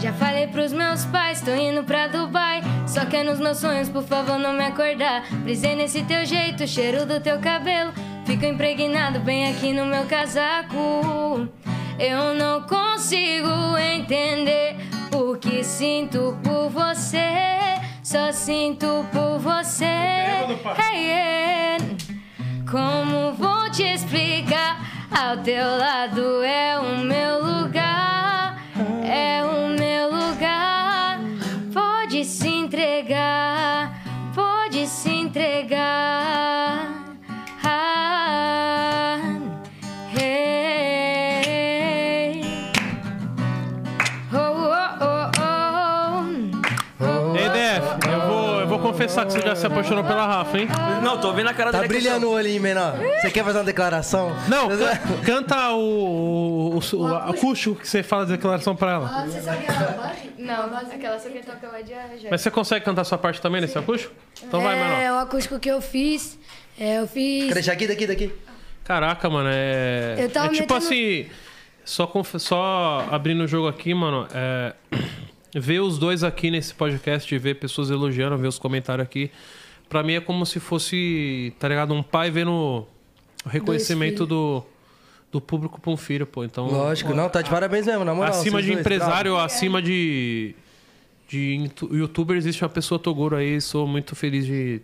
S8: Já falei pros meus pais, tô indo pra Dubai. Só que é nos meus sonhos, por favor, não me acordar. Brisei nesse teu jeito, cheiro do teu cabelo. Fico impregnado bem aqui no meu casaco. Eu não consigo entender o que sinto por você. Só sinto por você. Hey, yeah. Como vou te explicar? Ao teu lado é o meu lugar, é o meu lugar. Pode se entregar, pode se entregar. Ah, hey. Oh, oh, oh, oh. Oh,
S4: Ei, Def, eu vou, eu vou confessar que você já se apaixonou pela Rafa, hein?
S2: Não, tô vendo a cara
S1: Tá
S2: dele aqui,
S1: brilhando o olho, hein, menor? Você quer fazer uma declaração?
S4: Não, can- canta o, o, o- o acústico que você fala de declaração pra ela.
S8: Ah, Você sabe aquela base? Não, aquela só que toca lá de Arajá.
S4: Mas você consegue cantar sua parte também nesse acústico? Então vai, menor.
S11: É, o acústico que eu fiz, é, eu fiz...
S1: Quer deixar aqui, daqui, daqui?
S4: Caraca, mano, é.
S11: Eu tava
S4: é tipo
S11: metendo-
S4: assim. Só, conf- só abrindo o jogo aqui, mano. É... Ver os dois aqui nesse podcast, ver pessoas elogiando, ver os comentários aqui. Pra mim é como se fosse, tá ligado? Um pai vendo o reconhecimento do, do público pra um filho, pô. Então,
S1: Lógico, não, tá de parabéns mesmo, na moral.
S4: acima
S1: vocês
S4: de
S1: dois,
S4: empresário,
S1: bravo.
S4: acima de, de intu- youtuber, existe uma pessoa Toguro aí. Sou muito feliz de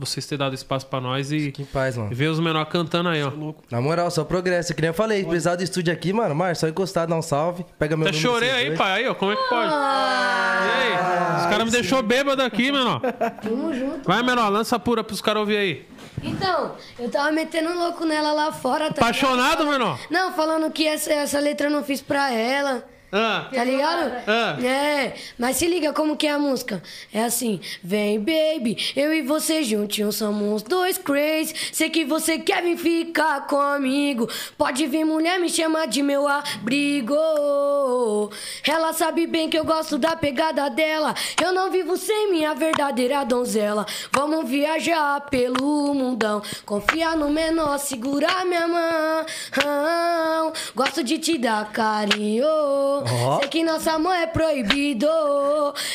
S4: vocês terem dado espaço pra nós e
S1: Fique em paz, mano.
S4: ver os menores cantando aí, ó.
S1: Na moral, só progresso. Que nem eu falei, precisar do estúdio aqui, mano. Márcio, só encostar, dar um salve. Pega meu
S4: Até
S1: número,
S4: Tá chorei
S1: vocês
S4: aí,
S1: dois.
S4: pai. Aí, ó, como é que pode?
S11: Ah.
S4: e aí? Os caras me deixou bêbado aqui, menor.
S11: Tamo junto.
S4: Vai, menor, lança pura pros caras ouvir aí.
S11: Então, eu tava metendo louco nela lá fora. Tá
S4: Apaixonado, menor?
S11: ligado? Não, falando que essa, essa letra eu não fiz pra ela.
S4: Ah.
S11: Tá ligado?
S4: Ah.
S11: É, mas se liga como que é a música. É assim, vem baby, eu e você juntinhos somos dois crazy. Sei que você quer vir ficar comigo. Pode vir mulher me chamar de meu abrigo. Ela sabe bem que eu gosto da pegada dela. Eu não vivo sem minha verdadeira donzela. Vamos viajar pelo mundão. Confia no menor, segura minha mão. Gosto de te dar carinho.
S12: Ó.
S11: Sei que nosso amor é proibido.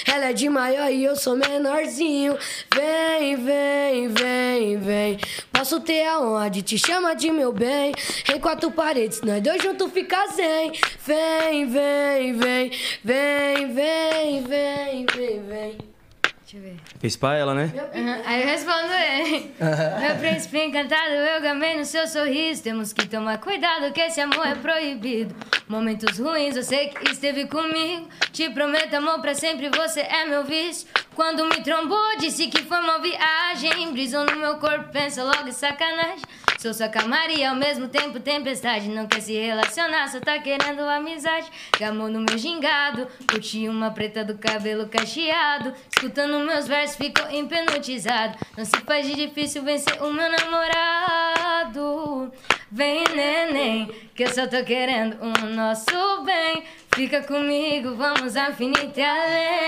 S11: Ela é de maior e eu sou menorzinho. Vem, vem, vem, vem. Posso ter a honra de te chamar de meu bem. Em quatro paredes, nós dois juntos fica zen. Vem, vem, vem, vem, vem, vem, vem, vem.
S8: Deixa eu ver.
S2: Fez pra ela, né?
S8: Aham, Aí eu respondo ele. Meu príncipe encantado, eu gamei no seu sorriso. Temos que tomar cuidado que esse amor é proibido. Momentos ruins, eu sei que esteve comigo. Te prometo amor pra sempre, você é meu vício. Quando me trombou, disse que foi uma viagem. Brisou no meu corpo, pensa logo em sacanagem. Sou sua calmaria, ao mesmo tempo tempestade. Não quer se relacionar, só tá querendo amizade. Gamou no meu gingado, curti uma preta do cabelo cacheado. Escutando meus versos, ficou hipnotizado. Não se faz de difícil vencer o meu namorado. Vem, neném, que eu só tô querendo o nosso bem. Fica comigo, vamos ao infinito e além.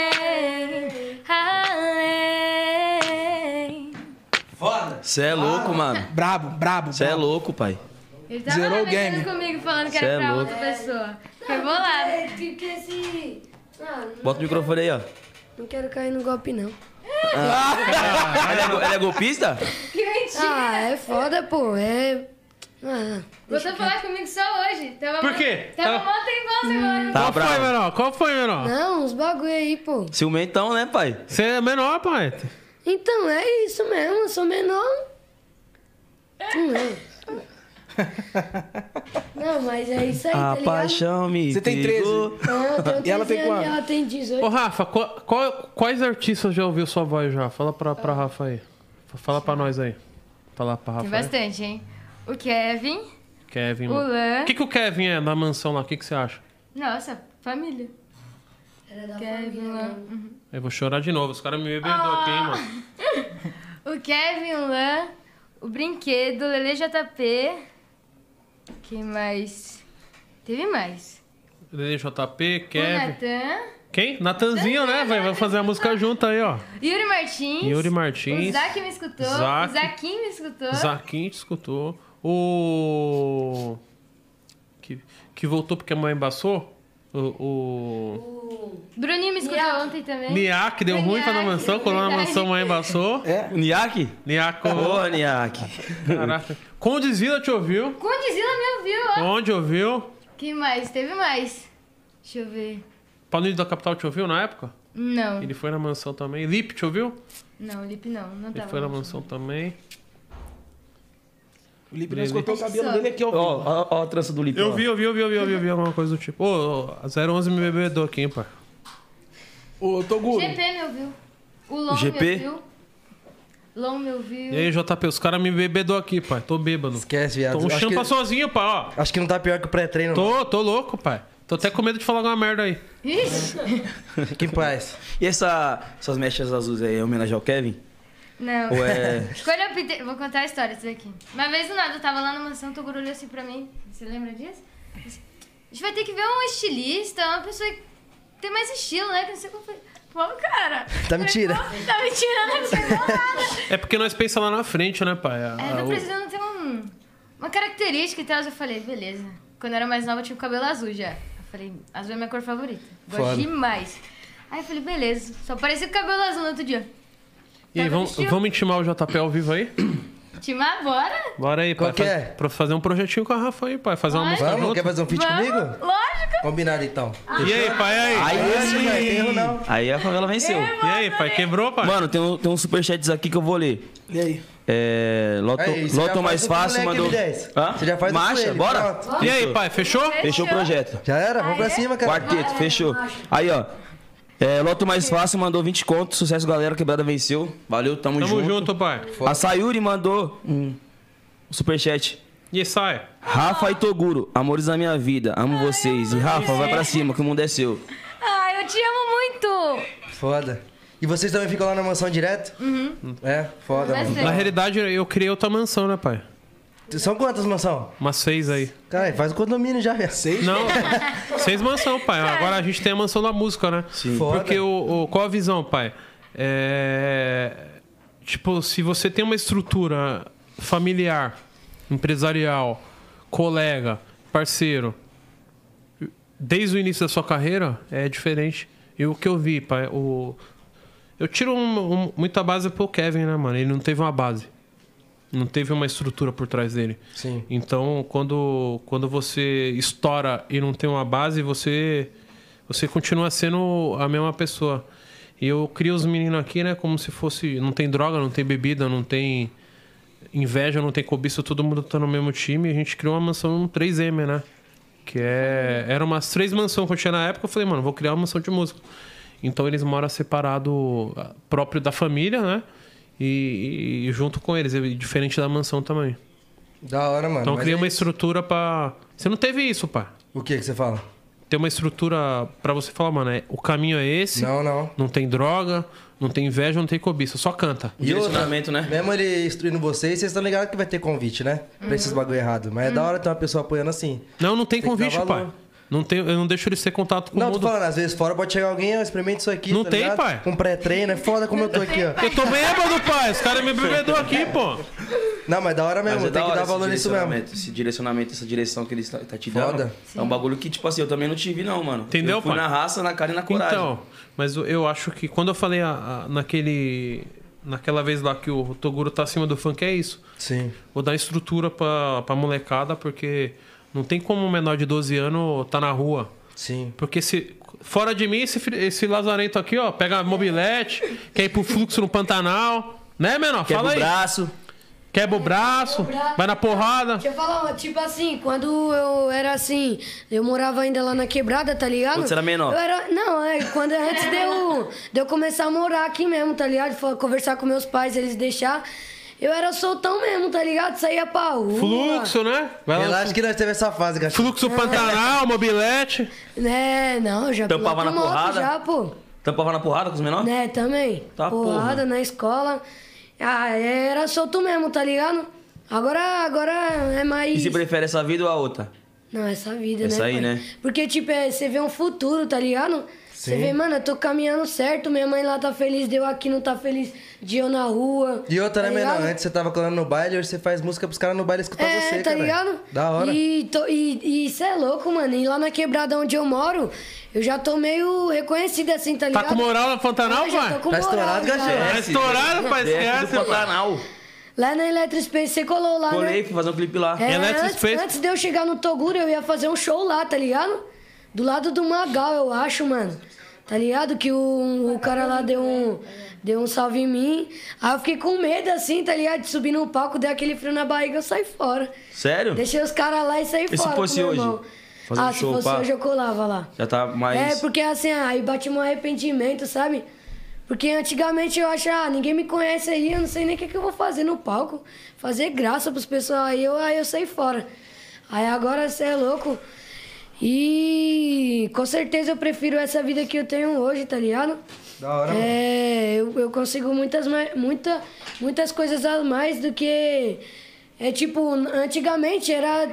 S8: Além.
S2: Foda. Você é louco, mano.
S3: Brabo, brabo.
S2: Você é louco, pai.
S8: Ele tava
S2: Zerou o
S8: mexendo
S2: game.
S8: comigo falando que
S2: Cê
S8: era
S2: é
S8: pra
S2: louco.
S8: outra pessoa. Foi bolado.
S11: Porque é esse. Ah,
S2: Bota o microfone aí, ó.
S11: não quero cair no golpe, não.
S2: Ah. ela, é, go- ela é golpista?
S8: Que mentira.
S11: Ah, é foda, pô. É. Ah,
S8: Voltou a falar comigo só hoje. Tava
S4: Por
S8: mó-
S4: quê?
S8: Tava
S4: Tá-
S8: mó tempão sem falar
S2: Tá
S4: Qual foi,
S2: bravo.
S4: menor? Qual foi, menor?
S11: não, uns bagulho aí, pô.
S2: Ciumentão, né, pai?
S4: Você é menor, pai.
S11: Então, é isso mesmo, eu sou menor. Não é. Não, mas é isso aí,
S2: A
S11: tá ligado?
S2: paixão me Você
S3: tem 13?
S11: Não, eu tenho
S3: E
S11: 13
S3: ela
S11: anos
S3: tem
S11: né?
S3: quanto?
S11: e Ela tem 18.
S4: Ô, Rafa, qual- qual- quais artistas já ouviu sua voz já? Fala pra, pra Rafa aí. Fala pra nós aí. Fala pra
S8: Tem
S4: Rafa aí.
S8: bastante, hein? O Kevin.
S4: Kevin.
S8: O
S4: mano.
S8: Lan.
S4: O que, que o Kevin é na mansão lá? O que, que você acha?
S8: Nossa, família. Kevin, Lan. Uhum. Ah!
S4: Eu vou chorar de novo. Os caras me bebedou
S11: Ah.
S4: aqui, hein, mano.
S8: O Kevin, o Lan. O Brinquedo, o Lele JP. Quem mais? Teve mais.
S4: Lele JP,
S8: O
S4: é Kevin.
S8: Natan.
S4: Quem? Natanzinho, né, velho? Vai fazer a música junto aí, ó.
S8: Yuri Martins.
S4: Yuri Martins.
S8: O Zac me escutou.
S4: Zac.
S8: O Zaquim me escutou.
S4: Zaquim te escutou. O. Que, que voltou porque a mãe embaçou. O.
S8: Bruninho me escutou ontem também.
S4: o... Niak deu ruim pra na mansão, colou na
S8: verdade.
S4: mansão, a mãe embaçou.
S3: É.
S2: Niak?
S4: Niak.
S2: Ô, Niak.
S4: Caraca. Condizila te ouviu.
S8: Condizila me ouviu, ó.
S4: Onde ouviu?
S8: Quem mais? Teve mais. Deixa eu ver.
S4: Paulinho da Capital te ouviu na época?
S8: Não.
S4: Ele foi na mansão também. Lipe te ouviu?
S8: Ah. Não, Lipe não. Não
S4: Ele
S8: tava.
S4: foi na mansão também.
S3: O Lipe
S4: Lele.
S3: nós cortou o cabelo dele aqui,
S2: ó. Ó, ó a trança do Lipe.
S4: Eu
S2: ó.
S4: vi, eu vi, eu vi, eu vi, eu vi, eu vi alguma coisa do tipo. Ô, ô, 011 me bebedou aqui, hein, pai.
S3: Ô, Toguro.
S8: GP me ouviu. O Long
S4: GP?
S8: me ouviu. Long me ouviu.
S4: E aí, JP, os caras me bebedou aqui, pai. Tô bêbado.
S1: Esquece, viado.
S4: Tô um
S1: Acho
S4: champa
S1: que-
S4: sozinho, pai, ó.
S1: Acho que não tá pior que o pré-treino.
S4: Tô, tô louco, pai. Tô até com medo de falar alguma merda aí.
S8: Ixi.
S1: Fique em paz.
S2: E essa, essas mechas azuis aí é homenagem ao Kevin?
S8: Não.
S2: Ué.
S8: Quando eu pintei... Vou contar a história disso aqui. Uma vez do nada, eu tava lá na mansão, tu olhou assim pra mim. Você lembra disso? A gente vai ter que ver um estilista, uma pessoa que tem mais estilo, né? Que não sei como foi. Pô, cara.
S4: Tá mentira.
S8: Pô, Tá mentira, não precisa nada.
S4: É porque nós pensamos lá na frente, né, pai? A-
S8: É, tô
S4: o-
S8: precisando ter um, uma característica e tal. Eu falei, beleza. Quando eu era mais nova, eu tinha o cabelo azul já. Eu falei, azul é minha cor favorita. Gosto
S4: Foda.
S8: demais. Aí eu falei, beleza. Só parecia com o cabelo azul no outro dia.
S4: E aí, vamos, vamos intimar o JP ao vivo aí?
S8: Timar, bora?
S4: Bora aí, pai. Qual que é? Pra fazer um projetinho com a Rafa aí, pai. Fazer uma
S8: Vamos?
S4: música
S8: Vamos?
S4: junto.
S8: Quer fazer um feat Vamos? comigo? Lógico!
S1: Combinado então.
S4: E aí, pai, aí?
S2: Aí sim.
S1: Não tem erro, não.
S2: Aí a favela venceu.
S4: E aí, pai, quebrou, pai?
S2: Mano, tem, um, tem uns superchats aqui que eu vou ler.
S3: E aí?
S2: É. Loto,
S1: Aí, você já
S2: loto
S1: faz
S2: mais
S1: o
S2: fácil
S1: moleque,
S2: mandou.
S1: M10.
S2: Hã?
S1: Você já faz o
S2: Marcha,
S1: coelho,
S2: bora?
S1: pronto.
S4: E aí, pai, fechou?
S2: Fechou o projeto.
S1: Já era, vamos pra cima, cara.
S2: Quarteto, fechou. Aí, ó. É, Loto Mais Fácil mandou 20 contos. Sucesso, galera. Quebrada venceu. Valeu, tamo,
S4: Tamo
S2: junto.
S4: junto, pai.
S2: A Sayuri mandou um superchat.
S4: E sai.
S2: Rafa e Toguro, amores da minha vida, amo vocês. E Rafa, vai pra cima, que o mundo é seu.
S8: Ai, Ah, eu te amo muito.
S1: Foda. E vocês também ficam lá na mansão direto?
S8: Uhum.
S4: Uhum.
S1: É, foda.
S8: Vai
S1: Mano.
S8: ser.
S4: Na realidade, eu criei outra mansão, né, pai?
S1: São quantas mansão?
S4: Umas seis aí.
S1: Caralho, faz o condomínio já, velho.
S3: Seis?
S4: Não, seis mansão, pai. Agora a gente tem a mansão da música, né?
S2: Sim.
S1: Foda.
S4: Porque o, o- qual a visão, pai? É, tipo, se você tem uma estrutura familiar, empresarial, colega, parceiro, desde o início da sua carreira, é diferente. E o que eu vi, pai, o... Eu tiro um- um- muita base pro Kevin, né, mano? Ele não teve uma base. Não teve uma estrutura por trás dele.
S1: Sim.
S4: Então, quando, quando você estoura e não tem uma base, você você continua sendo a mesma pessoa. E eu crio os meninos aqui, né, como se fosse, não tem droga, não tem bebida, não tem inveja, não tem cobiça, todo mundo tá no mesmo time. A gente criou uma mansão 3M, né? Que é. Era umas três mansões que eu tinha na época. Eu falei, mano, vou criar uma mansão de música. Então eles moram separado, ah, próprio da família, né? E, e junto com eles, e diferente da mansão também.
S1: Da hora, mano.
S4: Então
S1: Mas
S4: cria
S1: é
S4: uma
S1: isso.
S4: estrutura pra. Você não teve isso, pá.
S1: O que que você fala?
S4: Ter uma estrutura pra você falar, mano, é, o caminho é esse.
S1: Não, não.
S4: Não tem droga, não tem inveja, não tem cobiça, só canta.
S1: E outra,
S2: Direcionamento, né?
S1: mesmo ele instruindo vocês, vocês estão ligados que vai ter convite, né? Pra esses bagulho errado. Mas é da hora ter uma pessoa apoiando assim.
S4: Não, não tem,
S1: Tem que dar
S4: convite,
S1: valor.
S4: pai. Não tem, eu não deixo eles ter contato com
S1: não,
S4: o
S1: tô
S4: mundo.
S1: falando, às vezes fora pode chegar alguém, ó, experimenta isso aqui.
S4: Não
S1: tá
S4: tem,
S1: ligado?
S4: pai.
S1: Com pré-treino, é foda como eu tô aqui, ó.
S4: Eu tô bêbado, pai. Os caras me bebedou aqui, pô.
S1: Não, mas da hora
S2: Mas
S1: mesmo,
S2: é
S1: tem
S2: da
S1: que
S2: hora
S1: dar
S2: esse
S1: valor nisso mesmo.
S2: direcionamento, Esse direcionamento, essa direção que ele está- tá te dando.
S1: Foda.
S2: É um bagulho que, tipo assim, eu também não tive, não, mano.
S4: Entendeu,
S2: Eu fui
S4: pai?
S2: na raça, na cara e na coragem.
S4: Então, mas eu- eu acho que quando eu falei a- a- naquele. Naquela vez lá que o Toguro tá acima do funk, é isso.
S1: Sim.
S4: Vou dar estrutura pra, pra molecada, porque não tem como um menor de 12 anos tá na rua.
S1: Sim.
S4: Porque se. Fora de mim, esse, fri- esse lazarento aqui, ó, pega mobilete, quer ir pro fluxo no Pantanal. Né, menor?
S2: Quebra
S4: Fala
S2: o
S4: aí.
S2: braço.
S4: Quebra o braço, vai na porrada.
S11: Deixa eu falar, uma, tipo assim, quando eu era assim, eu morava ainda lá na quebrada, tá ligado?
S2: Quando você era menor.
S11: Eu era, não, é, quando antes de eu, de eu começar a morar aqui mesmo, tá ligado? Fa- Conversar com meus pais, eles deixar. Eu era soltão mesmo, tá ligado? Saía pra rua. É.
S4: Fluxo, né? Vai lá. no
S1: Relaxa que nós teve essa fase, cara.
S4: Fluxo Pantanal, mobilete.
S11: Né, não, já
S2: Tampava
S11: piloto
S2: na
S11: moto
S2: porrada?
S11: Já, pô.
S2: Tampava na porrada com os menores?
S11: Né, também.
S2: Tá,
S11: Porrada
S2: porra.
S11: na escola. Ah, era solto mesmo, tá ligado? Agora, agora é mais...
S2: E se prefere essa vida ou a outra?
S11: Não, essa vida, né?
S2: Essa aí,
S11: pai?
S2: né?
S11: Porque, tipo, é, você vê um futuro, tá ligado? Você vê, mano, eu tô caminhando certo, minha mãe lá tá feliz, deu aqui, não tá feliz, de eu na rua. tá
S1: E outra, né, menor?
S11: ligado?
S1: Antes você tava colando no baile, hoje você faz música pros caras no baile escutar
S11: É,
S1: você,
S11: tá
S1: cara.
S11: ligado?
S1: Da hora.
S11: E, tô- e, isso é louco, mano. E lá na quebrada onde eu moro, eu já tô meio reconhecido assim, tá
S4: Tá
S11: ligado?
S4: com moral no Pantanal,
S11: Eu já tô
S4: pai?
S11: com
S1: Tá
S11: moral,
S1: estourado,
S11: já.
S1: cachorro.
S4: Tá estourado, pai,
S2: Desce
S4: esquece.
S2: do Pantanal.
S11: Lá na Eletrospace, você colou lá, né?
S2: Colei, fui fazer um clipe lá.
S11: É,
S4: Electric
S11: antes,
S4: Space.
S11: antes de eu chegar no Toguro, eu ia fazer um show lá, tá ligado? Do lado do Magal, eu acho, mano. Tá ligado? Que o, o cara lá deu um, deu um salve em mim. Aí eu fiquei com medo, assim, tá ligado? De subir no palco, deu aquele frio na barriga, eu saí fora.
S2: Sério?
S11: Deixei os caras lá e saí
S2: E se
S11: fora. com
S2: fosse
S11: meu
S2: hoje?
S11: irmão.
S2: Fazer um
S11: ah, se
S2: show,
S11: fosse
S2: pá.
S11: hoje eu colava lá.
S2: Já tá
S11: É,
S2: mais.
S11: porque assim, aí bate um arrependimento, sabe? Porque antigamente eu achava, ah, ninguém me conhece aí, eu não sei nem o que, que eu vou fazer no palco. Fazer graça pros pessoal aí, eu, aí eu saí fora. Aí agora você é louco. E com certeza eu prefiro essa vida que eu tenho hoje, tá ligado?
S1: Da hora, mano.
S11: É, eu, eu consigo muitas, mai- muita, muitas coisas a mais do que. É tipo, antigamente era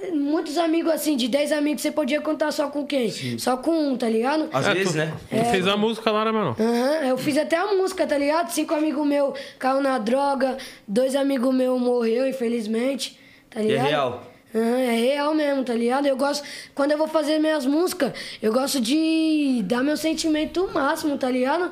S11: eh, muitos amigos assim, de 10 amigos você podia contar só com quem? Só com um, tá ligado?
S2: Às
S4: É,
S2: vezes,
S4: tu-
S2: né?
S4: Tu fez a música lá, né, mano?
S11: Aham, eu fiz até a música, tá ligado? Cinco amigos meus caiu na droga, dois amigos meus morreu, infelizmente, tá
S2: E é
S11: ligado?
S2: real.
S11: Aham, é real mesmo, tá ligado? Eu gosto, quando eu vou fazer minhas músicas, eu gosto de dar meu sentimento o máximo, tá ligado?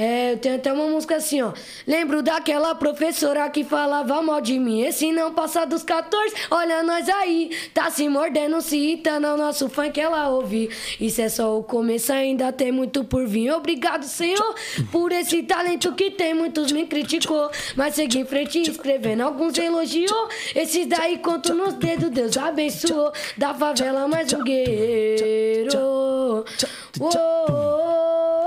S11: É, eu tenho até uma música assim, ó. Lembro daquela professora que falava mal de mim. Esse não passa dos 14, olha nós aí. Tá se mordendo, se irritando ao nosso funk, ela ouve. Isso é só o começo, ainda tem muito por vir. Obrigado, senhor, por esse talento que tem. Muitos me criticou, mas segui em frente escrevendo. Alguns elogiou, esses daí conto nos dedos. Deus abençoou, da favela mais um guerreiro.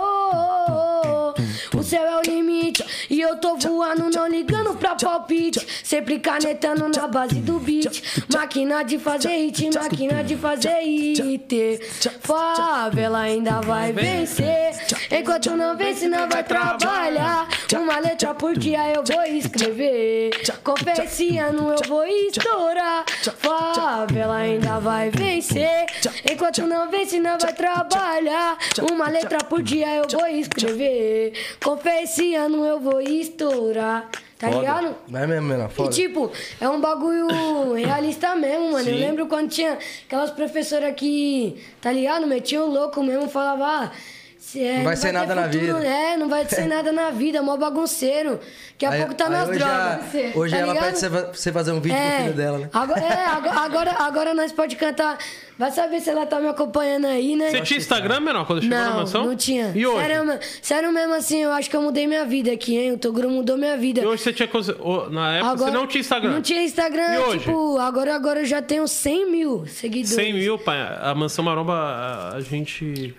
S11: Uou. O céu é o limite E eu tô voando, não ligando pra palpite Sempre canetando na base do beat Máquina de fazer hit, máquina de fazer hit Favela ainda vai vencer Enquanto não vence, não vai trabalhar Uma letra por dia eu vou escrever Confia esse ano eu vou estourar Favela ainda vai vencer Enquanto não vence, não vai trabalhar Uma letra por dia eu vou escrever Confia esse ano eu vou estourar Tá
S1: Foda.
S11: ligado?
S1: Vai é mesmo, menor.
S11: E
S1: Foda.
S11: tipo, é um bagulho realista mesmo, mano. Eu
S1: Sim.
S11: lembro quando tinha aquelas professoras que, tá ligado? Metiam o louco mesmo, falava. "Ah, se é,
S1: Não vai ser
S11: ter
S1: nada na vida."
S11: É, não vai ser nada na vida, mó bagunceiro. Daqui a
S1: Aí-
S11: pouco tá
S1: aí
S11: nas
S1: hoje a-
S11: drogas.
S1: hoje
S11: tá
S1: ela
S11: ligado? É.
S1: pede você fa- você fazer um vídeo pro filho dela, né?
S11: Agora, é, agora, agora, agora nós pode cantar. Vai saber se ela tá me acompanhando aí, né?
S4: Você tinha Instagram, menor, quando chegou na
S11: Não,
S4: mansão?
S11: não tinha.
S4: E hoje?
S11: Sério, mano, sério mesmo assim, eu acho que eu mudei minha vida aqui, hein? O Toguro mudou minha vida.
S4: E hoje você tinha. cons- ô, Na época você não tinha Instagram.
S11: Não tinha Instagram,
S4: E hoje?
S11: tipo, agora, agora eu já tenho 100 mil seguidores.
S4: 100 mil, pai. A mansão maromba, a- a gente.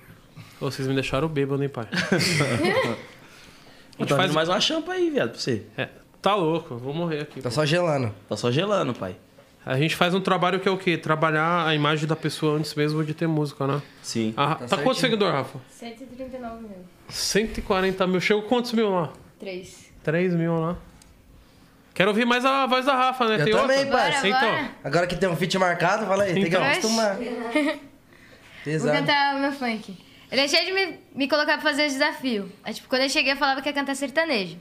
S4: Ô, Vocês me deixaram bêbado, hein, pai?
S2: Pô, tá vindo mais uma champa aí, viado, pra você.
S4: É, tá louco, vou morrer aqui. Tá
S1: só gelando.
S2: Tá só gelando, pai.
S4: A gente faz um trabalho que é o quê? Trabalhar a imagem da pessoa antes mesmo de ter música, né?
S2: Sim.
S4: Ah,
S2: Tá
S4: tá quanto
S2: certinho.
S4: seguidor, Rafa?
S8: 139 mil.
S4: 140 mil. Chegou quantos mil lá?
S8: 3.
S4: 3 mil lá. Quero ouvir mais a voz da Rafa, né?
S1: Eu
S4: Tem
S1: também,
S4: outra?
S1: parça.
S4: Então,
S1: Agora que tem um feat marcado, fala aí, tem que
S4: Então.
S1: acostumar.
S8: Vou
S1: Pesado.
S8: cantar meu funk. Eu deixei de me, me colocar pra fazer desafio. Aí, tipo, quando eu cheguei, eu falava que ia cantar sertanejo.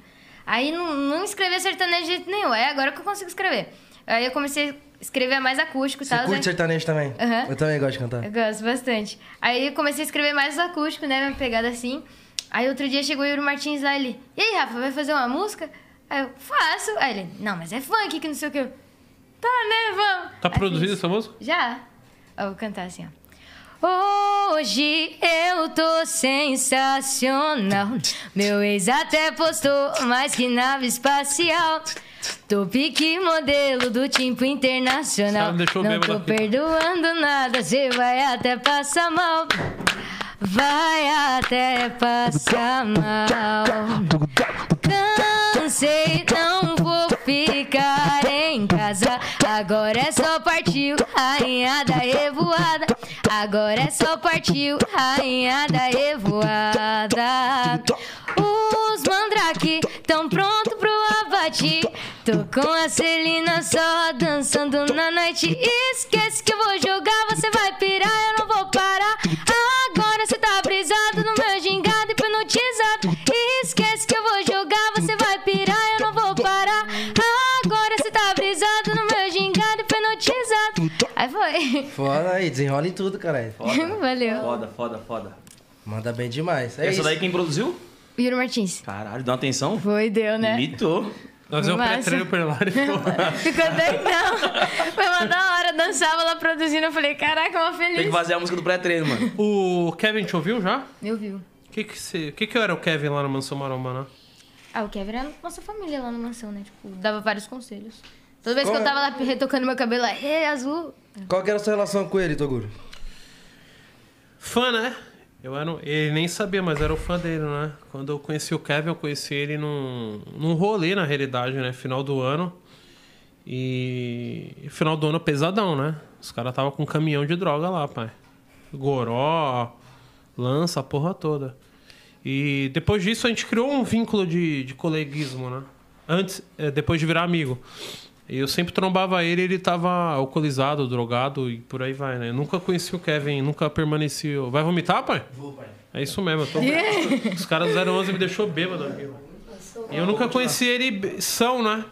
S8: Aí não, não escrevia sertanejo de jeito nenhum. É agora que eu consigo escrever. Aí eu comecei a escrever mais acústico e
S1: Você
S8: tal.
S1: curte
S8: né?
S1: sertanejo também?
S8: Aham.
S1: Eu também gosto de cantar.
S8: Eu gosto bastante. Aí eu comecei a escrever mais acústico, né? Minha pegada assim. Aí outro dia chegou o Yuri Martins lá ele. E aí, Rafa, vai fazer uma música? Aí eu faço. Aí ele, não, mas é funk que não sei o que. Eu, Tá, né? Vamos.
S1: É
S4: tá produzindo essa música?
S8: Já? Eu vou cantar assim, ó. Hoje eu tô sensacional. Meu ex até postou mais que nave espacial. Tô pique modelo do tipo internacional.
S4: Ela deixou
S8: Não
S4: bêbado
S8: tô
S4: aqui.
S8: perdoando nada, você vai até passar mal. Vai até passar mal. Cansei, não vou ficar em casa. Agora é só partiu, rainha da revoada. Agora é só partiu, rainha da revoada. Os mandrake tão pronto pro abate. Tô com a Celina só dançando na noite. Esquece que eu vou jogar, você vai pirar, eu não vou parar. Agora você tá brisado no meu gingado hipnotizado. Esquece que eu vou jogar, você vai pirar, eu não vou parar. Agora você tá brisado no meu gingado hipnotizado. Aí foi.
S1: Foda aí, desenrola em tudo, caralho.
S8: Valeu.
S2: Foda, foda, foda.
S1: Manda bem demais. É
S2: Essa
S1: isso.
S2: daí quem produziu?
S8: Yuri Martins.
S2: Caralho, deu uma atenção?
S8: Foi, deu, né?
S2: Mitou.
S4: Nós é um
S8: Massa.
S4: pré-treino pra lá.
S8: Ficou doidão. Foi uma da hora, dançava lá produzindo. Eu falei, caraca, uma
S2: Tem que
S8: feliz.
S2: fazer a música do pré-treino, mano.
S4: O Kevin te ouviu já?
S8: Eu viu.
S4: O que que, você- que que era o Kevin lá na Mansão Maromba, né?
S8: Ah, o Kevin era nossa família lá na mansão, né? Tipo, dava vários conselhos. Toda vez que
S1: Como
S8: eu tava lá retocando meu cabelo, lá, é azul.
S1: Qual que era a sua relação com ele, Toguro?
S4: Fã, né? Eu era, um- ele nem sabia, mas era o fã dele, né? Quando eu conheci o Kevin, eu conheci ele num, num rolê, na realidade, né? Final do ano. E e final do ano pesadão, né? Os caras tava com um caminhão de droga lá, pai. Goró, lança, a porra toda. E depois disso a gente criou um vínculo de, de coleguismo, né? Antes, eh, depois de virar amigo. E eu sempre trombava ele, ele tava alcoolizado, drogado e por aí vai, né? Eu nunca conheci o Kevin, nunca permaneci. Vai vomitar, pai? Vou, pai. É isso mesmo, eu tô. Os caras do 011 me deixou bêbado aqui, mano. E eu nunca conheci ele b- são, né?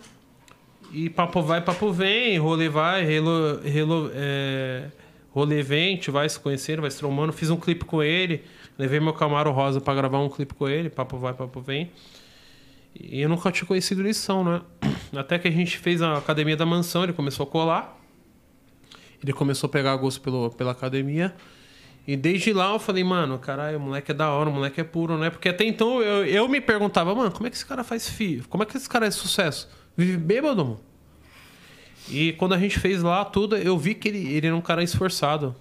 S4: E papo vai, papo vem, rolê vai, relo, relo, é, Rolê vem, a gente vai se conhecendo, vai se trombando. Fiz um clipe com ele, levei meu Camaro Rosa pra gravar um clipe com ele, papo vai, papo vem. E eu nunca tinha conhecido lição, né? Até que a gente fez a academia da mansão, ele começou a colar. Ele começou a pegar gosto pelo, pela academia. E desde lá eu falei, mano, caralho, o moleque é da hora, o moleque é puro, né? Porque até então eu, eu me perguntava, mano, como é que esse cara faz filho? Como é que esse cara é sucesso? Vive bêbado, mano. E quando a gente fez lá tudo, eu vi que ele, ele era um cara esforçado.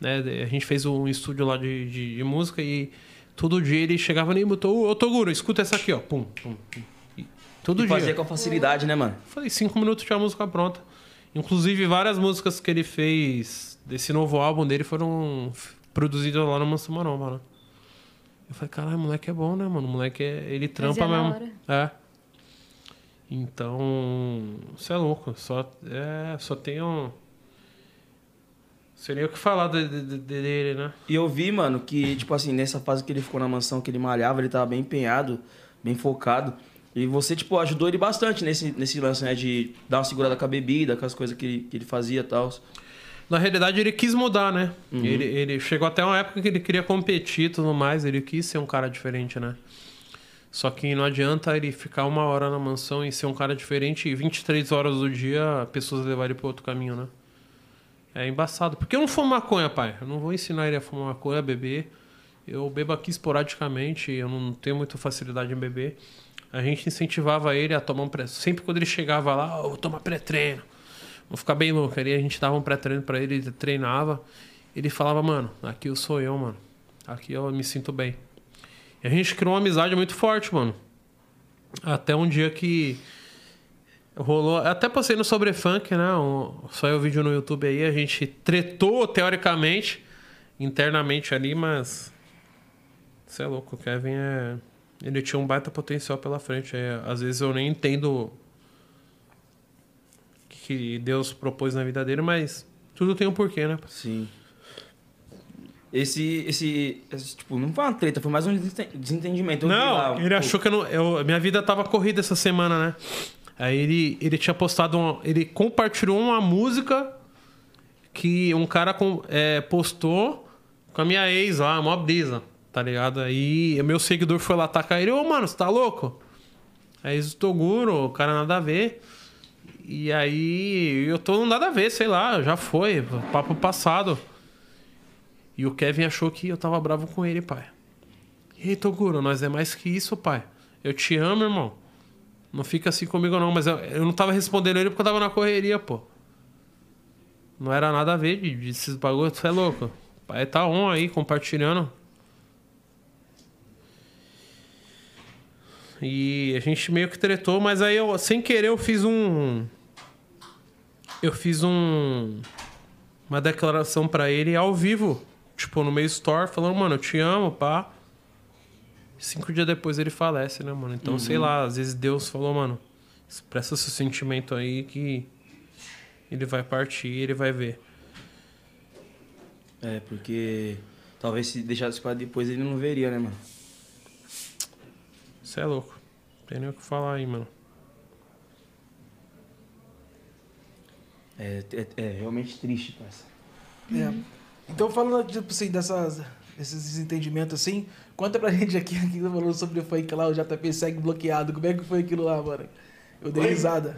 S4: Né? A gente fez um estúdio lá de, de, de música e todo dia ele chegava e botou, ô Toguro, escuta essa aqui, ó. Pum, pum, pum. E todo
S2: E
S4: dia.
S2: fazia com facilidade, né, mano?
S4: Falei, cinco minutos tinha a música pronta. Inclusive, várias músicas que ele fez desse novo álbum dele foram f- produzidas lá no Mansão Maromba, né? Eu falei, caralho, o moleque é bom, né, mano? O moleque, é, ele trampa
S12: Fazia na
S4: mesmo. É. Então, você é louco. Só, é, só tenho... Seria o que falar de- de- de- dele, né?
S2: E eu vi, mano, que, tipo assim, nessa fase que ele ficou na mansão, que ele malhava, ele tava bem empenhado, bem focado. E você, tipo, ajudou ele bastante nesse, nesse lance, né? De dar uma segurada com a bebida, com as coisas que ele, que ele fazia e tal.
S4: Na realidade, ele quis mudar, né? Ele, ele chegou até uma época que ele queria competir e tudo mais, ele quis ser um cara diferente, né? Só que não adianta ele ficar uma hora na mansão e ser um cara diferente e 23 horas do dia pessoas levarem ele para outro caminho, né? É embaçado. Porque eu não fumo maconha, pai. Eu não vou ensinar ele a fumar maconha, a beber. Eu bebo aqui esporadicamente, eu não tenho muita facilidade em beber. A gente incentivava ele a tomar um pré Sempre quando ele chegava lá, "Ô, vou tomar pré-treino. Vou ficar bem louco. Aí a gente dava um pré-treino pra ele, ele treinava. Ele falava, mano, aqui eu sou eu, mano. Aqui eu me sinto bem. E a gente criou uma amizade muito forte, mano. Até um dia que rolou. Até passei no Sobre Funk, né? Um, saiu o vídeo no YouTube aí. A gente tretou, teoricamente, internamente ali, mas. Você é louco, o Kevin é. Ele tinha um baita potencial pela frente. É, às vezes eu nem entendo que Deus propôs na vida dele, mas tudo tem um porquê, né?
S2: Sim. Esse, esse, esse, Tipo, não foi uma treta, foi mais um desen- desentendimento. Eu vi Então, lá,
S4: Não, ele
S2: pô,
S4: achou que eu não. eu- minha vida tava corrida essa semana, né? Aí ele, ele tinha postado uma. Ele compartilhou uma música que um cara com- é, postou com a minha ex lá, mó brisa, tá ligado? Aí meu seguidor foi lá atacar ele, ô mano, você tá louco? Aí o Toguro, o cara nada a ver. E aí eu tô nada a ver, sei lá, já foi, papo passado. E o Kevin achou que eu tava bravo com ele, pai. E aí, Toguro, nós é mais que isso, pai. Eu te amo, irmão. Não fica assim comigo, não. Mas eu, eu não tava respondendo ele porque eu tava na correria, pô. Não era nada a ver de, de esses bagulho, tu é louco. Pai tá on aí, compartilhando. E a gente meio que tretou, mas aí eu, sem querer, eu fiz um. Eu fiz um. Uma declaração pra ele ao vivo. Tipo, no meio store, falando, mano, eu te amo, pá. Cinco dias depois ele falece, né, mano? Então,
S2: Uhum.
S4: sei lá, às vezes Deus falou, mano, expressa seu sentimento aí que ele vai partir, ele vai ver.
S2: É, porque talvez se deixasse pra depois ele não veria, né, mano?
S4: Você é louco. Não tem nem o que falar aí, mano.
S2: É, é, é realmente triste, parça.
S3: É. Então, falando tipo assim, dessas, desses desentendimentos assim, conta pra gente aqui aquilo falou sobre o funk lá, o JP segue bloqueado. Como é que foi aquilo lá, mano? Eu dei
S4: Oi?
S3: risada.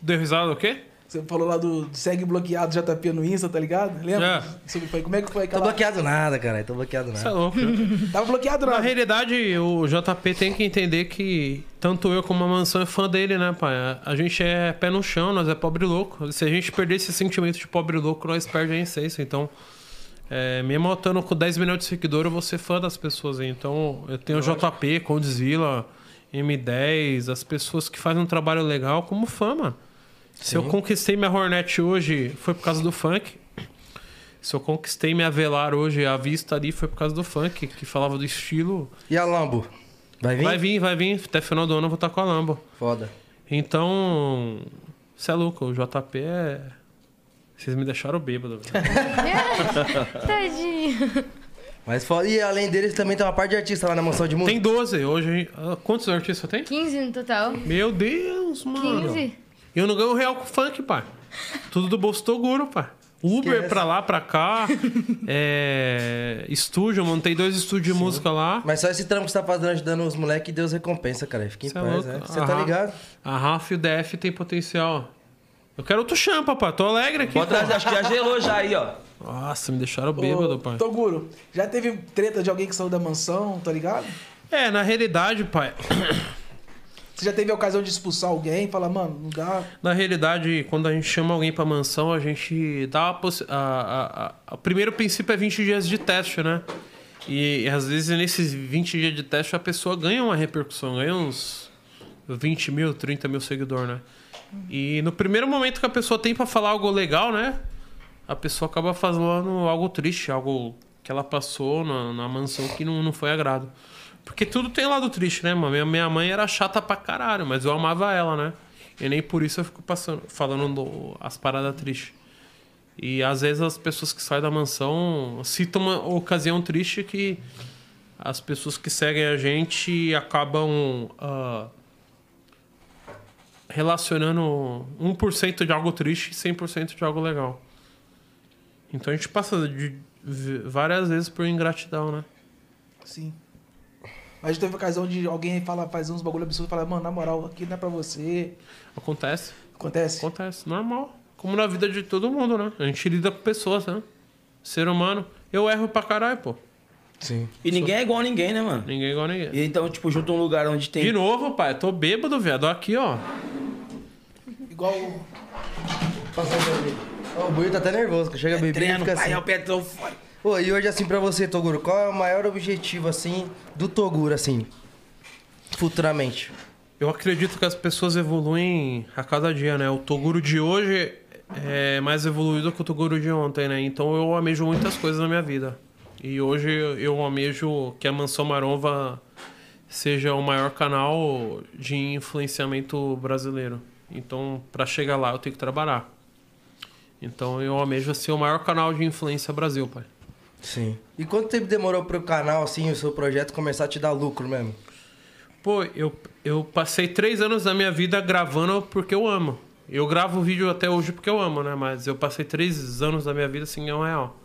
S4: Deu risada o quê?
S3: Você falou lá do segue bloqueado JP no Insta, tá ligado? Lembra? Sobre funk. Como é que foi
S1: Tô
S3: aquela.
S1: bloqueado nada, cara. Tô bloqueado
S4: Você é
S1: nada.
S4: louco.
S3: Tava bloqueado,
S4: Na realidade, o JP tem que entender que tanto eu como a mansão é fã dele, né, pai? A- A gente é pé no chão, nós é pobre louco. Se a gente perder esse sentimento de pobre louco, nós perde a essência. Então, é, mesmo eu estando com 10 milhões de seguidores, eu vou ser fã das pessoas. aí. Então, eu tenho o JP, Condizila, M10, as pessoas que fazem um trabalho legal como fã, mano. Se eu
S2: Sim.
S4: conquistei minha Hornet hoje, foi por causa do funk. Se eu conquistei minha Velar hoje, a vista ali foi por causa do funk, que falava do estilo.
S1: E a Lambo? Vai vir?
S4: Vai vir, vai vir. Até final do ano eu vou estar com a Lambo.
S1: Foda.
S4: Então, você é louco, o JP é. Vocês me deixaram bêbado. velho.
S8: Tadinho.
S1: Mas foda. E além deles também tem uma parte de artista lá na mansão de música.
S4: Tem 12 hoje. a gente- ah, Quantos artistas tem?
S8: 15 no total.
S4: Meu Deus, mano.
S8: 15?
S4: Eu não ganho real com funk, pai. Tudo do bolso do Toguro, pai. Uber
S1: Esquece.
S4: pra lá, pra cá. é, Estúdio, eu montei dois estúdios de música lá.
S1: Mas só esse trampo que você tá fazendo ajudando os moleques, Deus recompensa, cara. Fica em
S4: Cê é
S1: paz,
S4: louco.
S1: né? Você
S4: A
S1: tá
S4: Ra-
S1: ligado?
S4: A Rafa e o DF tem potencial. Eu quero outro chão, papai. Tô alegre aqui.
S2: Bota, acho que já gelou já aí, ó.
S4: Nossa, me deixaram bêbado, pai.
S3: Toguro, já teve treta de alguém que saiu da mansão, tá ligado?
S4: É, na realidade, pai.
S3: Você já teve a ocasião de expulsar alguém? Falar, mano, não dá.
S4: Na realidade, quando a gente chama alguém pra mansão, a gente dá a possi- a- a- a- a- O primeiro princípio é 20 dias de teste, né? E, às vezes nesses 20 dias de teste a pessoa ganha uma repercussão, ganha uns 20 mil, 30 mil seguidores, né? E no primeiro momento que a pessoa tem pra falar algo legal, né? A pessoa acaba falando algo triste, algo que ela passou na, na mansão que não, não foi agrado. Porque tudo tem lado triste, né, mano? Minha- Minha mãe era chata pra caralho, mas eu amava ela, né? E nem por isso eu fico passando, falando do- as paradas tristes. E às vezes as pessoas que saem da mansão citam uma ocasião triste que as pessoas que seguem a gente acabam ah, relacionando 1% de algo triste e 100% de algo legal. Então a gente passa de- v- várias vezes por ingratidão, né?
S3: Sim. Mas já teve a ocasião de alguém falar, fazer uns bagulho absurdo e falar, mano, na moral, aqui não é pra você.
S4: Acontece.
S3: Acontece?
S4: Acontece, normal. Como na vida de todo mundo, né? A gente lida com pessoas, né? Ser humano. Eu erro pra caralho, pô.
S1: Sim.
S2: E ninguém é igual a ninguém, né, mano?
S4: Ninguém é igual a ninguém.
S2: E então, tipo, junta um lugar onde tem.
S4: De novo, pai, tô bêbado, viado. Aqui, ó.
S3: Igual.
S1: Ó, O Buio tá até nervoso, que chega a beber e
S3: treino,
S1: fica
S3: pai,
S1: assim.
S3: é o pé tão fora.
S1: Ô, e hoje, assim, pra você, Toguro, qual é o maior objetivo, assim, do Toguro, assim, futuramente?
S4: Eu acredito que as pessoas evoluem a cada dia, né? O Toguro de hoje é mais evoluído que o Toguro de ontem, né? Então eu amejo muitas coisas na minha vida. E hoje eu amejo que a Mansão Maromba seja o maior canal de influenciamento brasileiro. Então, para chegar lá, eu tenho que trabalhar. Então eu amejo ser o maior canal de influência Brasil, pai.
S1: Sim. E quanto tempo demorou pro canal, assim, o seu projeto começar a te dar lucro mesmo?
S4: Pô, eu, eu passei três anos da minha vida gravando porque eu amo. Eu gravo vídeo até hoje porque eu amo, né? Mas eu passei três anos da minha vida sem ganhar um real.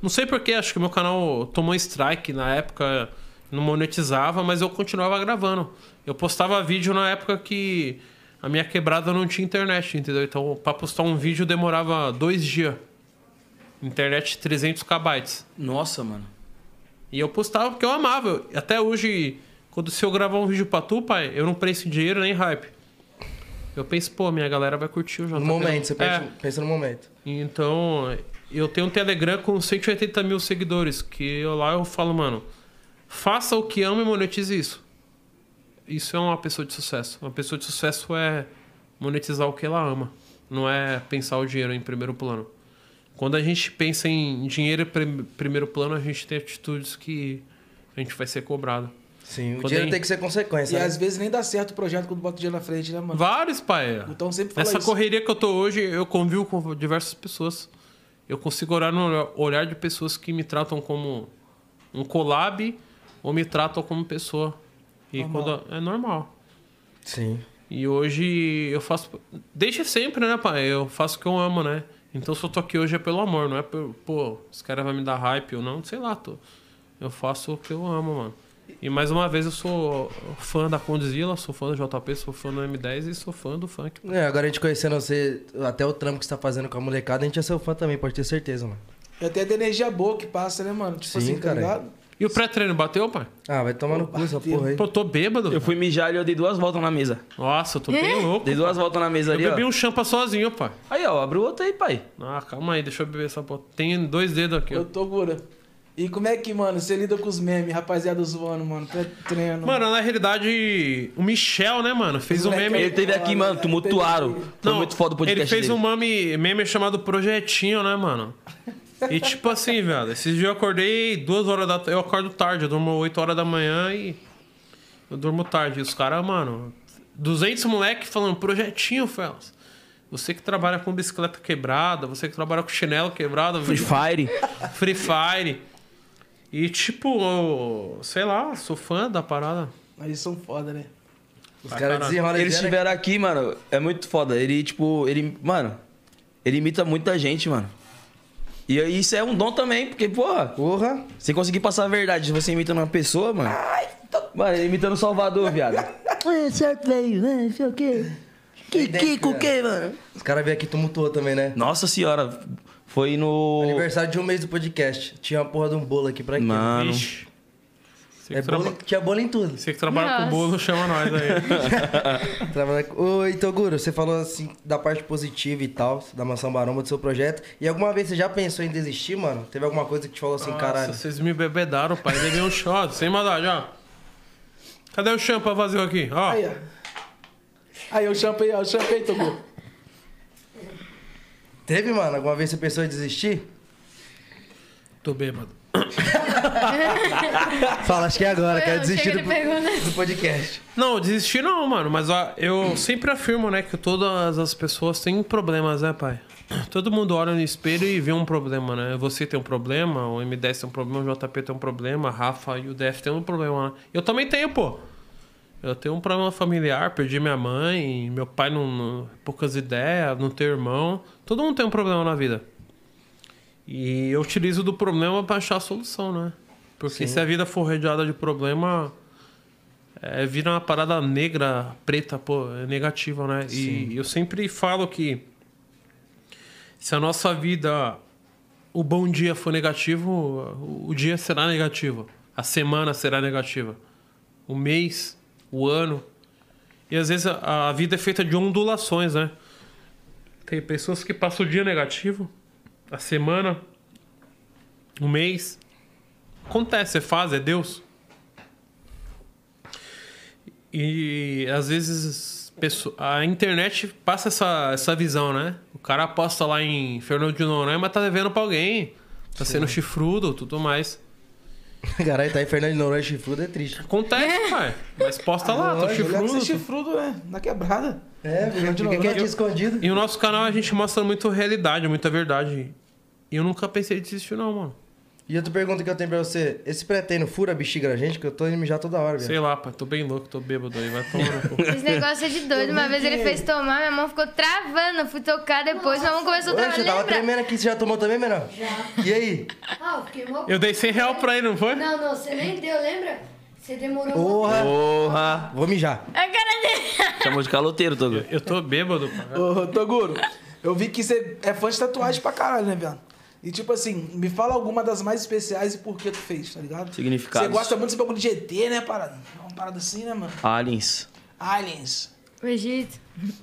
S4: Não sei porquê, acho que meu canal tomou strike na época, não monetizava, mas eu continuava gravando. Eu postava vídeo na época que a minha quebrada não tinha internet, entendeu? Então, pra postar um vídeo demorava dois dias. Internet 300 KB.
S2: Nossa, mano.
S4: E eu postava porque eu amava. Até hoje, quando se eu gravar um vídeo pra tu, pai, eu não preço em dinheiro nem hype. Eu penso, pô, minha galera vai curtir o JP.
S1: No momento, você pensa,
S4: É.
S1: pensa no momento.
S4: Então, eu tenho um Telegram com 180 mil seguidores, que eu, lá eu falo, mano, faça o que ama e monetize isso. Isso é uma pessoa de sucesso. Uma pessoa de sucesso é monetizar o que ela ama, não é pensar o dinheiro em primeiro plano. Quando a gente pensa em dinheiro em prim- primeiro plano, a gente tem atitudes que a gente vai ser cobrado.
S1: Sim,
S3: o dinheiro tem que
S1: ser consequência. né?
S3: E às vezes nem dá certo o projeto quando bota o dinheiro na frente, né, mano?
S4: Vários, pai.
S3: Então sempre fala
S4: Nessa
S3: isso.
S4: correria que eu tô hoje, eu convivo com diversas pessoas. Eu consigo olhar no olhar de pessoas que me tratam como um collab ou me tratam como pessoa. E
S1: Normal.
S4: quando é normal.
S1: Sim.
S4: E hoje eu faço. Desde sempre, né, pai? Eu faço o que eu amo, né? Então se eu tô aqui hoje é pelo amor, não é por. Pô, esse cara vai me dar hype ou não, sei lá, tô. Eu faço o que eu amo, mano. E mais uma vez eu sou fã da Condzilla, sou fã do JP, sou fã do M10 e sou fã do funk.
S1: É, agora a gente conhecendo você, até o trampo que você tá fazendo com a molecada, a gente é seu fã também, pode ter certeza, mano.
S3: Eu tenho até é energia boa que passa, né, mano? Tipo
S1: Sim,
S3: assim, tá
S1: cara.
S3: ligado?
S4: E o pré-treino bateu, pai?
S1: Ah, vai tomar no cu essa porra aí.
S4: Pô, tô bêbado.
S2: Eu fui mijar e eu dei duas voltas na mesa.
S4: Nossa, eu tô bem louco.
S2: Dei duas voltas na mesa
S4: Eu
S2: ali.
S4: bebi
S2: ó.
S4: um champa sozinho, pai.
S2: Aí, ó, abriu outro aí, pai.
S4: Ah, calma aí, deixa eu beber essa porra. Tem dois dedos aqui, ó.
S3: Eu tô gura. E como é que, mano, você lida com os memes, rapaziada zoando, mano? Pré treino.
S4: Mano, na realidade, o Michel, né, mano, fez um
S3: Moleque,
S4: meme.
S2: é Ele teve aqui,
S4: né?
S2: mano, tumultuaram. Foi muito foda o podcast
S4: Ele fez
S2: dele.
S4: um meme, meme chamado Projetinho, né, mano? E tipo assim, velho, esses dias eu acordei duas horas da Eu acordo tarde, eu durmo 8 horas da manhã e. Eu durmo tarde. E os caras, mano, 200 moleque falando, projetinho, Fels. Você que trabalha com bicicleta quebrada, você que trabalha com chinelo quebrado.
S2: Free Fire.
S4: Free Fire. E tipo, eu, sei lá, sou fã da parada.
S3: Mas eles são foda, né?
S1: Os caras desenrolam né?
S2: Eles estiveram aqui, mano. É muito foda. Ele, tipo, ele. Mano, ele imita muita gente, mano. E aí isso é um dom também, porque, porra.
S1: Porra.
S2: Você conseguir passar a verdade, você imitando uma pessoa, mano. Mano, ele imitando Salvador, viado.
S1: certo, velho. É, sei o quê. Que, que, com o quê, mano? Os caras vieram aqui tumultuou também, né?
S2: Nossa senhora, foi no.
S1: Aniversário de um mês do podcast. Tinha uma porra de um bolo aqui pra quê?
S2: Mano.
S1: Vixe. É bolo,
S4: traba-
S1: Tinha bolo em tudo.
S4: Você que trabalha com Nossa. bolo, chama nós aí.
S1: Trabalha com- Oi, Toguro, você falou assim da parte positiva e tal, da Mansão Baromba, do seu projeto. E alguma vez você já pensou em desistir, mano? Teve alguma coisa que te falou assim,
S4: Nossa,
S1: caralho?
S4: vocês me bebedaram, pai. Levei um shot, sem maldade, ó. Cadê o champa vazio aqui? Ó.
S3: Aí, ó. Aí, eu champei, ó, eu champei, Togu.
S1: Teve, mano? Alguma vez você pensou em desistir?
S4: Tô bêbado.
S1: Fala, acho que é agora,
S4: Foi
S1: quero
S4: eu,
S1: desistir
S4: chega,
S1: do,
S4: ele pegou, né?
S1: do podcast.
S4: Não, desistir não, mano. Mas ó, eu sempre afirmo, né, que todas as pessoas têm problemas, né, pai? Todo mundo olha no espelho e vê um problema, né? Você tem um problema, o M10 tem um problema, o JP tem um problema, a Rafa e o DF tem um problema, né? Eu também tenho, pô. Eu tenho um problema familiar, perdi minha mãe, meu pai não, não- poucas ideias, não tenho irmão. Todo mundo tem um problema na vida. E eu utilizo do problema pra achar a solução, né? Porque
S2: Sim.
S4: se a vida for rodeada de problema, é, vira uma parada negra, preta, pô, é negativa, né? E eu sempre falo que se a nossa vida, o bom dia for negativo, o- o dia será negativo. A semana será negativa. O mês, o ano. E às vezes a, a vida é feita de ondulações, né? Tem pessoas que passam o dia negativo, a semana, o mês. Acontece, é fase, é Deus. E às vezes pesso- a internet passa essa, essa visão, né? O cara aposta lá em Fernando de Noronha, mas tá devendo pra alguém. Tá sendo chifrudo, tudo mais.
S1: Caralho, tá aí Fernando de Noronha chifrudo é triste.
S4: Acontece, pai. Mas posta lá, tô chifrudo. tô-
S3: é chifrudo, né? Na quebrada.
S1: É,
S3: Fernando de
S1: fica
S3: Noronha.
S1: quietinho escondido.
S4: E o nosso canal a gente mostra muito realidade, muita verdade. E eu nunca pensei em desistir, não, mano.
S1: E outra pergunta que eu tenho pra você: esse pretendo fura a bexiga da gente? Que eu tô indo mijar toda hora, velho.
S4: Sei lá, pai, tô bem louco, tô bêbado aí, vai tomar no cu.
S8: Esse negócio é de doido. Uma vez ele fez tomar, minha mão ficou travando. Eu fui tocar depois, minha mão começou a
S1: Oxe, eu
S8: travar.
S1: tava
S8: Lembra?
S1: tremendo aqui, você já tomou também, menor?
S11: Já.
S1: E aí?
S11: Ah, eu fiquei mó...
S4: Eu dei 100 real pra ele, não foi?
S11: Não, não, você nem deu, lembra? Você demorou...
S1: Porra!
S2: Porra!
S1: Vou mijar.
S11: A cara dele...
S2: Chamou de caloteiro, Toguro.
S4: Eu tô bêbado, pai.
S3: Ô, Toguro, eu vi que você é fã de tatuagem pra caralho, né, viado? E tipo assim, me fala alguma das mais especiais e por que tu fez, tá ligado?
S2: Significados.
S3: Você gosta muito desse bagulho de GT, né, parada? É uma parada assim, né, mano?
S2: Aliens.
S3: Aliens.
S8: O Egito.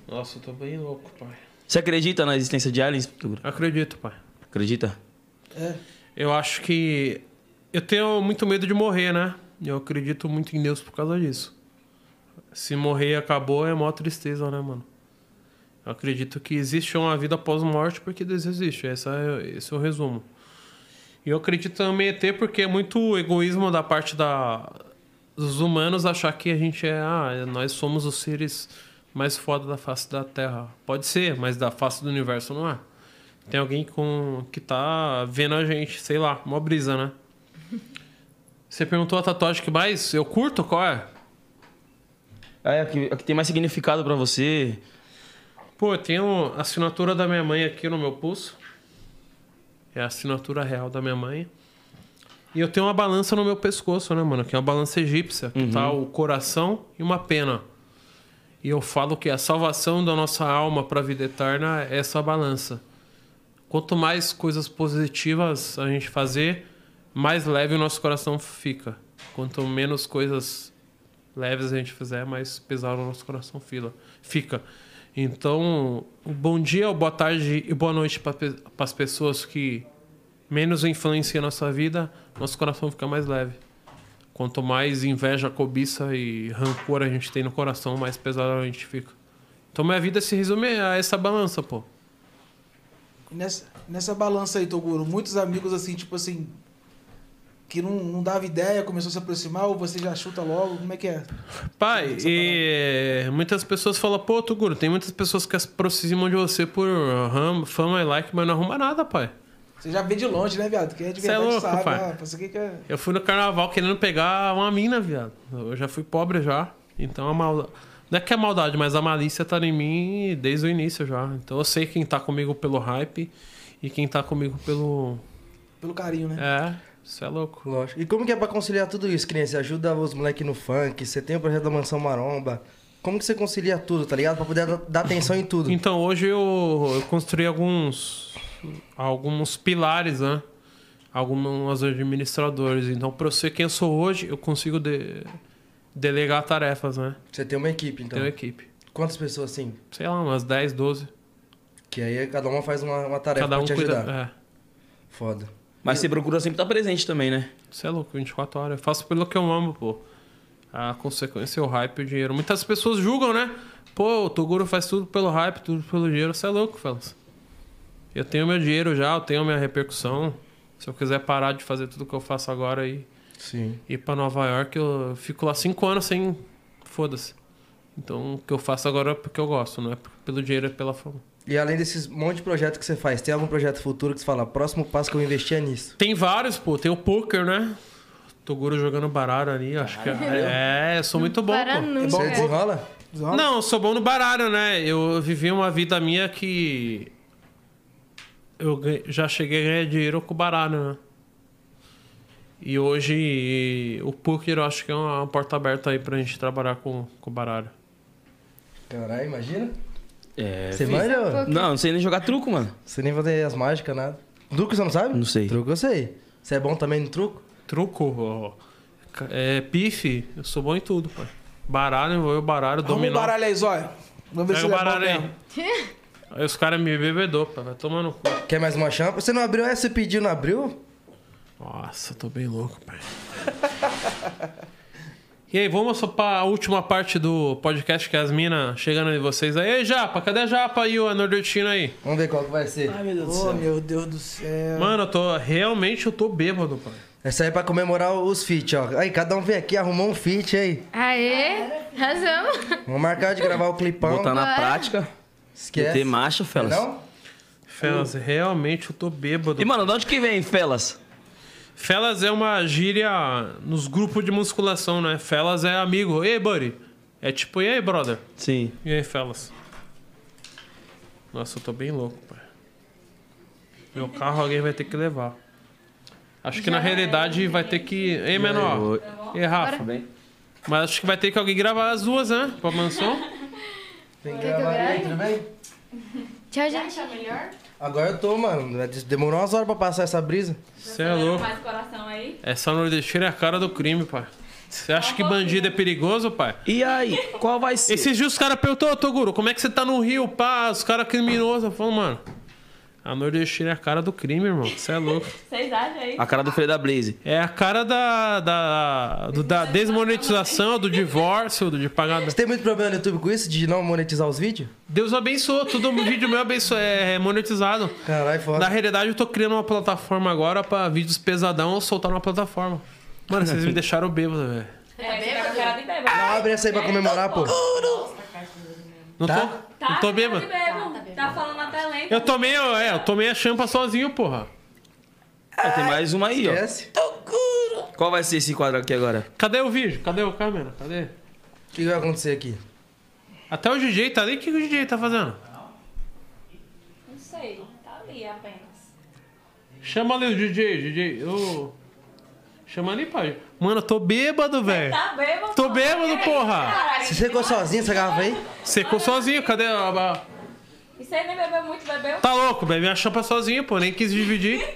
S4: Nossa, eu tô bem louco, pai.
S2: Você acredita na existência de aliens, Toguro?
S4: Acredito, pai.
S2: Acredita?
S4: Eu acho que. Eu tenho muito medo de morrer, né? Eu acredito muito em Deus por causa disso. Se morrer e acabou, é a maior tristeza, né, mano? Eu acredito que existe uma vida após a morte porque Deus existe. Essa é, esse é o resumo. E eu acredito também em ET porque é muito egoísmo da parte da, dos humanos achar que a gente é. Ah, nós somos os seres mais foda da face da Terra. Pode ser, mas da face do universo não é. Tem alguém com que tá vendo a gente, sei lá, mó brisa, né? Você perguntou a tatuagem que mais eu curto? Qual é?
S2: É, a que, a que tem mais significado pra você.
S4: Pô, eu tenho a assinatura da minha mãe aqui no meu pulso. É a assinatura real da minha mãe. E eu tenho uma balança no meu pescoço, né, mano? Que é uma balança egípcia, que tá o coração e uma pena. E eu falo que a salvação da nossa alma pra vida eterna é essa balança. Quanto mais coisas positivas a gente fazer, mais leve o nosso coração fica. Quanto menos coisas leves a gente fizer, mais pesado o nosso coração fila- fica. Então, o bom dia, o boa tarde e boa noite para as pessoas que menos influenciam a nossa vida, nosso coração fica mais leve. Quanto mais inveja, cobiça e rancor a gente tem no coração, mais pesado a gente fica. Então, minha vida se resume a essa balança, pô.
S3: E nessa, nessa balança aí, Toguro, muitos amigos assim, tipo assim, que não, não dava ideia, começou a se aproximar, ou você já chuta logo, como é que é?
S4: Pai, e muitas pessoas falam, pô, Tuguro, tem muitas pessoas que se aproximam de você por ram- fama e like, mas não arruma nada, pai.
S3: Você já vê de longe, né, viado? Quem é de
S4: Cê é
S3: verdade
S4: louco,
S3: sabe,
S4: pai.
S3: ah, passa aqui que é...
S4: Eu fui no carnaval querendo pegar uma mina, viado. Eu já fui pobre já. Então a maldade. Não é que a maldade, mas a malícia tá em mim desde o início já. Então eu sei quem tá comigo pelo hype. E quem tá comigo pelo.
S3: Pelo carinho, né?
S4: É, isso é louco.
S1: Lógico. E como que é pra conciliar tudo isso, criança? Você ajuda os moleques no funk, você tem o projeto da Mansão Maromba. Como que você concilia tudo, tá ligado? Pra poder dar- dar atenção em tudo.
S4: Então, hoje eu, eu construí alguns, alguns pilares, né? Algumas administradores. Então, pra eu ser quem eu sou hoje, eu consigo de- delegar tarefas, né?
S1: Você tem uma equipe, então?
S4: Tenho equipe.
S1: Quantas pessoas, assim?
S4: Sei lá, umas 10, 12.
S1: Que aí cada uma faz uma, uma tarefa
S4: Cada
S1: é pra
S4: um
S1: te
S4: cuida-
S1: ajudar. Foda.
S2: Mas você procura sempre estar presente também, né?
S4: Você é louco, 24 horas. Eu faço pelo que eu amo, pô. A consequência é o hype e o dinheiro. Muitas pessoas julgam, né? Pô, o Toguro faz tudo pelo hype, tudo pelo dinheiro. Você é louco, Felas. Eu tenho meu dinheiro já, eu tenho minha repercussão. Se eu quiser parar de fazer tudo que eu faço agora e
S1: Sim.
S4: ir pra Nova York, eu fico lá cinco anos sem. Foda-se. Então, o que eu faço agora é porque eu gosto, não é pelo dinheiro, é pela fama.
S1: E além desses monte de projeto que você faz, tem algum projeto futuro que você fala, próximo passo que eu investir é nisso?
S4: Tem vários, pô. Tem o poker, né? Toguro jogando baralho ali, acho que
S1: Caralho.
S4: é. É, eu sou muito bom,
S1: para
S4: pô.
S1: nunca. Você desenrola? Desenrola?
S4: Não, eu sou bom no baralho, né? Eu vivi uma vida minha que. Eu ganhei- já cheguei a ganhar dinheiro com baralho, né? E hoje o poker eu acho que é uma porta aberta aí pra gente trabalhar com, com baralho.
S1: Caralho, imagina.
S2: É.
S1: Você
S2: filho.
S1: manja?
S2: Não, não sei nem jogar truco, mano.
S1: Você nem fazer as mágicas, nada. Truco você não sabe? Não
S2: sei.
S1: Truco eu sei. Você é bom também no truco?
S4: Truco, ó. Ca- É, pife, eu sou bom em tudo, pai. Baralho, envolveu baralho,
S3: Arruma um
S4: dominó.
S3: baralho aí, Zóia. Vamos ver
S4: Pega
S3: se
S4: o
S3: ele é bom
S4: baralho aí.
S3: mesmo.
S4: Aí os caras me bebedou, pai. Vai tomando cu.
S1: Quer mais uma champa? Você não abriu essa e pediu, não abriu?
S4: Nossa, tô bem louco, pai. E aí, vamos só pra última parte do podcast que as minas chegando de vocês aí. Ei, Japa, cadê a Japa e o nordestino aí?
S1: Vamos ver qual que vai ser.
S4: Ai, meu Deus
S3: Oh, meu Deus do céu.
S4: Mano, eu tô. Realmente eu tô bêbado, pai.
S1: Essa aí é pra comemorar os feat, ó. Aí, cada um vem aqui, arrumou um feat aí.
S8: Aê, arrasamos.
S1: Vamos marcar de gravar o clipão.
S2: Botar na
S8: Bora.
S9: é?
S2: prática.
S1: Esquece.
S2: Meter marcha, Felas.
S1: Não?
S4: Felas, realmente eu tô bêbado.
S2: Hum. E, mano, de onde que vem Felas?
S4: Felas é uma gíria nos grupos de musculação, né? Felas é amigo. Ei, buddy. É tipo, e aí, brother?
S2: Sim.
S4: E aí, Felas? Nossa, eu tô bem louco, pai. Meu carro alguém vai ter que levar. Acho que na realidade vai ter que. Ei, menor. Ei, Rafa. Mas acho que vai ter que alguém gravar as duas, né? Pra mansão.
S1: Tem que
S8: Quer que eu
S1: gravar aí,
S8: grave?
S1: tudo bem?
S8: Tchau, gente. melhor?
S1: Agora eu tô, mano. Demorou umas horas pra passar essa brisa.
S4: Você
S1: tá
S4: é louco.
S9: Mais coração aí.
S4: Essa nordestina é a cara do crime, pai. Você acha que bandido é perigoso, pai?
S2: E aí, qual vai ser?
S4: Esses dias os caras perguntou, ô Toguro, como é que você tá no Rio, pá? Os caras criminosos. Eu falo, mano, a nordestina é a cara do crime, irmão. Você é louco.
S9: Vocês acham aí?
S2: A cara do Freio da Blaze.
S4: É a cara da, da, do- da desmonetização, do divórcio, do de pagar.
S1: Você tem muito problema no YouTube com isso, de não monetizar os vídeos?
S4: Deus abençoou, todo vídeo meu abençoou, é monetizado.
S1: Caralho, É foda.
S4: Na realidade, eu tô criando uma plataforma agora pra vídeos pesadão soltar na plataforma. Mano, vocês me deixaram bêbado, velho.
S9: É bêbado? Cara de bêbado.
S1: Não, abre essa aí pra comemorar, pô.
S4: Não,
S1: Tá?
S4: tô, não tô bêbado.
S9: Tá, tá falando até lento.
S4: Eu tomei, eu- é, eu tomei a champa sozinho, porra.
S2: Ah, tem mais uma aí,
S1: Esquece.
S2: ó. Qual vai ser esse quadro aqui agora?
S4: Cadê o vídeo? Cadê o câmera? Cadê?
S1: O que vai acontecer aqui?
S4: Até o DJ tá ali? O que que o DJ tá fazendo?
S9: Não sei. Tá ali apenas.
S4: Chama ali o DJ, DJ. Ô. Chama ali, pai. Mano, eu tô bêbado, velho.
S9: Tá bêbado?
S4: É. Tô bêbado,
S9: Que
S4: porra.
S9: isso, caralho?
S1: Você secou sozinho essa garrafa aí?
S4: Secou sozinho, cadê a. a-
S9: Isso aí nem bebeu muito, bebeu?
S4: Tá louco, bebe a champa sozinho, pô, nem quis dividir.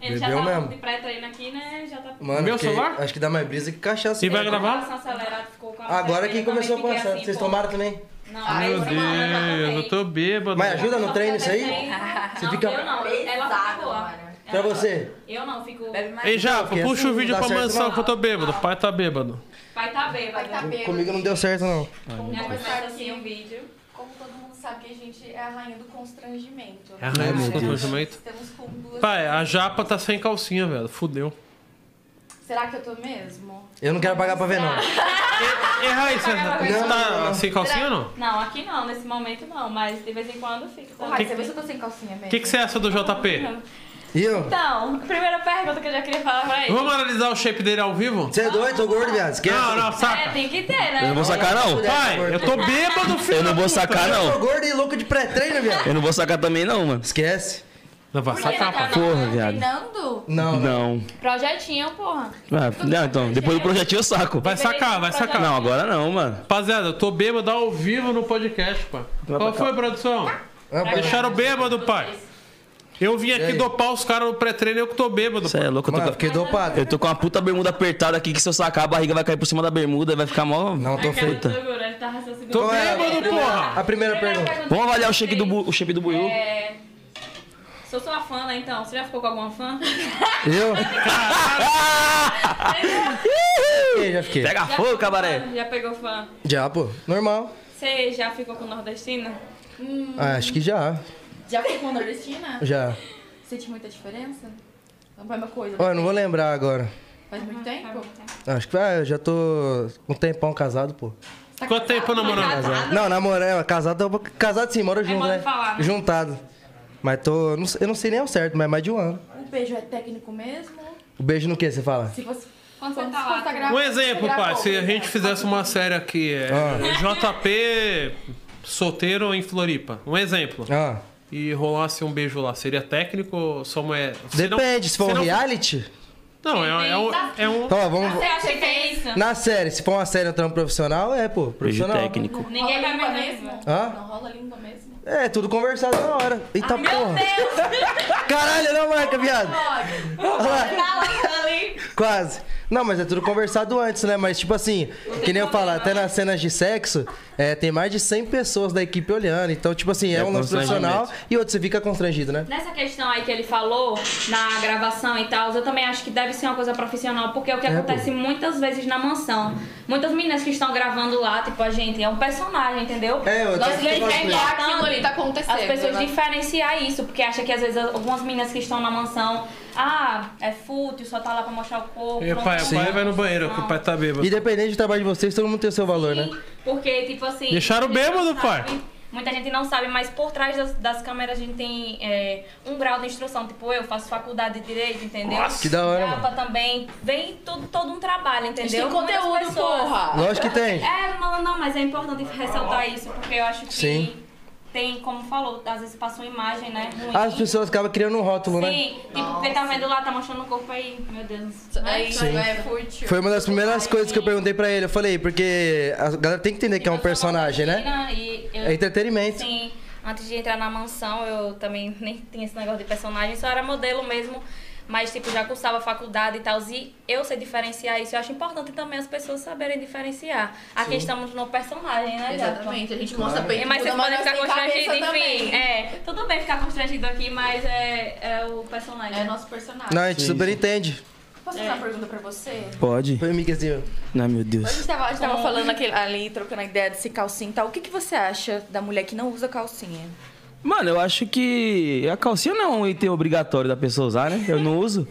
S9: Ele já
S1: Bebeu
S9: tá
S1: mesmo.
S9: de pré-treino aqui, né? Já tá...
S1: Mano,
S4: Meu
S1: que-
S4: celular?
S1: Acho que dá mais brisa que cachaça.
S4: E vai
S9: O
S4: gravar?
S9: coração acelerado ficou com a
S1: Agora quem
S9: Eu também
S1: começou a
S9: fiquei
S1: passar.
S9: assim,
S1: Vocês
S9: pô.
S1: tomaram também?
S9: Não,
S4: Meu
S9: eu tomei, eu
S4: Deus, eu tô bêbado.
S1: Mas ajuda no treino isso aí? Você
S9: Você não,
S1: fica-
S9: eu não. Ela tá boa.
S1: Pra você.
S9: Eu não, fico...
S4: Ei, Japa,
S1: Porque
S4: puxa
S1: assim
S4: o vídeo
S1: não dá
S4: pra
S1: certo,
S4: mansão
S1: não.
S4: que eu tô bêbado. O pai tá bêbado.
S9: Vai tá bêbado. Vai tá
S1: Comigo não deu certo, não.
S9: Já começa assim o vídeo.
S5: um Como todo mundo sabe que a gente é a rainha do constrangimento. Né?
S4: É a
S1: Né,
S4: rainha do constrangimento.
S5: Estamos com duas.
S4: Pai, a japa tá sem calcinha, velho. Fudeu.
S5: Será que eu tô mesmo?
S1: Eu não quero pagar pra ver, não.
S4: E Raíssa,
S1: Não,
S4: você
S1: não,
S4: tá
S1: não.
S4: sem calcinha ou não?
S9: Não, aqui não, nesse momento não, mas de vez em quando fica.
S5: Porra, você vê se eu tô sem calcinha mesmo.
S4: O que, que você acha do JP?
S1: E eu?
S9: Então, a primeira pergunta que eu já queria falar
S5: Tá,
S9: pra ele.
S4: Vamos analisar o shape dele ao vivo?
S1: Você é doido? Tô gordo, viado. Esquece.
S4: Não, não,
S9: É,
S4: saca.
S9: tem que ter, né?
S2: Eu não vou sacar, não.
S4: Pai, eu tô bêbado, filho.
S2: Eu não
S4: da
S2: vou
S4: puta.
S2: sacar,
S1: Eu tô
S2: Ah, não.
S1: gordo e louco de pré-treino, viado.
S2: Eu não vou sacar também, não, mano.
S1: Esquece.
S4: Não, vai
S9: Por quê?
S4: sacar,
S9: Tá
S4: pai.
S2: Porra,
S9: não
S2: viado.
S9: treinando?
S2: Não. Não.
S9: Projetinho, porra.
S2: Ah, não, então, depois do projetinho eu saco.
S4: Vai sacar, vai sacar.
S2: Não, agora não, mano.
S4: Rapaziada, eu tô bêbado ao vivo no podcast, pai. Qual foi, produção? Deixaram bêbado, pai. Eu vim aqui dopar os caras no pré-treino, eu que tô bêbado.
S2: Você é louco, eu tô, com... eu tô com uma puta bermuda apertada aqui que se eu sacar a barriga vai cair por cima da bermuda, vai ficar mó. Não, tô feita.
S9: Segura, ele tá raciocinando.
S2: Tô bêbado, porra!
S1: é A primeira pergunta.
S2: Vamos avaliar o shape do, bu... o shape do buiú?
S9: É... Sou sua fã, né, então? Você já ficou com alguma fã?
S2: Eu?
S1: Fiquei, já fiquei.
S9: Já ficou com fã? Já pegou fã?
S1: Já, pô. Normal.
S9: Você já ficou com nordestina? Hum.
S1: Ah, acho que já.
S9: Já ficou com nordestina?
S1: Já.
S9: Sente muita diferença? Não faz uma coisa.
S1: Ó, eu não vou lembrar agora.
S9: Faz muito tempo?
S1: Acho que ah, eu já tô um tempão casado, pô.
S4: Quanto tempo namorando?
S1: Casado. Não, namorando, casado, casado sim, moro junto,
S9: modo de
S1: né?
S9: falar, né?
S1: Juntado. Mas tô, não sei- eu não sei nem ao certo, mas é mais de um ano.
S5: O beijo é técnico mesmo?
S1: O beijo no que você fala?
S5: Se você. Quando você tá
S12: né?
S5: lá.
S4: Um exemplo, pai, se a gente fizesse uma série aqui, é,
S1: Ah.
S4: JP solteiro em Floripa. Um exemplo.
S1: Ah.
S4: E rolasse um beijo lá, seria técnico ou só mulher? Se não-
S1: Depende, se for um
S4: não-
S1: reality.
S4: Não, é, é um. É um...
S2: Tá,
S1: Então, ó, vamos.
S9: acha que é isso?
S1: Na série, se for uma série no trampo profissional, é, pô, profissional.
S9: Ninguém vai me mesmo?
S1: Hã?
S5: Não rola língua mesmo?
S1: É, tudo conversado na hora. Eita porra.
S9: Deus!
S1: Caralho, não marca, viado. Quase. Não, mas é tudo conversado antes, né? Mas, tipo assim, que nem eu falo, até
S9: né?
S1: nas cenas de sexo, é, tem mais de 100 pessoas da equipe olhando. Então, tipo assim, é,
S2: É
S1: um lance profissional
S2: constrangimento.
S1: e outro, você fica constrangido, né?
S9: Nessa questão aí que ele falou, na gravação e tal, eu também acho que deve ser uma coisa profissional, porque é o que
S1: É, pô.
S9: acontece muitas vezes na mansão. Muitas meninas que estão gravando lá, tipo, a gente é um personagem, entendeu?
S1: É, eu
S9: Nós
S1: tenho que ter
S9: vezes é
S1: gosto
S9: importante
S5: Aquilo ali tá acontecendo,
S9: As pessoas
S5: né?
S9: diferenciar isso, porque acha que às vezes algumas meninas que estão na mansão, ah, é fútil, só tá lá pra mostrar o corpo.
S4: E
S9: não
S4: pai,
S9: tem
S4: o pai
S9: noção.
S4: vai no banheiro, que o pai tá bêbado.
S1: Independente do trabalho de vocês, todo mundo tem o seu valor, né?
S9: Porque, tipo assim.
S4: Deixaram
S9: muita gente
S4: bêbado,
S9: não
S4: pai.
S9: sabe, Muita gente não sabe, mas por trás das, das câmeras a gente tem é, um grau de instrução. Tipo, eu faço faculdade de direito, entendeu?
S1: Nossa, que da hora,
S9: Grava também. Vem todo, todo um trabalho, entendeu?
S5: tem conteúdo,
S9: Muitas pessoas-
S5: porra.
S1: Lógico que tem.
S9: É, não, não, mas é importante ressaltar isso, porque eu acho que
S1: Sim. Ah,
S9: tem, como falou, às vezes passa uma imagem, né? Ruim.
S1: As pessoas acabam criando um rótulo, né?
S9: Sim, tipo, porque tá vendo lá, tá mostrando o corpo aí, meu Deus.
S5: É isso,
S1: Sim.
S5: é fútil.
S1: Foi uma das primeiras coisas que eu perguntei pra ele. Eu falei, porque a galera tem que entender que é um personagem, né?
S9: ah, E eu-
S1: É entretenimento.
S9: Sim. Antes de entrar na mansão, eu também nem tinha esse negócio de personagem, só era modelo mesmo. Mas, tipo, já cursava faculdade e tal. E eu sei diferenciar isso. Eu acho importante também as pessoas saberem diferenciar. Aqui
S5: Sim.
S9: estamos no personagem, né, Jota?
S5: Exatamente, a gente mostra peito,
S9: Mas vocês
S5: bunda,
S9: podem
S5: mas
S9: ficar
S5: tem
S9: constrangidos,
S5: cabeça
S9: enfim.
S5: também.
S9: É, tudo bem ficar constrangido aqui, mas é, é o personagem. É nosso personagem.
S1: Não, a gente super entende.
S5: Posso fazer uma pergunta pra você?
S2: Pode.
S1: Foi, Miguelzinho.
S2: Ai, meu
S5: A
S2: Deus.
S5: gente tava, a gente tava
S9: Como?
S5: falando aquele- ali, trocando a ideia desse calcinho e tal. O que, que você acha da mulher que não usa calcinha?
S2: Mano, eu acho que a calcinha não é um item obrigatório da pessoa usar, né? Eu não uso.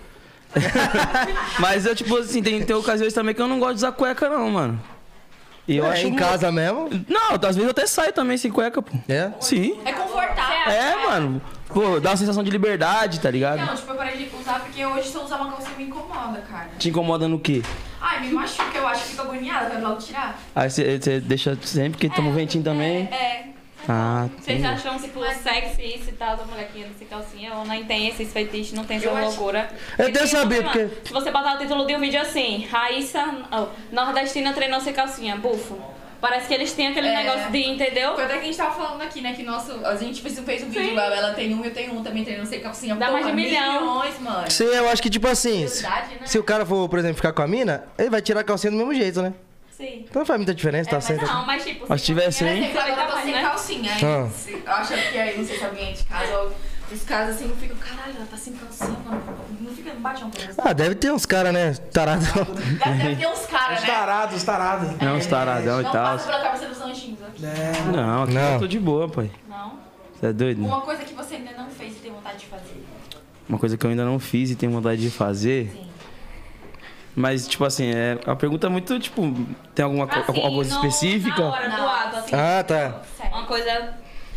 S2: Mas eu, tipo assim, tem, tem ocasiões também que eu não gosto de usar cueca, não, mano. E eu
S1: É,
S2: acho
S1: em
S2: uma-
S1: casa mesmo?
S2: Não, às vezes eu até saio também sem cueca, pô.
S1: É?
S2: Sim.
S5: É confortável.
S2: É, mano. Pô, dá uma sensação de liberdade, tá
S12: Não,
S2: ligado?
S12: tipo, eu parei de usar porque hoje se eu usar uma calcinha me incomoda, cara.
S2: Te incomoda no quê?
S12: Ai, me machuca, eu acho que fico agoniada, vai logo tirar.
S2: Aí você deixa sempre que toma um ventinho também.
S9: É.
S2: Ah,
S9: Vocês
S2: tem.
S9: acham, tipo, sexy isso e tal, da mulher que anda sem calcinha, ou nem tem esses fetiches, não tem essa loucura.
S1: Eu
S9: Porque
S1: até
S9: tem
S1: sabia,
S9: uma-
S1: porque-
S9: Se você botar o título de um vídeo assim, Raíssa, oh, nordestina treinou sem calcinha, bufo. Parece que eles têm aquele
S12: É.
S9: negócio de, entendeu?
S12: Foi até É que a gente tava falando aqui, né? Que nosso, a gente fez, fez um vídeo igual, ela tem um, eu tenho um também, tem não sei calcinha.
S9: Dá
S12: Porra,
S9: mais de milhão.
S12: Milhões, mano.
S1: Sim, eu acho que, tipo assim, se,
S12: Curiosidade, né?
S1: se o cara for, por exemplo, ficar com a mina, ele vai tirar a calcinha do mesmo jeito, né?
S9: Sim.
S1: Então não faz muita diferença, tá certo.
S9: Não, mas tipo,
S2: Mas se tivesse,
S12: Por
S2: hein?
S12: exemplo, agora eu tô sem
S9: Né?
S12: calcinha, aí
S1: Ah.
S12: se- acha que aí, não sei se alguém é de casa ou dos casos assim, eu fico, caralho, ela tá sem calcinha, mano. Não fica, não bate um pouco.
S1: Ah, deve ter uns caras, né? Tarado.
S12: Deve
S9: um
S12: ter uns caras,
S3: Os
S12: né?
S3: tarados, os
S4: É um
S3: tarados.
S2: Não, os taradão e
S12: Não
S2: tal.
S12: passa pela cabeça dos anjinhos, né?
S4: É.
S2: Não, aqui eu tô de boa, pai.
S12: Não.
S2: Você é doido? né?
S12: Uma coisa que você ainda não fez e tem vontade de fazer.
S2: Uma coisa que eu ainda não fiz e tenho vontade de fazer. Mas, tipo assim, é uma pergunta muito, tipo, tem alguma co-
S9: Assim,
S2: alguma coisa
S9: no-
S2: específica?
S9: Na hora do ato, assim.
S2: Ah, tá.
S9: Uma coisa.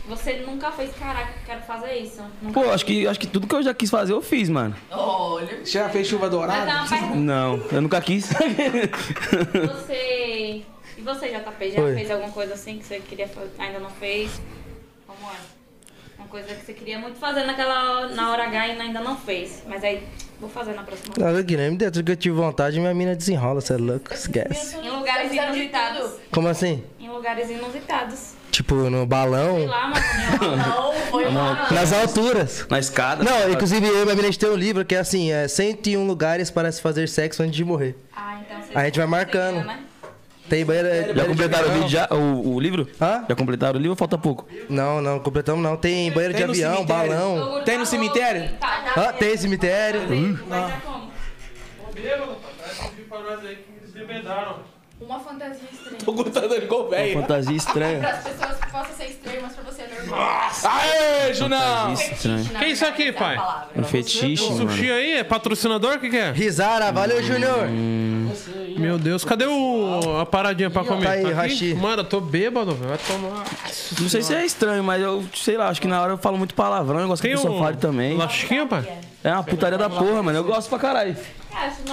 S9: Você nunca fez, caraca, quero fazer isso. Nunca
S2: Pô, acho que, acho que tudo que eu já quis fazer, eu fiz, mano.
S12: Olha.
S3: Já fez chuva dourada?
S9: Mas é uma pergunta.
S2: Não, eu nunca quis.
S9: Você. E você, JP, já
S2: Oi.
S9: fez alguma coisa assim que você queria fazer, ainda não fez? Como é? Uma coisa que você queria muito fazer naquela, na hora H e ainda não fez. Mas aí, vou fazer na próxima vez.
S1: Olha, Guilherme, dentro Tá que eu tive vontade, minha mina desenrola, você é louco, esquece.
S9: Em lugares inusitados.
S1: Como assim?
S9: Em lugares inusitados.
S1: Tipo, no balão?
S9: Sei lá, mas não, foi lá.
S1: Nas alturas.
S2: Na escada.
S1: Não, inclusive eu e minha mina a gente tem um livro que é assim, é 101 lugares para se fazer sexo antes de morrer.
S9: Ah, então você
S1: A gente vai marcando.
S9: né?
S1: Tem banheiro.
S2: Já completaram o vídeo já? O, o livro?
S1: Hã?
S2: Já completaram o livro ou falta pouco?
S1: Não, não, completamos não. Tem banheiro
S2: Tem
S1: de
S2: no
S1: avião,
S2: cemitério?
S1: balão.
S3: Tem
S9: um
S3: no cemitério?
S9: tá,
S1: Hã? tem cemitério.
S4: Ah. Bêbado, traz um vídeo pra nós aí que me desbebedaram.
S12: Uma fantasia estranha.
S3: Tô contando ele igual
S1: É
S3: velho.
S2: fantasia
S12: Para
S2: estranha.
S12: as pessoas que possa ser estranho, mas pra você é normal.
S3: Aê, Junão!
S1: é
S2: Fantasia estranha.
S4: Que isso
S12: é
S4: aqui, pai?
S2: Um fetiche,
S4: O
S2: mano.
S4: sushi aí é patrocinador? O que, que é?
S1: Risara, valeu, Júnior.
S4: Meu Deus, cadê o, a paradinha pra comer?
S1: Tá aí,
S4: aqui?
S1: Hashi.
S4: Mano, eu tô bêbado, velho. Vai tomar.
S2: Não sei se é estranho, mas eu sei lá, acho que na hora eu falo muito palavrão, eu gosto que a
S4: Tem
S2: pessoa
S4: um
S2: fale também.
S4: Lasquinha, pai?
S2: É uma putaria da porra, mano. Eu gosto pra caralho.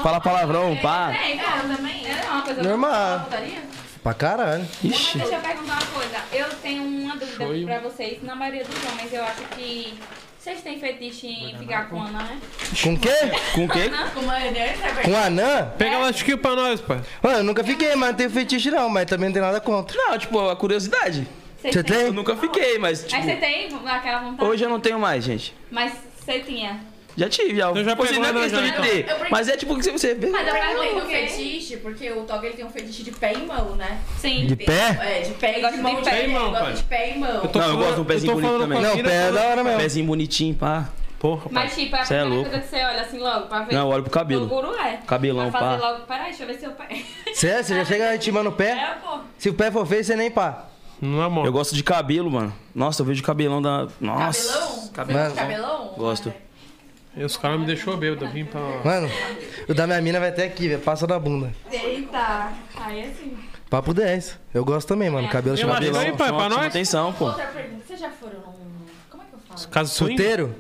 S2: Fala palavrão, pá.
S12: É, cara, também. É uma coisa
S1: Normal.
S9: Putaria?
S1: Pra caralho.
S2: Ixi.
S9: Deixa eu perguntar uma coisa. Eu tenho uma dúvida
S2: um
S9: pra vocês. Na maioria dos homens, eu acho que vocês têm fetiche em ficar com anã, né?
S1: Com o quê?
S2: Com o quê?
S9: Ah, Com uma né?
S1: Com anã?
S4: Pega a lasquinha pra nós, pai.
S1: Mano, eu nunca fiquei, mas não tenho fetiche não, mas também não tem nada contra.
S2: Não, tipo, a curiosidade.
S1: Você tem?
S2: Eu nunca fiquei, mas tipo,
S9: Mas você tem aquela vontade?
S2: hoje eu não tenho mais, gente.
S9: Mas você tinha.
S2: Já tive, já.
S4: Então já
S2: Tipo,
S4: pegou
S2: não é
S4: na
S2: questão
S4: já,
S2: de
S4: então.
S2: ter.
S12: Eu brinco-
S2: Mas é tipo que você vê.
S12: Mas eu perguntei do
S9: por quê?
S12: um fetiche, porque o Tog ele tem um fetiche de pé e mão, né?
S9: Sim.
S1: De pé?
S12: É, de pé
S9: Eu
S12: e de mão.
S9: gosto de
S12: de
S9: pé
S12: pé.
S4: e mão,
S12: Eu
S4: pai.
S12: gosto de pé e mão.
S4: Eu tô
S2: Não, eu
S4: falando-
S2: gosto de um pezinho
S4: eu tô
S2: bonito
S4: falando
S2: também.
S4: com a
S1: Não,
S4: mina
S1: pé é da hora
S4: falando-
S1: mesmo.
S2: Pezinho bonitinho, pá.
S4: Porra, pai.
S9: Mas tipo, a
S2: Cê é
S9: primeira
S2: louco.
S9: coisa que você olha assim logo pra ver.
S2: Não, eu olho pro cabelo.
S9: O guru é.
S2: Cabelão,
S9: pra fazer
S2: pá.
S9: logo, peraí, deixa eu ver seu pé.
S1: Sério? Você já chega intimando o
S9: É,
S1: pé?
S9: pô.
S1: Se o pé for feio, você nem pá.
S4: Não é mão.
S2: Eu gosto de cabelo, mano. Nossa, eu vejo o cabelão da. Nossa.
S12: Cabelão?
S1: Cabelão.
S12: Cabelão?
S2: Gosto.
S4: E Os caras me deixou bêbado. Eu vim pra.
S1: Mano, o da minha mina vai até aqui, velho. Passa da bunda.
S12: Eita.
S9: Aí assim.
S1: Papo 10. Eu gosto também, mano. Cabelo
S4: E
S1: chama
S4: uma-
S1: cabelo.
S4: Aí, pai,
S2: Chama-
S4: pra
S2: chama
S4: nós?
S2: atenção, pô.
S12: Outra pergunta. Vocês já foram num... Como é que eu falo?
S4: Caso swing?
S1: Solteiro?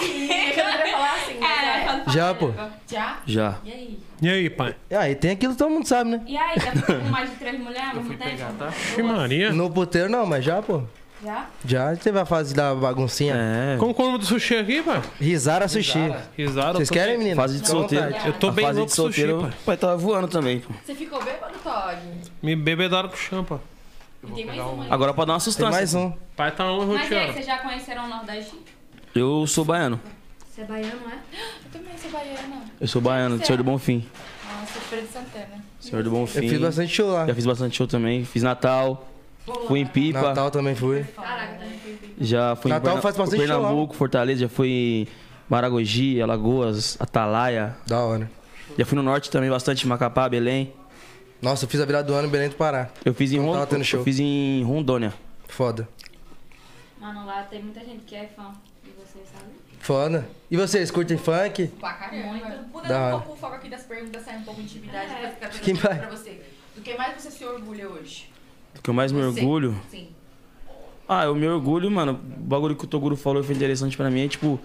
S12: É que eu não queria falar assim, mas
S9: É,
S12: é.
S9: quando fala-
S1: Já, pô.
S12: Já?
S2: Já.
S12: E aí?
S4: E aí, pai?
S1: Ah, e tem aquilo que todo mundo sabe, né?
S9: E aí, já ficou com mais de três mulheres ao mesmo tempo?
S4: Que Maria.
S1: No puteiro não, mas já, pô.
S12: Já?
S1: Já teve a fase da baguncinha.
S2: É.
S4: Como que é o nome do sushi aqui, pai?
S1: Risar a sushi.
S4: Risada.
S1: Vocês
S4: eu tô
S1: querem, Então, tá.
S4: bem-
S1: menino?
S2: Fase de solteiro.
S4: Eu tô
S2: A
S4: bem
S2: fase
S4: louco
S2: de
S4: com sushi,
S2: solteiro.
S4: pai.
S2: Pai, tava voando também, pô.
S12: Você ficou bêbado, Tog?
S4: Me bebedaram com champa.
S12: E tem mais uma ali.
S2: Agora pra dar uma
S1: Tem
S2: sustância.
S1: mais um.
S4: Pai tá um
S9: Mas e aí,
S4: roteando.
S9: vocês já conheceram o Nordeste?
S2: Eu sou baiano.
S9: Você é baiano, é?
S12: Eu também sou baiana.
S2: Eu sou baiano, do Senhor do Bonfim.
S12: Nossa, Feira de Santana.
S2: Senhor do Bonfim.
S1: Eu fiz bastante show lá.
S2: Já fiz bastante show também. Fiz Natal. Fui em Pipa.
S1: Natal também fui.
S12: Caraca,
S11: tá
S12: também fui
S2: Já fui
S1: Natal
S2: em Perna-
S1: faz bastante show lá.
S2: Pernambuco, Fortaleza. Já fui em Maragogi, Alagoas, Atalaia.
S1: Da hora.
S2: Já fui no norte também bastante, Macapá, Belém.
S1: Nossa, eu fiz a virada do ano em Belém do Pará.
S2: Eu fiz em,
S1: Não
S2: Ron-
S1: Então tava tendo show.
S2: eu fiz em Rondônia.
S1: Foda.
S9: Mano, lá tem muita gente que é fã de vocês, sabe?
S1: Foda. E vocês, curtem funk?
S12: pra caramba.
S1: Da
S12: Mudando
S1: hora.
S12: um pouco o foco aqui das perguntas, sai um pouco de intimidade pra ficar
S1: Quem vai?
S12: perguntando pra você. Do que mais você se orgulha hoje?
S2: Do que eu mais me
S12: Você.
S2: orgulho.
S12: Sim.
S2: Ah, eu me orgulho, mano. O bagulho que o Toguro falou foi interessante pra mim. É tipo,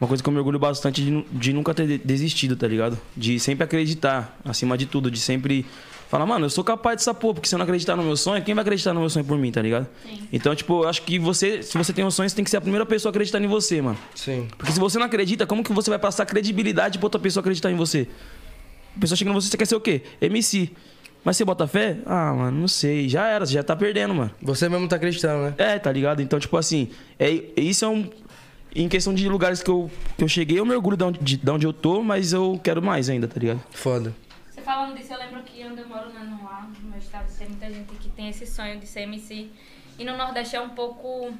S2: uma coisa que eu me orgulho bastante de, nu- de nunca ter de- desistido, tá ligado? De sempre acreditar, acima de tudo. De sempre falar, mano, eu sou capaz dessa porra, porque se eu não acreditar no meu sonho, quem vai acreditar no meu sonho por mim, tá ligado? Então, tipo, eu acho que você, se você tem um sonho, você tem que ser a primeira pessoa a acreditar em você, mano.
S1: Sim.
S2: Porque se você não acredita, como que você vai passar credibilidade pra outra pessoa acreditar em você? A pessoa chega em você, você quer ser o quê? MC. Mas você bota fé? Ah, mano, não sei. Já era, você já tá perdendo, mano.
S1: Você mesmo tá acreditando, né?
S2: É, tá ligado? Então, tipo assim, é, isso é um. Em questão de lugares que eu, que eu cheguei, eu me orgulho de onde, de, de onde eu tô, mas eu quero mais ainda, tá ligado?
S1: Foda.
S9: Você falando disso, eu lembro que onde eu moro, né, no ar, no meu estado, tem muita gente que tem esse sonho de ser MC. E no Nordeste é um pouco,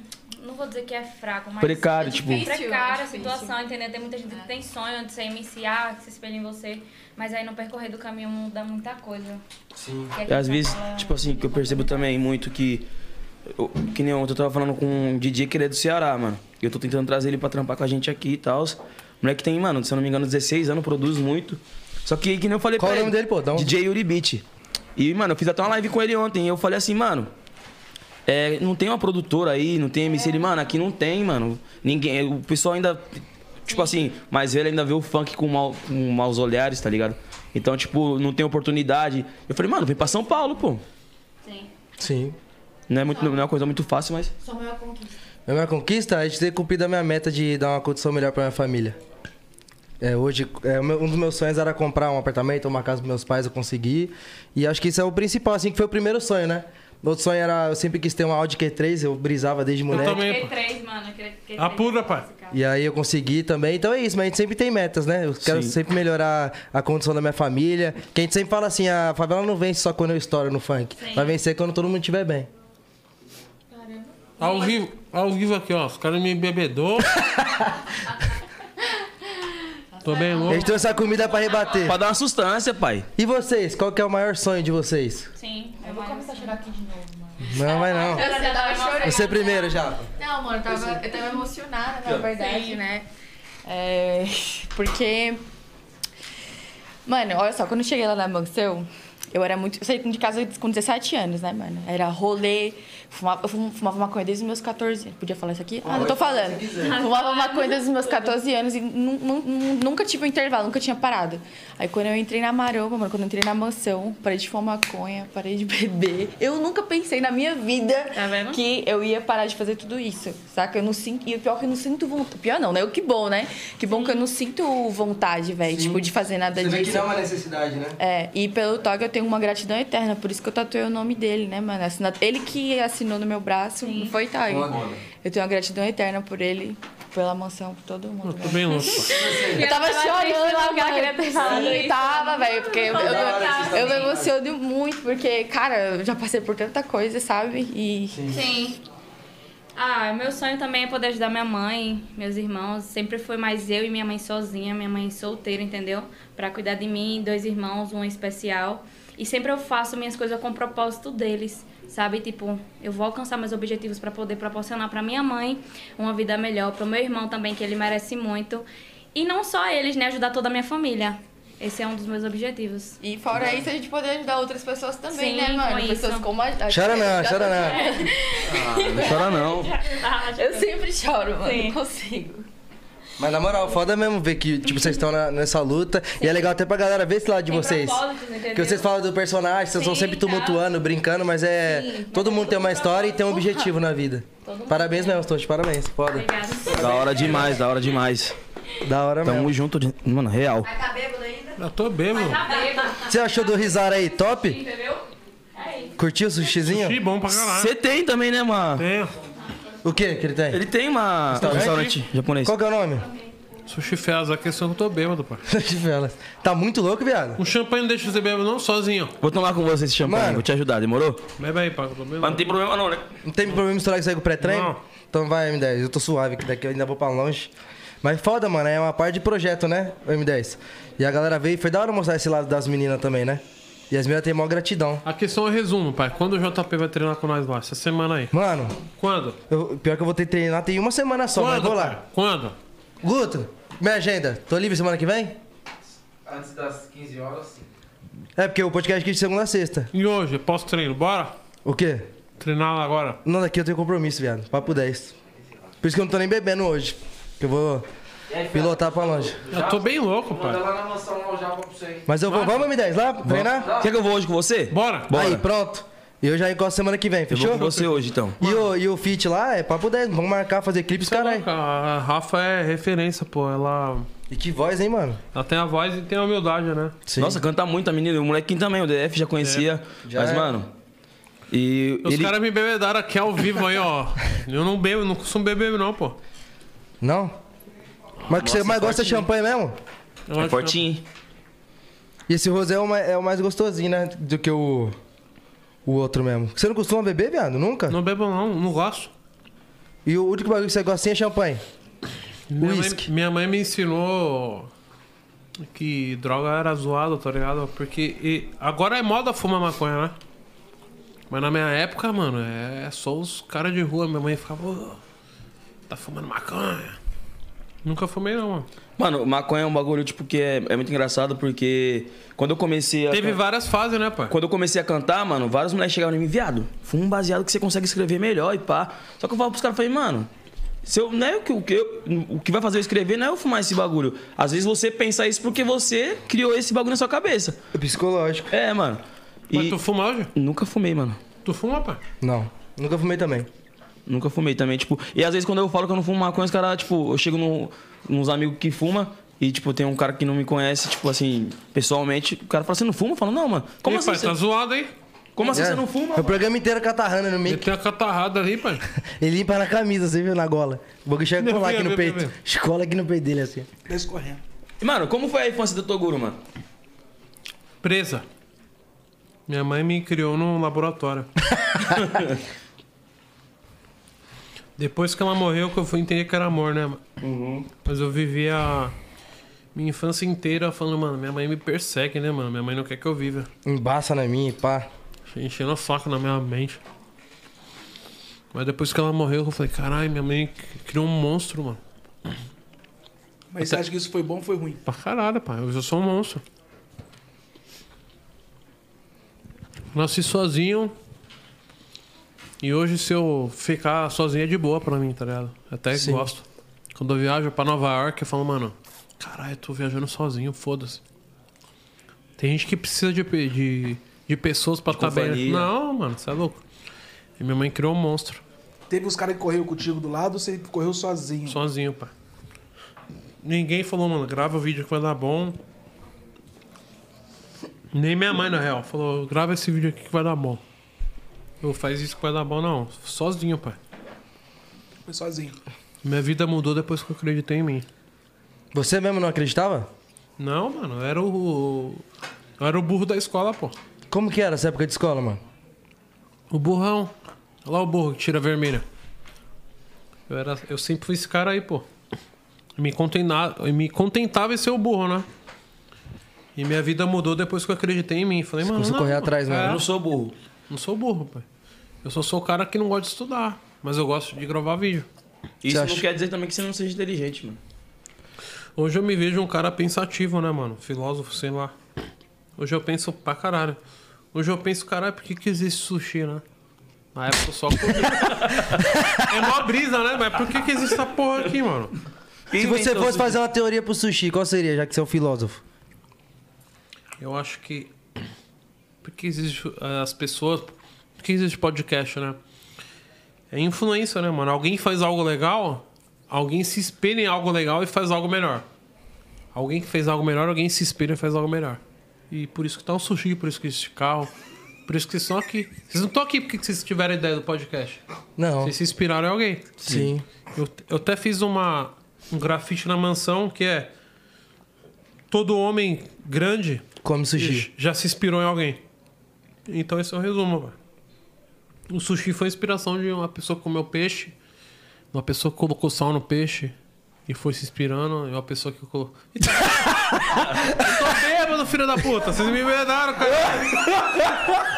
S9: não vou dizer que é fraco, mas...
S2: Precário,
S9: é
S2: tipo-
S9: difícil, Precária a
S12: difícil.
S9: situação, entendeu? Tem muita gente
S5: É.
S9: que tem sonho de ser MC, ah, que se espelha em você. Mas aí no percorrer do caminho muda muita coisa. Sim.
S2: E às vezes, tipo assim, que eu percebo também muito que. eu- que nem ontem eu tava falando com um DJ que ele é do Ceará, mano. E Eu tô tentando trazer ele pra trampar com a gente aqui e tal. Moleque tem, mano, se eu não me engano, 16 anos, produz muito. Só que, que nem eu falei
S1: Qual
S2: pra
S1: o nome
S2: ele,
S1: dele, pô? Dá um-
S2: DJ Yuri Beat. E, mano, eu fiz até uma live com ele ontem. E eu falei assim, mano. é, não tem uma produtora aí, não tem MC. Ele, mano, aqui não tem, mano. Ninguém. O pessoal ainda. Tipo assim, mais velho ainda vê o funk com, mau, com maus olhares, tá ligado? Então, tipo, não tem oportunidade. Eu falei, mano, vem pra São Paulo, pô.
S9: Sim.
S1: Sim.
S2: Não é, muito, não é uma coisa muito fácil, mas.
S12: Sua maior conquista.
S1: A minha conquista é de ter cumprido a minha meta de dar uma condição melhor pra minha família. É, hoje, é, o meu- um dos meus sonhos era comprar um apartamento, uma casa pros meus pais, eu consegui. E acho que isso é o principal, assim, que foi o primeiro sonho, né? Outro sonho era, eu sempre quis ter uma Audi Q3, eu brisava desde moleque.
S9: Q3, mano. Q- Q3.
S4: Apura, pai.
S1: E aí eu consegui também. Então é isso, mas a gente sempre tem metas, né? Eu quero
S4: Sim.
S1: sempre melhorar a condição da minha família. Que a gente sempre fala assim, a favela não vence só quando eu estouro no funk. Vai vencer quando todo mundo estiver bem.
S4: Ao vivo, ao vivo aqui, ó. Os caras me embebedou. Tô bem louco.
S1: Eles trouxeram a comida pra rebater. Pra
S2: dar uma sustância, pai.
S1: E vocês? Qual que é o maior sonho de vocês?
S9: Sim.
S12: Eu assim. vou começar a chorar aqui de novo, mano.
S1: Não, vai não.
S12: Ela já tava chorando.
S1: Você primeiro, já.
S12: Não, mano, eu tava, eu tava emocionada, na verdade,
S5: Sim.
S12: né?
S5: É, porque. Mano, olha só, quando eu cheguei lá na Mansão, eu era muito. Eu saí de casa com 17 anos, né, mano? Era rolê, fumava, eu fum- fumava maconha desde os meus 14. Podia falar isso aqui? Ah, não tô falando. Fumava maconha desde os meus 14 anos e nu- nu- nu- nunca tive um intervalo, nunca tinha parado. Aí quando eu entrei na maromba, mano, quando eu entrei na mansão, parei de fumar maconha, parei de beber. Eu nunca pensei na minha vida que eu ia parar de fazer tudo isso, saca? Eu não sinto. E o pior é que eu não sinto vontade. Pior não, né? O que bom, né? Que bom que eu não sinto vontade, velho, tipo, de fazer nada disso.
S1: necessidade, né?
S5: É, e pelo Tog eu tenho uma gratidão eterna, por isso que eu tatuei o nome dele, né, mano? Assina- Ele que assinou no meu braço não foi Tog.
S1: Foda.
S5: Eu tenho uma gratidão eterna por ele, pela mansão, por todo mundo.
S4: Tô bem louco.
S5: Eu tava
S12: Eu tava
S5: chorando,
S12: triste,
S5: lá,
S12: eu queria ter falado
S5: Sim,
S12: isso.
S5: tava, velho, porque eu, eu,
S12: Da hora que vocês
S5: eu me
S12: também.
S5: emociono muito, porque, cara, eu já passei por tanta coisa, sabe? E.
S9: Sim. Ah, meu sonho também é poder ajudar minha mãe, meus irmãos. Sempre foi mais eu e minha mãe sozinha, minha mãe solteira, entendeu? Pra cuidar de mim, dois irmãos, um especial. E sempre eu faço minhas coisas com o propósito deles, sabe? Tipo, eu vou alcançar meus objetivos pra poder proporcionar pra minha mãe uma vida melhor, pro meu irmão também, que ele merece muito. E não só eles, né? Ajudar toda a minha família. Esse é um dos meus objetivos.
S5: E fora isso, a gente poder ajudar outras pessoas também,
S9: Sim,
S5: né, mano?
S9: com
S5: pessoas
S9: isso.
S5: como a a-
S1: Chora não,
S5: eu já
S1: chora
S5: tô
S1: não.
S5: chorando.
S2: Ah,
S5: Ah.
S2: não chora não.
S5: Eu sempre choro, mano.
S12: Sim.
S5: Não consigo.
S1: Mas na moral, foda mesmo ver que tipo, vocês estão na- nessa luta. E é legal até pra galera ver esse lado de
S5: Tem
S1: vocês.
S5: propósitos, entendeu?
S1: Que vocês falam do personagem, vocês estão
S5: Sim,
S1: sempre
S5: tá.
S1: tumultuando, brincando, mas é.
S5: Sim, mas
S1: todo
S5: é
S1: mundo tem
S5: tudo
S1: uma história e tem um
S5: propósito.
S1: objetivo na vida.
S5: Todo mundo
S1: Parabéns mesmo, Tosh, parabéns. Foda.
S2: Da hora demais, da hora demais.
S1: Da hora
S2: Tamo Tamo junto, de... mano, real.
S10: Tá bêbado ainda?
S4: Eu tô bêbado.
S1: Você achou do Rizar aí top?
S10: Entendeu?
S1: Curtiu o sushizinho?
S4: Sushi bom pra caralho.
S2: Você tem também, né, mano?
S4: Tenho.
S1: O que que ele tem?
S2: Ele tem uma... um restaurante japonês.
S1: Qual que é o nome?
S4: Sushi Felas, a questão que eu tô bêbado, pai.
S1: Sushi Felas. Tá muito louco, viado?
S4: Um champanhe não deixa você bêbado, não, sozinho.
S2: Vou tomar com você esse champanhe,
S1: Mano.
S2: vou te ajudar, demorou?
S4: Bebe aí, pai, que eu tô bêbado.
S2: Mas não tem problema não, né?
S1: Não tem problema misturar isso aí com o pré-treino?
S4: Não.
S1: Então vai, M10. Eu tô suave, que daqui eu ainda vou pra longe. Mas foda, mano. É uma parte de projeto, né, o M10? E a galera veio. Foi da hora mostrar esse lado das meninas também, né? E as meninas têm maior gratidão.
S4: A questão é resumo, pai. Quando o JP vai treinar com nós lá? Essa semana aí.
S1: Mano,
S4: Quando?
S1: eu- pior que eu vou ter que treinar tem uma semana só, mas
S4: Quando,
S1: vou lá.
S4: pai? Quando?
S1: Guto, minha agenda. Tô livre semana que vem?
S13: Antes das 15 horas, sim.
S1: É porque o podcast aqui é de segunda a sexta.
S4: E hoje, pós-treino, bora?
S1: O quê?
S4: Treinar lá agora.
S1: Não, daqui eu tenho compromisso, viado. Papo 10. Por isso que eu não tô nem bebendo hoje. Que eu vou pilotar pra longe.
S4: Eu tô bem louco, pai.
S13: Manda lá na mansão lá o Java pra você, hein?
S1: Mas eu vou. Vamos, M10, lá? Treinar?
S2: Quer que eu vou hoje com você?
S4: Bora.
S2: Bora.
S1: Aí, pronto. E eu já encosto semana que vem,
S2: Eu
S1: fechou?
S2: vou com você hoje, então.
S1: E o, e o fit lá é papo 10. Vamos marcar, fazer clipes,
S4: é
S1: caralho.
S4: A Rafa é referência, pô. Ela.
S1: E que voz, hein, mano?
S4: Ela tem a voz e tem a humildade, né?
S2: Nossa, canta muito a menina. O molequinho também, o DF É, já conhecia. mas,
S4: é.
S2: mano. E
S4: Os
S2: ele.
S4: caras me bebedaram aqui ao vivo aí, ó. Eu não bebo, não costumo beber, não, pô.
S1: Não? Mas, que você
S4: Nossa,
S1: mais gosta de
S4: fortinho.
S1: champanhe mesmo?
S4: Eu acho que-
S2: É fortinho.
S1: E esse rosé é o, mais, é o mais gostosinho, né? Do que o. O outro mesmo. Você não costuma beber, viado? Nunca?
S4: Não bebo, não, não gosto.
S1: E o único bagulho que você gosta assim é champanhe.
S4: Minha mãe, minha mãe me ensinou que droga era zoada, tá ligado? Porque e- agora é moda fumar maconha, né? Mas na minha época, mano, é, é só os caras de rua. Minha mãe ficava, "Ô, tá fumando maconha. Nunca fumei, não, mano.
S2: Mano, maconha é um bagulho, tipo, que é, é muito engraçado, porque quando eu comecei a.
S4: Teve várias fases, né, pai?
S2: Quando eu comecei a cantar, mano, vários moleques chegaram em mim, viado, fuma um baseado que você consegue escrever melhor e pá. Só que eu falo pros caras, falei, mano, se eu, não é o que, o, que eu- o que vai fazer eu escrever não é eu fumar esse bagulho. Às vezes você pensa isso porque você criou esse bagulho na sua cabeça.
S1: É psicológico.
S2: É, mano.
S4: Mas tu fuma hoje?
S2: Nunca fumei, mano.
S4: Tu fuma, pai?
S1: Não. Nunca fumei também.
S2: Nunca fumei também, tipo. E às vezes quando eu falo que eu não fumo maconha, os caras, tipo, eu chego no, nos amigos que fuma e, tipo, tem um cara que não me conhece, tipo assim, pessoalmente, o cara fala, você não fuma? Eu falo, não, mano. Como
S4: Ih,
S2: assim?
S4: pai,
S2: você-
S4: tá zoado, hein?
S2: Como assim você não fuma?
S1: É. O programa inteiro catarrando no meio. Ele
S4: tem a catarrada ali, pai.
S1: Ele limpa na camisa, você viu, na gola. O bagulho chega a colar aqui no
S2: Meu filho, meu
S1: peito. Escola aqui no peito dele, assim.
S3: Desce correndo.
S2: Mano, como foi a infância do Toguro, mano?
S4: Presa. Minha mãe me criou num laboratório. Depois que ela morreu, que eu fui entender que era amor, né? mano? Mas eu vivi a minha infância inteira falando, mano, minha mãe me persegue, né, mano? Minha mãe não quer que eu viva.
S1: Embaça na minha, pá.
S4: Enchendo a faca na minha mente. Mas depois que ela morreu, eu falei, caralho, minha mãe criou um monstro, mano.
S3: Mas você acha que isso foi bom ou foi ruim?
S4: Pra caralho, pai. Hoje eu sou um monstro. Nasci sozinho. E hoje, se eu ficar sozinho, é de boa pra mim, tá ligado? Até
S2: Sim.
S4: gosto. Quando eu viajo pra Nova York, eu falo, mano, caralho, eu tô viajando sozinho, foda-se. Tem gente que precisa de, pe- de, de pessoas pra
S2: De
S4: estar bem.
S2: companhia.
S4: Não, mano, você é louco. E minha mãe criou um monstro.
S3: Teve os caras que correu contigo do lado ou você correu sozinho?
S4: Sozinho, pai. Ninguém falou, mano, grava o vídeo que vai dar bom. Nem minha mãe, na real, falou, grava esse vídeo aqui que vai dar bom. Eu faz isso que vai dar bom, não. Sozinho, pai.
S3: Foi sozinho.
S4: Minha vida mudou depois que eu acreditei em mim.
S1: Você mesmo não acreditava?
S4: Não, mano, eu era o. Eu era o burro da escola, pô.
S1: Como que era essa época de escola, mano?
S4: O burrão. Olha lá o burro que tira a vermelha. Eu, era, eu sempre fui esse cara aí, pô. Eu me, contena- eu me contentava em ser o burro, né? E minha vida mudou depois que eu acreditei em mim. Falei, mano.
S1: começou a
S4: não,
S1: correr
S4: mano,
S1: atrás, né?
S4: é,
S1: Eu não sou
S2: burro.
S4: Não sou burro, pai. Eu só sou o cara que não gosta de estudar. Mas eu gosto de gravar vídeo.
S2: Isso não quer dizer também que você não seja inteligente, mano.
S4: Hoje eu me vejo um cara pensativo, né, mano? Filósofo, sei lá. Hoje eu penso pra caralho. Hoje eu penso, caralho, por que, que existe sushi, né? Na época eu só comia. é mó brisa, né? Mas por que, que existe essa porra aqui, mano?
S1: Se você fosse fazer uma teoria pro sushi, qual seria, já que você é um filósofo?
S4: Eu acho que. Por que existe eh, as pessoas. Por que existe podcast, né? É influência, né, mano? Alguém faz algo legal, alguém se espelha em algo legal e faz algo melhor. Alguém que fez algo melhor, alguém se espelha e faz algo melhor. E por isso que tá um sushi, por isso que existe carro, por isso que vocês estão aqui. Vocês não estão aqui porque vocês tiveram ideia do podcast.
S1: Não.
S4: Vocês se inspiraram em alguém.
S1: Sim.
S4: Eu, eu até fiz uma, um grafite na mansão que é. Todo homem grande
S1: Come sushi.
S4: já se inspirou em alguém. Então esse é o resumo, mano. O sushi foi a inspiração de uma pessoa que comeu peixe, uma pessoa que colocou sal no peixe e foi se inspirando, e uma pessoa que colocou. Eu tô bêbado, filho da puta! Vocês me envenenaram, cara!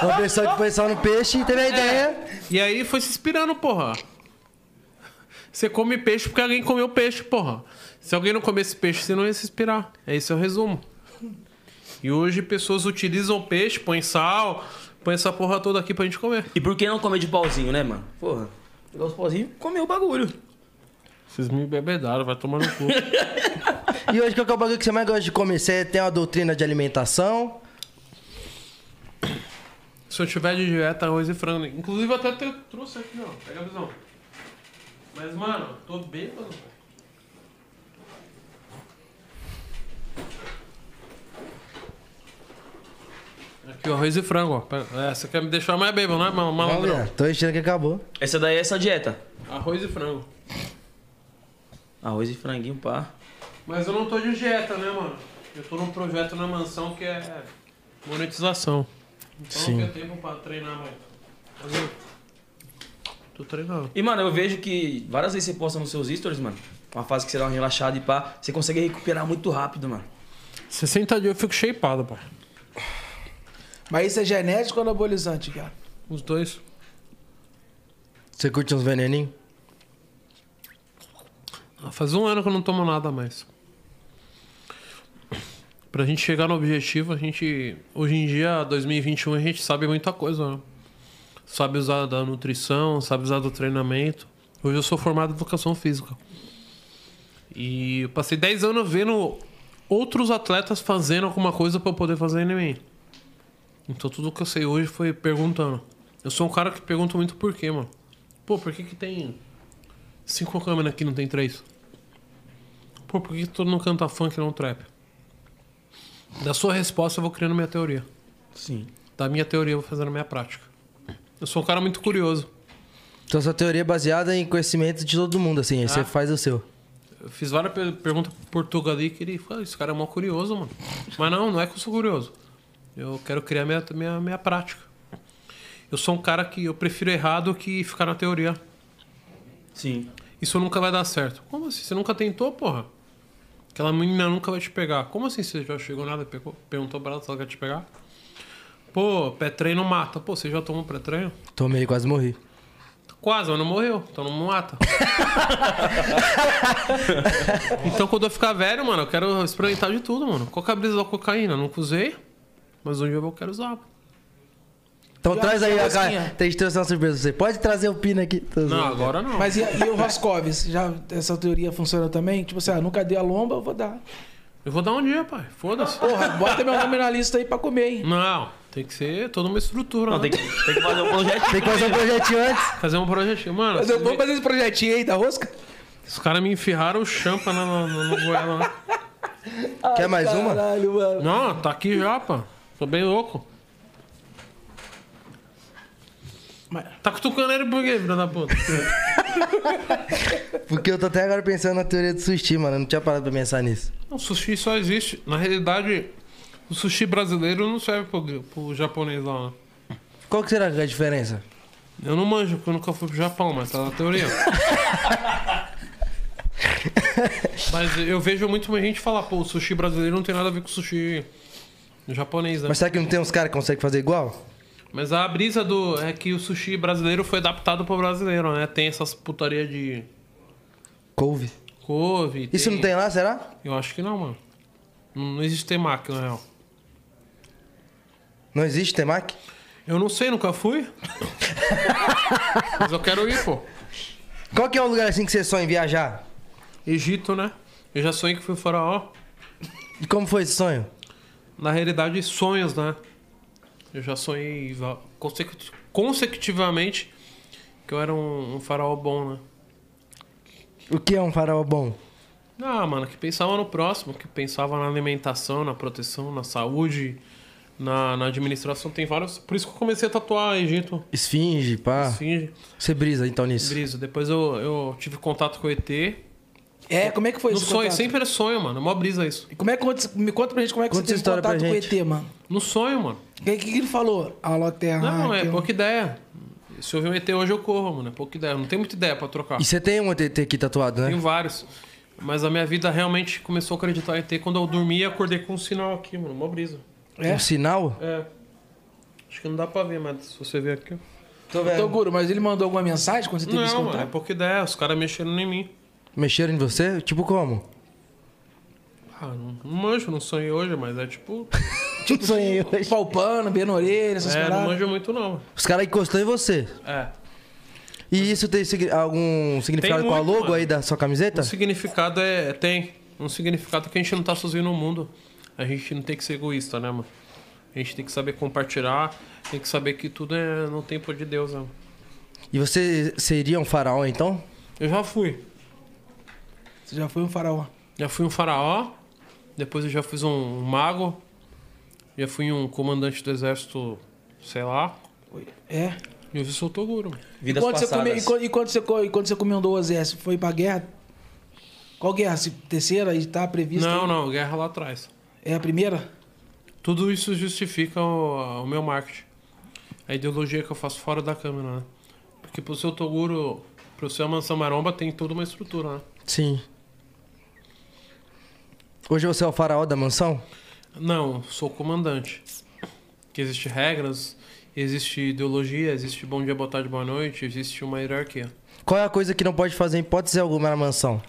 S4: É.
S1: Uma pessoa que foi só no peixe e teve a ideia.
S4: E aí foi se inspirando, porra. Você come peixe porque alguém comeu peixe, porra. Se alguém não comesse peixe, você não ia se inspirar. É esse é o resumo. E hoje pessoas utilizam peixe, põem sal, põem essa porra toda aqui pra gente comer.
S2: E por que não comer de pauzinho, né, mano? Porra, pegar os pauzinhos e comer o bagulho.
S4: Vocês me bebedaram, vai tomar no cu.
S1: E hoje, qual que é o bagulho que você mais gosta de comer? Você tem uma doutrina de alimentação?
S4: Se eu tiver de dieta, arroz e frango. né? Inclusive eu até te- trouxe aqui, ó. Pega a visão. Mas, mano, tô bêbado. velho. Aqui, ó, arroz e frango, ó. Pega- É, você quer me deixar mais bêbado, né, mal- malandrão?
S1: Olha, tô achando que acabou.
S2: Essa daí é essa dieta.
S4: Arroz e frango.
S2: Arroz e franguinho, pá.
S4: Mas eu não tô de dieta, né, mano? Eu tô num projeto na mansão que é monetização. Então
S2: Sim.
S4: não tem tempo pra treinar mais. Mas eu Tô treinando.
S2: E, mano, eu vejo que várias vezes você posta nos seus stories, mano. Uma fase que você dá uma relaxada e pá. Você consegue recuperar muito rápido, mano.
S4: 60 dias eu fico shapeado, pai.
S3: Mas isso é genético ou anabolizante, cara?
S4: Os dois.
S1: Você curte uns veneninhos?
S4: Ah, Faz um ano que eu não tomo nada mais. Pra gente chegar no objetivo, a gente. Hoje em dia, 2021, a gente sabe muita coisa, né? Sabe usar da nutrição, sabe usar do treinamento. Hoje eu sou formado em educação física. E eu passei 10 anos vendo outros atletas fazendo alguma coisa pra eu poder fazer em mim. Então tudo que eu sei hoje foi perguntando. Eu sou um cara que pergunta muito porquê, mano. Pô, por que que tem cinco câmeras aqui e não tem três? Pô, por que que todo mundo canta funk e não trap? Da sua resposta eu vou criando minha teoria.
S3: Sim.
S4: Da minha teoria eu vou fazendo minha prática. Eu sou um cara muito curioso.
S1: Então sua teoria é baseada em conhecimento de todo mundo, assim. Aí
S4: Ah.
S1: você faz o seu.
S4: Eu fiz várias per- perguntas pro Portuga ali que ele falou, esse cara é mó curioso, mano. Mas não, não é que eu sou curioso. Eu quero criar minha, minha, minha prática. Eu sou um cara que eu prefiro errar do que ficar na teoria.
S3: Sim.
S4: Isso nunca vai dar certo. Como assim? Você nunca tentou, porra? Aquela menina nunca vai te pegar. Como assim você já chegou nada? e pegou- perguntou pra ela se ela quer te pegar? Pô, pré-treino mata. Pô, você já tomou pré-treino?
S1: Tomei, quase morri.
S4: Quase, mas não morreu, então não mata. então quando eu ficar velho, mano, eu quero experimentar de tudo, mano. Qual que é a brisa da cocaína? Nunca usei, mas um dia eu quero usar.
S1: Então
S4: E a
S1: traz aí, a
S4: rosquinha?
S1: cara. Tem trouxe uma surpresa pra você. Pode trazer o pino aqui. Tô zoando.
S3: Mas e, e o Roscovis? Já essa teoria funciona também? Tipo assim, ah, nunca dei a lomba, eu vou dar. é
S4: Eu vou dar um dia, pai. Foda-se.
S3: Porra, bota meu nome na lista aí pra comer, hein?
S4: Não, tem que ser toda uma estrutura.
S3: Não,
S4: né?
S3: tem que- tem que fazer um projetinho
S1: Tem que fazer um primeiro. projetinho antes.
S4: Fazer um projetinho, mano.
S3: Mas eu vou fazer esse projetinho aí da rosca?
S4: Os caras me enferraram o champa na, na, na, no goela lá.
S1: Quer mais uma?
S4: Não, tá aqui já, pá. Tô bem louco. Tá cutucando ele por quê, filho da puta?
S1: Porque eu tô até agora pensando na teoria do sushi, mano. Eu não tinha parado pra pensar nisso.
S4: O sushi só existe. Na realidade, o sushi brasileiro não serve pro, pro japonês lá, né?
S1: Qual que será que é a diferença?
S4: Eu não manjo, porque eu nunca fui pro Japão, mas tá na teoria. mas eu vejo muito gente falar, pô, o sushi brasileiro não tem nada a ver com o sushi japonês, né?
S1: Mas será que não tem uns caras que conseguem fazer igual?
S4: Mas a brisa do é que o sushi brasileiro foi adaptado pro brasileiro, né? Tem essas putaria de
S1: Couve.
S4: couve.
S1: Isso não tem lá, será?
S4: Eu acho que não, mano. Não não existe temaki, na real.
S1: Não existe temaki?
S4: Eu não sei, nunca fui. Mas eu quero ir, pô.
S1: Qual que é o lugar assim que você sonha em viajar?
S4: Egito, né? Eu já sonhei que fui faraó.
S1: E como foi esse sonho?
S4: Na realidade, sonhos, né? Eu já sonhei va- consecu- consecutivamente que eu era um, um faraó bom, né?
S1: O que é um faraó bom?
S4: Ah, mano, que pensava no próximo, que pensava na alimentação, na proteção, na saúde, na, na administração. Tem vários. Por isso que eu comecei a tatuar Egito.
S1: Esfinge, pá.
S4: Esfinge.
S1: Você brisa então nisso.
S4: Brisa. Depois eu, eu tive contato com o ET.
S3: É, como é que foi
S4: no
S3: esse
S4: sonho,
S3: contato?
S4: sempre é sonho, mano. É mó brisa isso.
S3: E como é que conta, me conta pra gente como é que
S4: Conta
S3: você
S4: essa
S3: teve
S4: história pra
S3: contato com o
S4: gente.
S3: ET, mano?
S4: No sonho, mano.
S3: O que, que ele falou? Alô, Terra. um-
S4: Não, é
S3: que-
S4: pouca ideia. Se eu ver um ET hoje, eu corro, mano. É pouca ideia. Não tem muita ideia pra trocar.
S1: E você tem um ET aqui tatuado,
S4: Tenho
S1: né?
S4: vários. Mas a minha vida realmente começou a acreditar em ET quando eu dormi e acordei com um sinal aqui, mano. Mó brisa.
S1: Um sinal?
S4: É. Acho que não dá pra ver, mas se você ver aqui.
S1: Tô
S3: Então, Guru, mas ele mandou alguma mensagem quando você teve esse
S4: Não,
S3: contato?
S4: mano, é pouca ideia. Os caras mexeram em mim.
S1: Mexeram em você? Tipo como?
S4: Ah, não, não manjo, não sonhei hoje, mas é tipo.
S1: Tipo sonhei hoje.
S3: Palpando, bem orelha, essas
S4: é, não
S3: paradas.
S4: manjo muito, não.
S1: Os caras encostou em você.
S4: É.
S1: E isso tem signi- algum significado com a
S4: muito,
S1: logo
S4: mano. Um
S1: aí da sua camiseta?
S4: O significado é. Tem. Um significado que a gente não tá sozinho no mundo. A gente não tem que ser egoísta, né, mano? A gente tem que saber compartilhar, tem que saber que tudo é no tempo de Deus, né? mano?
S1: E você seria um faraó então?
S4: Eu já fui.
S3: Você já foi um faraó?
S4: Já fui um faraó, depois eu já fiz um, um mago, já fui um comandante do exército, sei lá.
S3: É.
S4: E eu sou o Toguro. mano.
S3: E quando, você come, e, quando, e quando você, co- e quando é? você comandou o exército, foi pra guerra? Qual guerra? Se- Terceira e tá prevista?
S4: Não, não, guerra lá atrás.
S3: É a primeira?
S4: Tudo isso justifica o, o meu marketing. A ideologia que eu faço fora da câmera, né? Porque pro seu Toguro, pro seu Mansão Maromba, tem toda uma estrutura, né?
S1: Sim. Hoje você é o faraó da mansão?
S4: Não, sou comandante. Que existe regras, existe ideologia, existe bom dia, boa tarde, boa noite, existe uma hierarquia.
S1: Qual é a coisa que não pode fazer em hipótese alguma na mansão?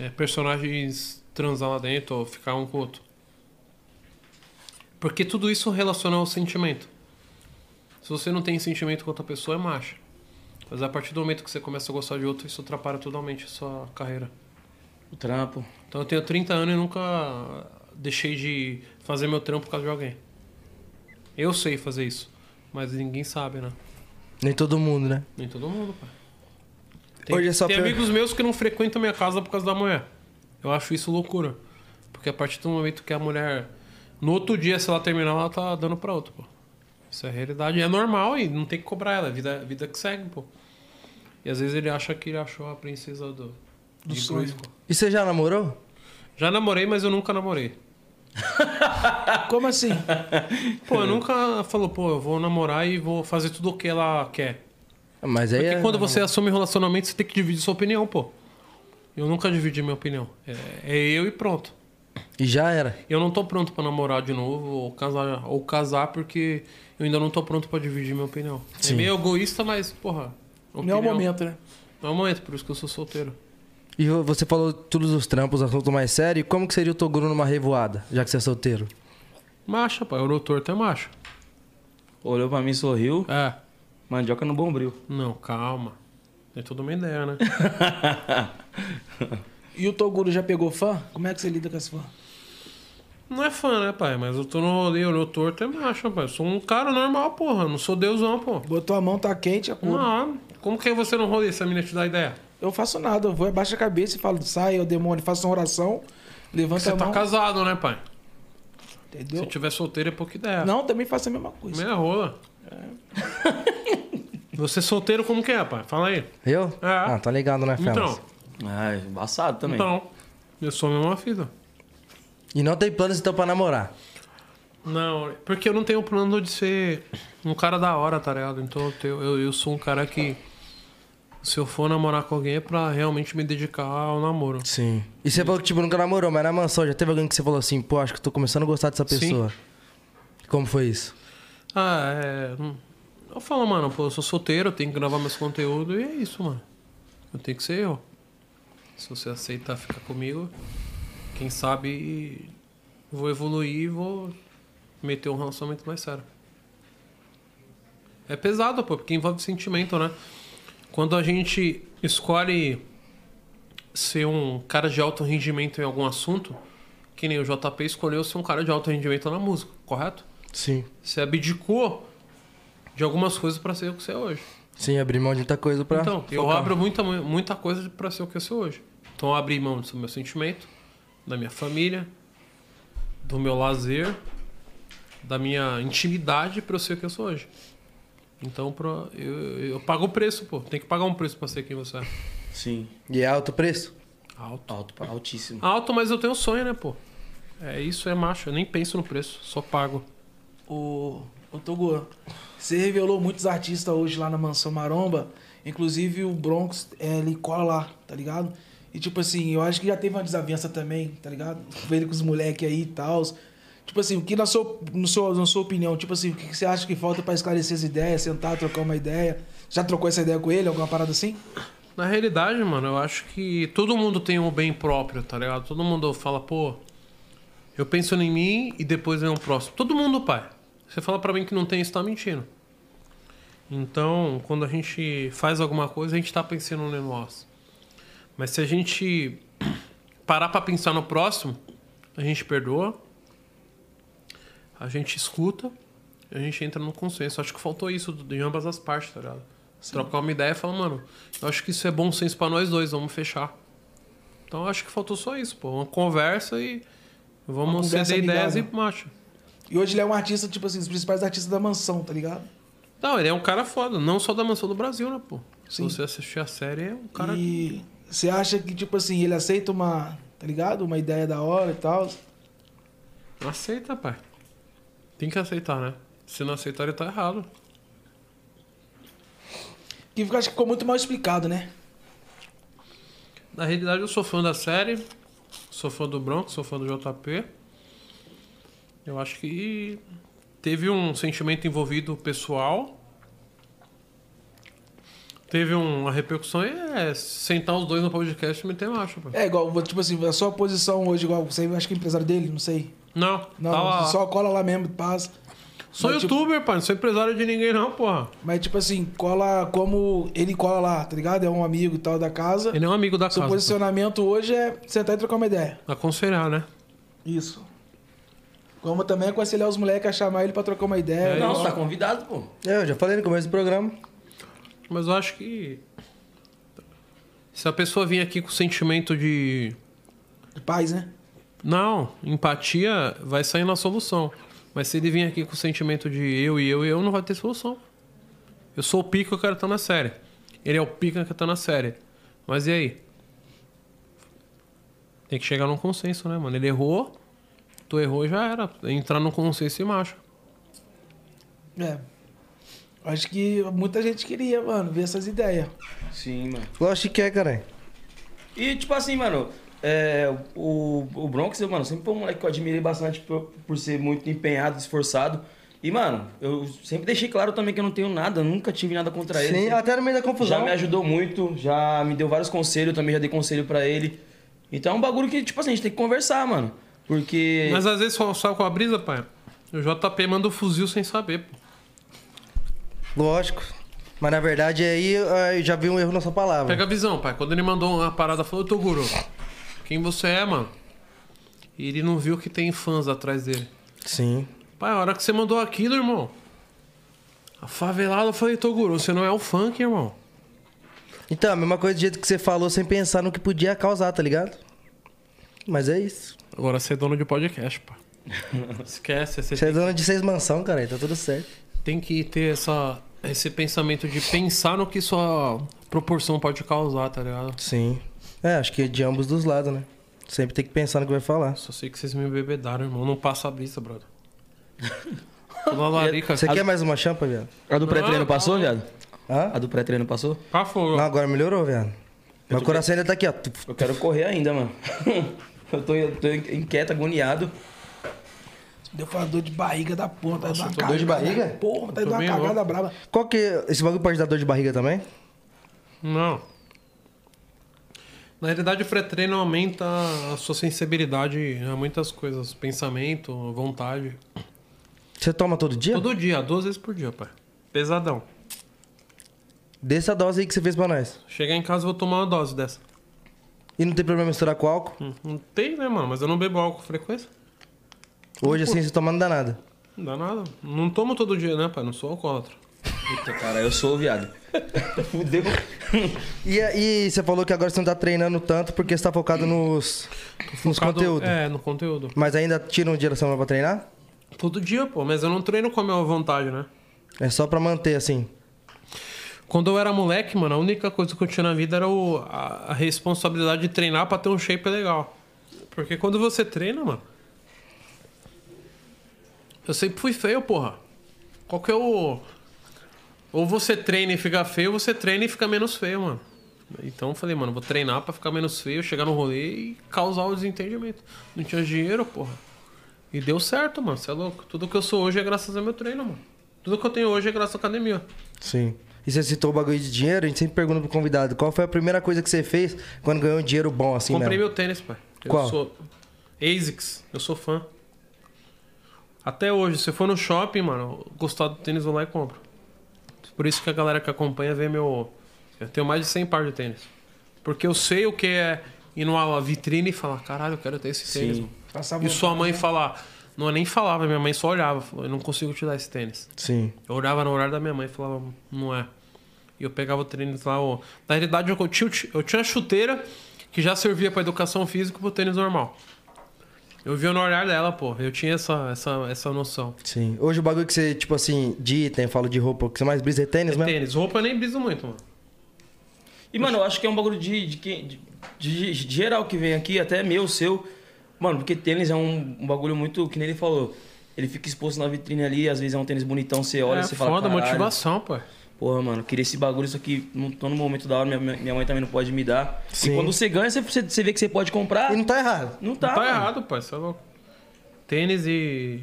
S4: É, personagens transar lá dentro ou ficar um com o outro. Porque tudo isso relaciona ao sentimento. Se você não tem sentimento com outra pessoa, é macho. Mas a partir do momento que você começa a gostar de outro, isso atrapalha totalmente a sua carreira.
S3: O trampo.
S4: Então eu tenho 30 anos e nunca deixei de fazer meu trampo por causa de alguém. Eu sei fazer isso, mas ninguém sabe, né?
S1: Nem todo mundo, né?
S4: Nem todo mundo, pai. Tem,
S1: Hoje é só
S4: tem
S1: pra-
S4: amigos meus que não frequentam minha casa por causa da mulher. Eu acho isso loucura. Porque a partir do momento que a mulher. No outro dia, se ela terminar, ela tá dando pra outro, pô. Isso é realidade. É normal e não tem que cobrar ela. É vida, vida que segue, pô. E às vezes ele acha que ele achou a princesa do.
S1: Do
S4: de
S1: sonho.
S4: cruz, pô.
S1: E você já namorou?
S4: Já namorei, mas eu nunca namorei.
S3: Como assim?
S4: Pô, eu nunca falou, pô, eu vou namorar e vou fazer tudo o que ela quer.
S1: Mas aí
S4: Porque
S1: é-
S4: quando você assume relacionamento, você tem que dividir sua opinião, pô. Eu nunca dividi minha opinião. É, é eu e pronto.
S1: E já era.
S4: Eu não tô pronto pra namorar de novo ou casar, ou casar porque eu ainda não tô pronto pra dividir minha opinião.
S1: Sim.
S4: É meio egoísta, mas, porra.
S3: Não é o momento, né?
S4: Não é o momento, por isso que eu sou solteiro.
S1: E vo- você falou tudo dos trampos, assunto mais sério. E como que seria o Toguro numa revoada, já que você é solteiro?
S4: Macho, pai. O torto é macho.
S2: Olhou pra mim e sorriu.
S4: É.
S2: Mandioca no bombril.
S4: Não, calma. É toda uma ideia, né?
S3: E o Toguro já pegou fã? Como é que você lida com esse fã?
S4: Não é fã, né, pai? Mas eu tô no rolê, olhou torto, é macho, pai. Eu sou um cara normal, porra. Eu não sou deusão, pô.
S3: Botou a mão, tá quente, a cura.
S4: Não, como que é você não rolê se a mina te dá ideia?
S3: Eu faço nada, eu vou abaixo a cabeça e falo, sai, ô demônio, faço uma oração, levanta
S4: Você
S3: a mão.
S4: tá casado, né, pai?
S3: Entendeu?
S4: Se tiver solteiro é pouca ideia.
S3: Não, também faço a mesma coisa. É.
S4: Meia rola. Você solteiro como que é, pai? Fala aí.
S1: Eu?
S4: É.
S1: Ah, tá ligado, né, Felas?
S4: Então.
S2: Ah, embaçado também.
S4: Então, eu sou a mesma fita.
S1: E não tem planos então pra namorar.
S4: Não, porque eu não tenho plano de ser um cara da hora, tá ligado? Então eu, tenho- eu, eu sou um cara que. Se eu for namorar com alguém é pra realmente me dedicar ao namoro.
S1: Sim. E você falou que tipo, nunca namorou, mas na mansão já teve alguém que você falou assim, pô, acho que tô começando a gostar dessa
S4: Sim.
S1: pessoa. Como foi isso?
S4: Ah, é. não- Eu falo, mano, pô, eu sou solteiro, eu tenho que gravar meus conteúdos e é isso, mano. Eu tenho que ser eu. Se você aceitar ficar comigo, quem sabe vou evoluir e vou meter um relacionamento mais sério. É pesado, pô, porque envolve sentimento, né? Quando a gente escolhe ser um cara de alto rendimento em algum assunto, que nem o JP escolheu ser um cara de alto rendimento na música, correto?
S1: Sim.
S4: Você abdicou de algumas coisas pra ser o que você é hoje.
S1: Sim, abrir mão de muita coisa pra.
S4: então, eu
S1: Tá. focar.
S4: abro muita, muita coisa pra ser o que eu sou hoje. Então, eu abri mão do meu sentimento, da minha família, do meu lazer, da minha intimidade pra eu ser o que eu sou hoje. Então, pra, eu, eu pago o preço, pô. Tem que pagar um preço pra ser quem você é.
S2: Sim.
S1: E é alto o preço?
S4: Alto.
S2: Alto, altíssimo.
S4: Alto, mas eu tenho um sonho, né, pô? É isso, é macho. Eu nem penso no preço, só pago.
S3: O, o Toguro, você revelou muitos artistas hoje lá na Mansão Maromba, inclusive o Bronx, eh, ele cola lá, tá ligado? E tipo assim, eu acho que já teve uma desavença também, tá ligado? Veio com os moleques aí e tal. Tipo assim, o que na sua, no seu, na sua opinião, tipo assim, o que que você acha que falta pra esclarecer as ideias, sentar, trocar uma ideia? Já trocou essa ideia com ele, alguma parada assim?
S4: Na realidade, mano, eu acho que todo mundo tem um bem próprio, tá ligado? Todo mundo fala, pô, eu penso em mim e depois vem o próximo. Todo mundo, pai. Você fala pra mim que não tem isso, tá mentindo. Então, quando a gente faz alguma coisa, a gente tá pensando no negócio. Mas se a gente parar pra pensar no próximo, a gente perdoa, a gente escuta, e a gente entra no consenso. Acho que faltou isso de ambas as partes, tá ligado? Trocar uma ideia e falar, mano, eu acho que isso é bom senso pra nós dois, vamos fechar. Então acho que faltou só isso, pô. Uma conversa e
S3: Uma
S4: vamos
S3: conversa
S4: ceder ideias e
S3: amigável.
S4: macho.
S3: E hoje ele é um artista, tipo assim, dos principais artistas da mansão, tá ligado?
S4: Não, ele é um cara foda, não só da mansão do Brasil, né, pô? Se você assistir a série, é um cara.
S3: E você acha que, tipo assim, ele aceita uma, tá ligado? Uma ideia da hora e tal?
S4: Aceita, pai. Tem que aceitar, né? Se não aceitar, ele tá errado.
S3: Que eu acho que ficou muito mal explicado, né?
S4: Na realidade, eu sou fã da série, sou fã do Bronx, sou fã do JP. Eu acho que teve um sentimento envolvido pessoal. Teve um, uma repercussão e é sentar os dois no podcast e meter macho, pô.
S3: É igual, vou- tipo assim, a sua posição hoje, igual, você acho que é empresário dele, não sei.
S4: Não,
S3: Não,
S4: tá lá.
S3: você só cola lá mesmo, passa.
S4: Sou
S3: Mas, tipo-
S4: youtuber, pai, não sou empresário de ninguém, não, porra.
S3: Mas, tipo assim, cola como ele cola lá, tá ligado? É um amigo e tal da casa.
S4: Ele é um amigo da
S3: Seu
S4: casa,
S3: posicionamento hoje é sentar e trocar uma ideia.
S4: Aconselhar, né?
S3: Isso. Como também aconselhar os moleques a chamar ele pra trocar uma ideia.
S1: É,
S3: Não,
S1: isso.
S2: tá convidado, pô.
S1: É, Eu já falei no começo do programa.
S4: Mas eu acho que. Se a pessoa vir aqui com sentimento de.
S3: Paz, né?
S4: Não, empatia vai sair na solução. Mas se ele vir aqui com o sentimento de eu e eu e eu, não vai ter solução. Eu sou o pica, eu quero estar na série. Ele é o pica que tá na série. Mas e aí? Tem que chegar num consenso, né, mano? Ele errou, tu errou já era. Entrar num consenso e macho.
S3: É. Acho que muita gente queria, mano, ver essas ideias.
S2: Sim, mano.
S1: Lógico que é, caralho.
S2: E, tipo assim, mano, é, o, o Bronx, eu, mano, sempre foi um moleque que eu admirei bastante por, por ser muito empenhado, esforçado. E, mano, eu sempre deixei claro também que eu não tenho nada, nunca tive nada contra ele.
S1: Sim,
S2: Sempre-
S1: até no meio da confusão.
S2: Já me ajudou muito, já me deu vários conselhos, eu também já dei conselho pra ele. Então é um bagulho que, tipo assim, a gente tem que conversar, mano.
S3: É.
S2: Porque.
S4: Mas às vezes só só com a brisa, pai. O JP manda o fuzil sem saber, pô.
S1: Lógico. Mas na verdade aí eh, eu já vi um erro na sua palavra.
S4: Pega a visão, pai. Quando ele mandou uma parada, falou, ô Toguro, quem você é, mano? E ele não viu que tem fãs atrás dele.
S1: Sim.
S4: Pai, a hora que você mandou aquilo, irmão. A favelada, eu falei, Toguro, você não é o funk, irmão.
S1: Então, a mesma coisa do jeito que você falou sem pensar no que podia causar, tá ligado? Mas é isso.
S4: Agora você é dono de podcast, pá. Esquece. Você,
S1: Você é dona de seis mansão, cara, tá tudo certo.
S4: Tem que ter essa, esse pensamento de pensar no que sua proporção pode causar, tá ligado?
S1: Sim. É, acho que de ambos dos lados, né? Sempre tem que pensar no que vai falar.
S4: Só sei que vocês me bebedaram, irmão. Não passa a brisa, brother. Tô na larica.
S1: Você quer mais uma champa, viado?
S2: A do pré-treino
S4: Não,
S2: passou, viado?
S1: Hã?
S2: A do pré-treino passou?
S4: Passou.
S1: Não, agora melhorou, viado. Meu coração ainda tá aqui, ó.
S2: Eu quero correr ainda, mano. eu, tô, eu tô inquieto, agoniado.
S3: Deu uma dor de barriga da porra. Tá dando
S2: tô dor de barriga?
S3: Porra, tá
S2: Tô
S3: dando uma
S2: bem
S3: cagada
S2: louco.
S3: braba.
S1: Qual que. Esse bagulho pode dar dor de barriga também?
S4: Não. Na realidade, o pré-treino aumenta a sua sensibilidade a muitas coisas. Pensamento, vontade.
S1: Você toma todo dia?
S4: Todo dia, duas vezes por dia, pai. Pesadão.
S1: Dessa dose aí que você fez pra nós.
S4: Chegar em casa, eu vou tomar uma dose dessa.
S1: E não tem problema misturar com álcool?
S4: Hum, Não tem, né, mano? Mas eu não bebo álcool com frequência.
S1: Hoje
S4: Pô.
S1: assim, você tomar não dá nada.
S4: Não dá nada. Não tomo todo dia, né, pai? Não sou alcoólatra.
S2: Puta, cara, eu sou viado. Fudeu.
S1: E, e você falou que agora você não tá treinando tanto porque você tá focado nos, nos conteúdos.
S4: É, no conteúdo.
S1: Mas ainda tira um dia da semana pra treinar?
S4: Todo dia, pô. Mas eu não treino com a minha vontade, né?
S1: É só pra manter, assim.
S4: Quando eu era moleque, mano, a única coisa que eu tinha na vida era o- a, a responsabilidade de treinar pra ter um shape legal. Porque quando você treina, mano. Eu sempre fui feio, porra. Qual que é o. Ou você treina e fica feio, ou você treina e fica menos feio, mano. Então eu falei, mano, vou treinar pra ficar menos feio, chegar no rolê e causar o desentendimento. Não tinha dinheiro, porra. E deu certo, mano, você é louco. Tudo que eu sou hoje é graças ao meu treino, mano. Tudo que eu tenho hoje é graças à academia.
S1: Sim. E você citou o bagulho de dinheiro, a gente sempre pergunta pro convidado qual foi a primeira coisa que você fez quando ganhou um dinheiro bom, assim
S4: Comprei
S1: mesmo?
S4: meu tênis, pai. Eu
S1: Qual?
S4: sou ASICS, eu sou fã. Até hoje, se eu for no shopping, mano, gostar do tênis, eu vou lá e compro. Por isso que a galera que acompanha vê meu. Eu tenho mais de 100 par de tênis. Porque eu sei o que é ir numa vitrine e falar: caralho, eu quero ter esse
S2: Sim.
S4: tênis. mano."
S3: Passar
S4: E
S3: vontade,
S4: sua mãe
S3: né?
S4: falar. Não, eu nem falava, minha mãe só olhava, falou: eu não consigo te dar esse tênis.
S1: Sim.
S4: Eu olhava no horário da minha mãe e falava, não é. E eu pegava o tênis lá, ó. Na realidade, eu tinha, eu tinha uma chuteira que já servia pra educação física e pro tênis normal. Eu via no olhar dela, pô. Eu tinha essa, essa, essa noção.
S1: Sim. Hoje o bagulho que você, tipo assim, de item, eu falo de roupa, o que você mais brisa é tênis mesmo?
S4: Tênis, roupa eu nem briso muito, mano.
S2: E, mano, eu acho que é um bagulho de, de, quem- de, de- de geral que vem aqui, até meu, seu. Mano, porque tênis é um, um bagulho muito, que nem ele falou, ele fica exposto na vitrine ali, às vezes é um tênis bonitão, você olha
S4: é
S2: e você fala,
S4: foda,
S2: "Caralho,
S4: motivação, pô.
S2: Porra, mano, queria esse bagulho, isso aqui não tô no momento da hora, minha- minha, minha mãe também não pode me dar.
S4: Sim.
S2: E quando você ganha, você, você, você vê que você pode comprar. E
S1: não tá errado.
S2: Não tá,
S4: Não tá
S2: mano.
S4: errado, pai. Você é louco. Tênis e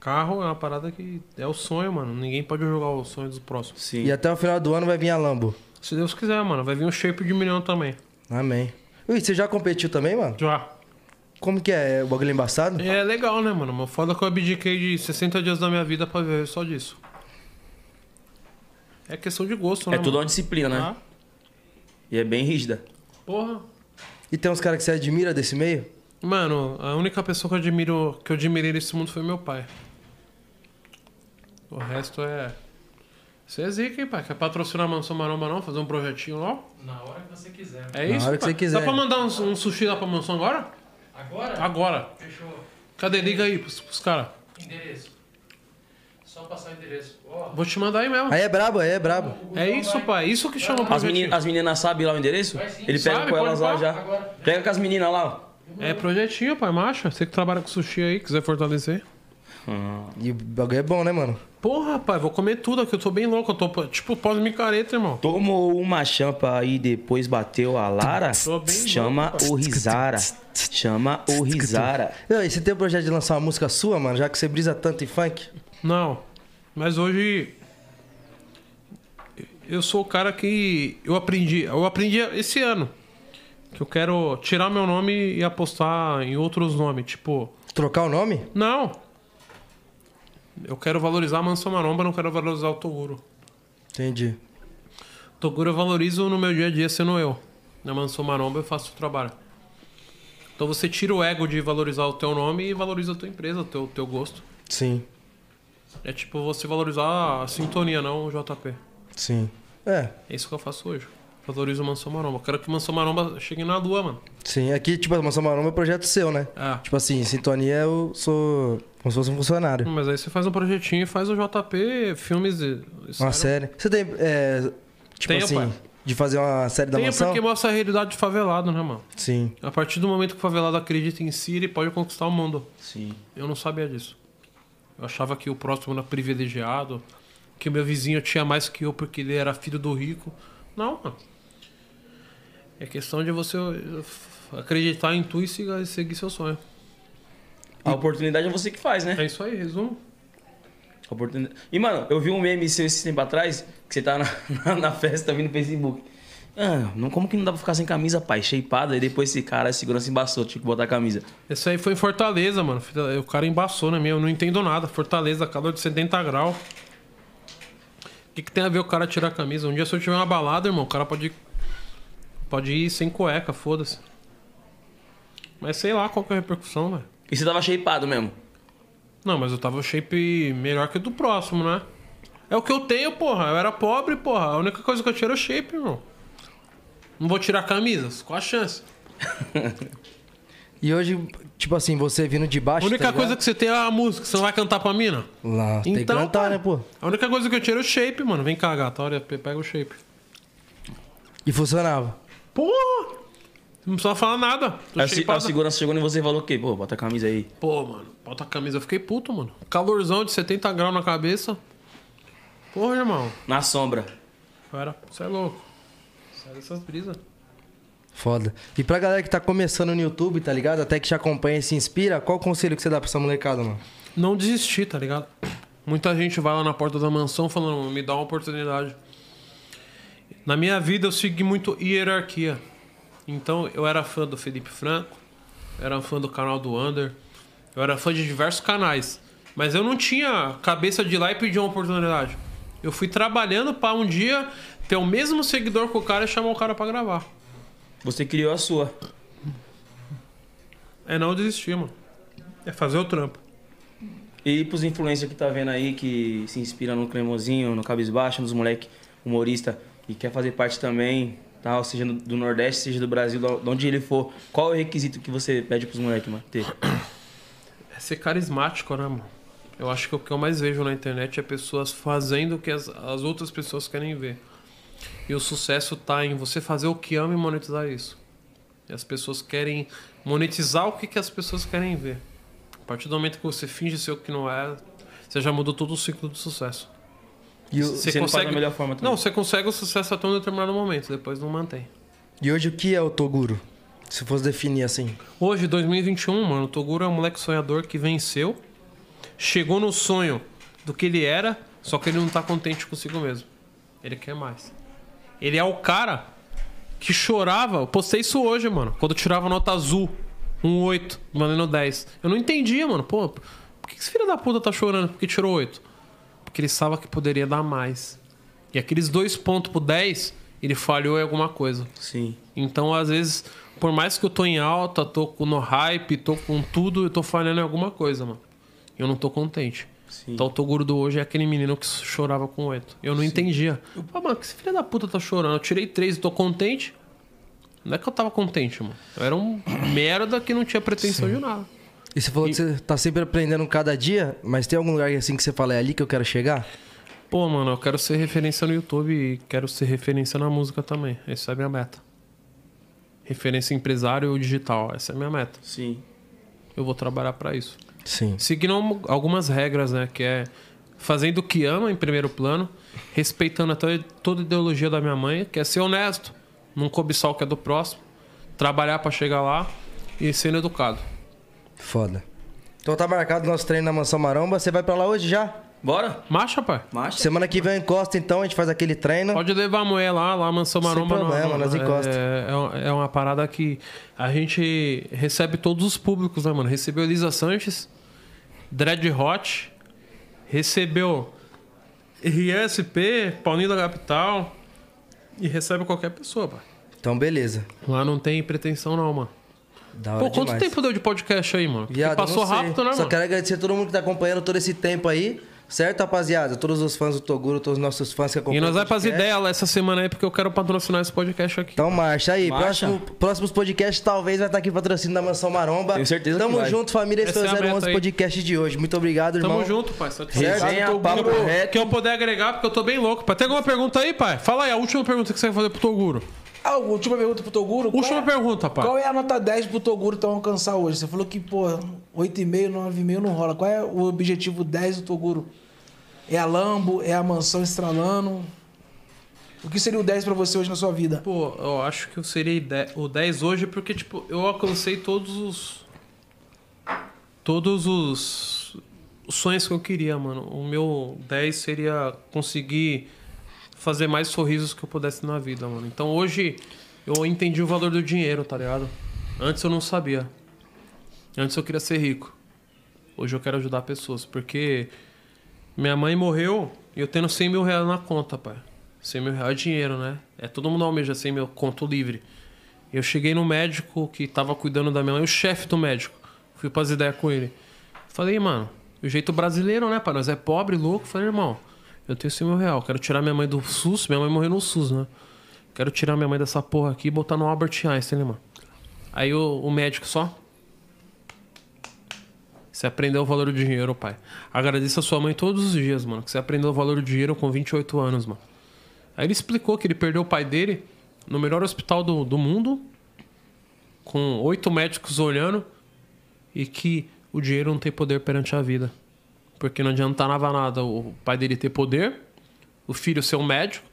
S4: carro é uma parada que é o sonho, mano. Ninguém pode jogar o sonho dos próximos.
S2: Sim.
S1: E até o final do ano vai vir a Lambo.
S4: Se Deus quiser, mano. Vai vir um shape de milhão também.
S1: Amém. Ui, você já competiu também, mano?
S4: Já.
S1: Como que é? O bagulho é embaçado?
S4: É legal, né, mano? Mas foda que eu abdiquei de 60 dias da minha vida pra viver só disso. É questão de gosto, né?
S2: É tudo
S4: mano?
S2: uma disciplina, né? E é bem rígida.
S4: Porra.
S1: E tem uns caras que você admira desse meio?
S4: Mano, a única pessoa que eu admiro, que eu admirei nesse mundo foi meu pai. O resto é Você é zica, hein, pai? Quer patrocinar a Mansão Maromba não? Fazer um projetinho lá?
S13: Na hora que você quiser.
S4: É
S1: Na
S4: isso,
S1: hora que
S4: pai?
S1: você quiser.
S4: Dá pra mandar um, um sushi lá pra Mansão agora?
S13: Agora?
S4: Agora.
S13: Fechou.
S4: Cadê? Liga aí pros, pros caras.
S13: Endereço. Só passar o endereço. Ó,
S4: Vou te mandar aí mesmo.
S1: Aí é brabo, aí é brabo.
S4: É isso, pai. Isso que chama
S2: As, meni- as meninas sabem lá o endereço? Ele pega
S4: Sabe,
S2: com
S4: pode
S2: elas lá
S4: falar?
S2: já. Pega com as meninas lá, ó.
S4: É projetinho, pai, macha. Você que trabalha com sushi aí, quiser fortalecer.
S1: E o bagulho é bom, né, mano?
S4: Porra, pai, vou comer tudo aqui. Eu tô bem louco. Eu tô tipo pós-micareta, irmão.
S2: Tomou uma champa aí depois bateu a Lara?
S4: Tô bem louco,
S2: Chama
S4: pai.
S2: o Rizara. Chama o Rizara.
S1: Não, e você tem o projeto de lançar uma música sua, mano? Já que você brisa tanto em funk?
S4: Não. Mas hoje. Eu sou o cara que. Eu aprendi. Eu aprendi esse ano. Que eu quero tirar meu nome e apostar em outros nomes. Tipo.
S1: Trocar o nome?
S4: Não. Eu quero valorizar a Mansão Maromba, não quero valorizar o Toguro.
S1: Entendi.
S4: Toguro eu valorizo no meu dia a dia sendo eu. Na Mansão Maromba eu faço o trabalho. Então você tira o ego de valorizar o teu nome e valoriza a tua empresa, o teu, teu gosto.
S1: Sim,
S4: É tipo você valorizar a sintonia, não o JP.
S1: sim. É,
S4: É isso que eu faço hoje. Valorizo o Mansão Maromba. Quero que o Mansão Maromba chegue na lua, mano.
S1: sim. Aqui, tipo, a Mansão Maromba é projeto seu, né?
S4: Ah.
S1: Tipo assim, sintonia eu sou como se fosse um funcionário.
S4: Mas aí você faz um projetinho e faz o JP filmes. e-
S1: Uma série. Você tem, é, tipo
S4: Tenho,
S1: assim,
S4: pai.
S1: de fazer uma série da
S4: Tem
S1: mansão?
S4: porque mostra a realidade de favelado, né, mano?
S1: Sim.
S4: A partir do momento que o favelado acredita em si, ele pode conquistar o mundo. Sim. Eu não sabia disso. Eu achava que o próximo era privilegiado, que o meu vizinho tinha mais que eu porque ele era filho do rico. Não, mano. É questão de você eh, f- acreditar em tu e siga- e seguir seu sonho.
S2: A oportunidade é você que faz, né?
S4: É isso aí, resumo.
S2: Oportunidade. E, mano, eu vi um meme seu esse tempo atrás, que você tava na, na festa vindo no Facebook. Ah, não, como que não dá pra ficar sem camisa, pai? Shapeada. E depois esse cara, a segurança embaçou, tinha que botar a camisa.
S4: Esse aí foi em Fortaleza, mano. O cara embaçou na minha, eu não entendo nada. Fortaleza, calor de 70 graus. O que, que tem a ver o cara tirar a camisa? Um dia se eu tiver uma balada, irmão, o cara pode, pode ir sem cueca, foda-se. Mas sei lá qual que é a repercussão, velho.
S2: E você tava shapeado mesmo?
S4: Não, mas eu tava shape melhor que o do próximo, né? É o que eu tenho, porra. Eu era pobre, porra. A única coisa que eu tiro é o shape, irmão. Não vou tirar camisas. Qual a chance?
S1: E hoje, tipo assim, você vindo de
S4: A
S1: baixo.
S4: única
S1: tá ligado?
S4: coisa que você tem é a música. Você não vai cantar pra mina?
S1: Lá, tem que
S4: Então,
S1: cantar, né, pô?
S4: A única coisa que eu tiro é o shape, mano. Vem cá, gata. Olha, pe- pega o shape.
S1: E funcionava.
S4: Porra! Não precisava falar nada. Tô
S2: Aí a, se- a
S4: shapeado.
S2: segurança chegou em você e falou o quê? Pô, bota a camisa aí.
S4: Pô, mano, bota a camisa. Eu fiquei puto, mano. Calorzão de 70 graus na cabeça. Porra, irmão.
S2: Na sombra.
S4: Cara, você é louco. Sai dessas brisas.
S1: Foda. E pra galera que tá começando no YouTube, tá ligado? Até que te acompanha e se inspira, qual o conselho que você dá pra essa molecada, mano?
S4: Não desistir, tá ligado? Muita gente vai lá na porta da mansão falando, "Mano, me dá uma oportunidade. Na minha vida eu segui muito hierarquia. Então eu era fã do Felipe Franco, eu era fã do canal do Under, eu era fã de diversos canais. Mas eu não tinha cabeça de ir lá e pedir uma oportunidade. Eu fui trabalhando pra um dia ter o mesmo seguidor que o cara e chamar o cara pra gravar.
S2: Você criou a sua.
S4: É não desistir, mano. É fazer o trampo.
S2: E pros influencers que tá vendo aí, que se inspira no Cremosinho, no Cabisbaixo, nos moleque humorista e quer fazer parte também, tal, seja no- do Nordeste, seja do Brasil, da- de onde ele for, qual é o requisito que você pede pros moleques, mano? Ter?
S4: É ser carismático, né, mano? Eu acho que o que eu mais vejo na internet é pessoas fazendo o que as, as outras pessoas querem ver. E o sucesso tá em você fazer o que ama e monetizar isso. E as pessoas querem monetizar o que, que as pessoas querem ver. A partir do momento que você finge ser o que não é, você já mudou todo o ciclo do sucesso.
S1: E o- Você não faz da melhor
S2: forma
S1: também.
S4: Não, você consegue o sucesso até um determinado momento, depois não mantém.
S1: E hoje o que é o Toguro? Se fosse definir assim.
S4: Hoje, 2021, mano, o Toguro é um moleque sonhador que venceu, chegou no sonho do que ele era, só que ele não tá contente consigo mesmo. Ele quer mais. Ele é o cara que chorava. Eu postei isso hoje, mano, quando eu tirava nota azul, um 8, mandei no 10. Eu não entendia, mano. Pô, por que esse filho da puta tá chorando porque tirou 8? Porque ele sabia que poderia dar mais. E aqueles dois pontos pro 10, ele falhou em alguma coisa.
S2: Sim.
S4: Então, às vezes, por mais que eu tô em alta, tô com- no hype, tô com tudo, eu tô falhando em alguma coisa, mano. Eu não tô contente. Então o Toguro do hoje é aquele menino que chorava com oito. Eu não entendia. Eu, pô, mano, que esse filho da puta tá chorando. Eu tirei três e tô contente. Não é que eu tava contente, mano. Eu era um merda que não tinha pretensão de nada.
S1: E você falou que você tá sempre aprendendo cada dia, mas tem algum lugar assim que você fala, é ali que eu quero chegar?
S4: Pô, mano, eu quero ser referência no YouTube e quero ser referência na música também. Essa é a minha meta. Referência empresário ou digital, essa é a minha meta. Sim. Eu vou trabalhar pra isso.
S1: Sim.
S4: Seguindo almo- algumas regras, né? Que é fazendo o que ama em primeiro plano, respeitando até toda a ideologia da minha mãe, que é ser honesto, não cobiçar o que é do próximo, trabalhar pra chegar lá e sendo educado.
S1: Foda. Então tá marcado nosso treino na Mansão Maromba. Você vai pra lá hoje já?
S2: Bora.
S4: Marcha, pai.
S2: Marcha.
S1: Semana que vem eu encosto então, a gente faz aquele treino.
S4: Pode levar a mulher lá, lá Mansão
S1: Sem
S4: Maromba. não,
S1: problema,
S4: mano.
S1: nós encosta.
S4: É, é uma- é uma parada que a gente recebe todos os públicos, né, mano? Recebeu Elisa Sanches, Dread Hot, recebeu RSP, Paulinho da Capital e recebe qualquer pessoa, pai.
S1: Então beleza.
S4: Lá não tem pretensão não, mano.
S1: Da hora
S4: Pô, quanto
S1: Ah, é demais.
S4: tempo deu de podcast aí, mano? Porque
S1: Viado,
S4: passou
S1: não sei.
S4: rápido, né,
S1: Só
S4: mano?
S1: quero agradecer a todo mundo que tá acompanhando todo esse tempo aí. Certo, rapaziada? Todos os fãs do Toguro, todos os nossos fãs
S4: E
S1: que acompanham.
S4: nós vai
S1: o
S4: pras
S1: podcast.
S4: ideias lá essa semana aí, porque eu quero patrocinar esse podcast aqui.
S1: Então marcha aí.
S4: Marcha.
S1: Próximo- próximos podcasts talvez vai estar aqui patrocínio da Mansão Maromba.
S2: Tenho certeza que
S1: Tamo
S2: vai.
S1: junto, família. Esse
S4: Essa
S1: foi
S4: é a
S1: o
S4: meta
S1: 011
S4: aí.
S1: podcast de hoje. Muito obrigado, irmão.
S4: Tamo junto, pai. Satisfação.
S1: Resenha,
S4: Toguro.
S1: papo
S4: Que eu puder agregar, porque eu tô bem louco. pai. Tem alguma pergunta aí, pai? Fala aí, a última pergunta que você vai fazer pro Toguro.
S3: Ah, última pergunta pro Toguro.
S4: Última pergunta, pai.
S3: Qual é a nota 10 pro Toguro então alcançar hoje? Você falou que, pô, 8,5, 9,5 não rola. Qual é o objetivo 10 do Toguro? É a Lambo? É a mansão estralando? O que seria o 10 pra você hoje na sua vida?
S4: Pô, eu acho que eu seria de- o 10 hoje, porque, tipo, eu alcancei todos os. Todos os sonhos que eu queria, mano. O meu 10 seria conseguir fazer mais sorrisos que eu pudesse na vida, mano. Então hoje eu entendi o valor do dinheiro, tá ligado? Antes eu não sabia. Antes eu queria ser rico. Hoje eu quero ajudar pessoas, porque minha mãe morreu e eu tendo 100 mil reais na conta, pai. 100 mil reais é dinheiro, né? É todo mundo almeja 100 mil, conto livre. Eu cheguei no médico que tava cuidando da minha mãe, o chefe do médico. Fui pras ideias com ele. Falei, mano, o jeito brasileiro, né, pai? Nós é pobre, louco. Falei, irmão, eu tenho 100 mil reais, quero tirar minha mãe do SUS. Minha mãe morreu no SUS, né? Quero tirar minha mãe dessa porra aqui e botar no Albert Einstein, né, mano? Aí o- o médico só, você aprendeu o valor do dinheiro, pai. Agradeça a sua mãe todos os dias, mano. Que você aprendeu o valor do dinheiro com 28 anos, mano. Aí ele explicou que ele perdeu o pai dele no melhor hospital do, do mundo, com oito médicos olhando, e que o dinheiro não tem poder perante a vida. Porque não adiantava nada o pai dele ter poder, o filho ser um médico,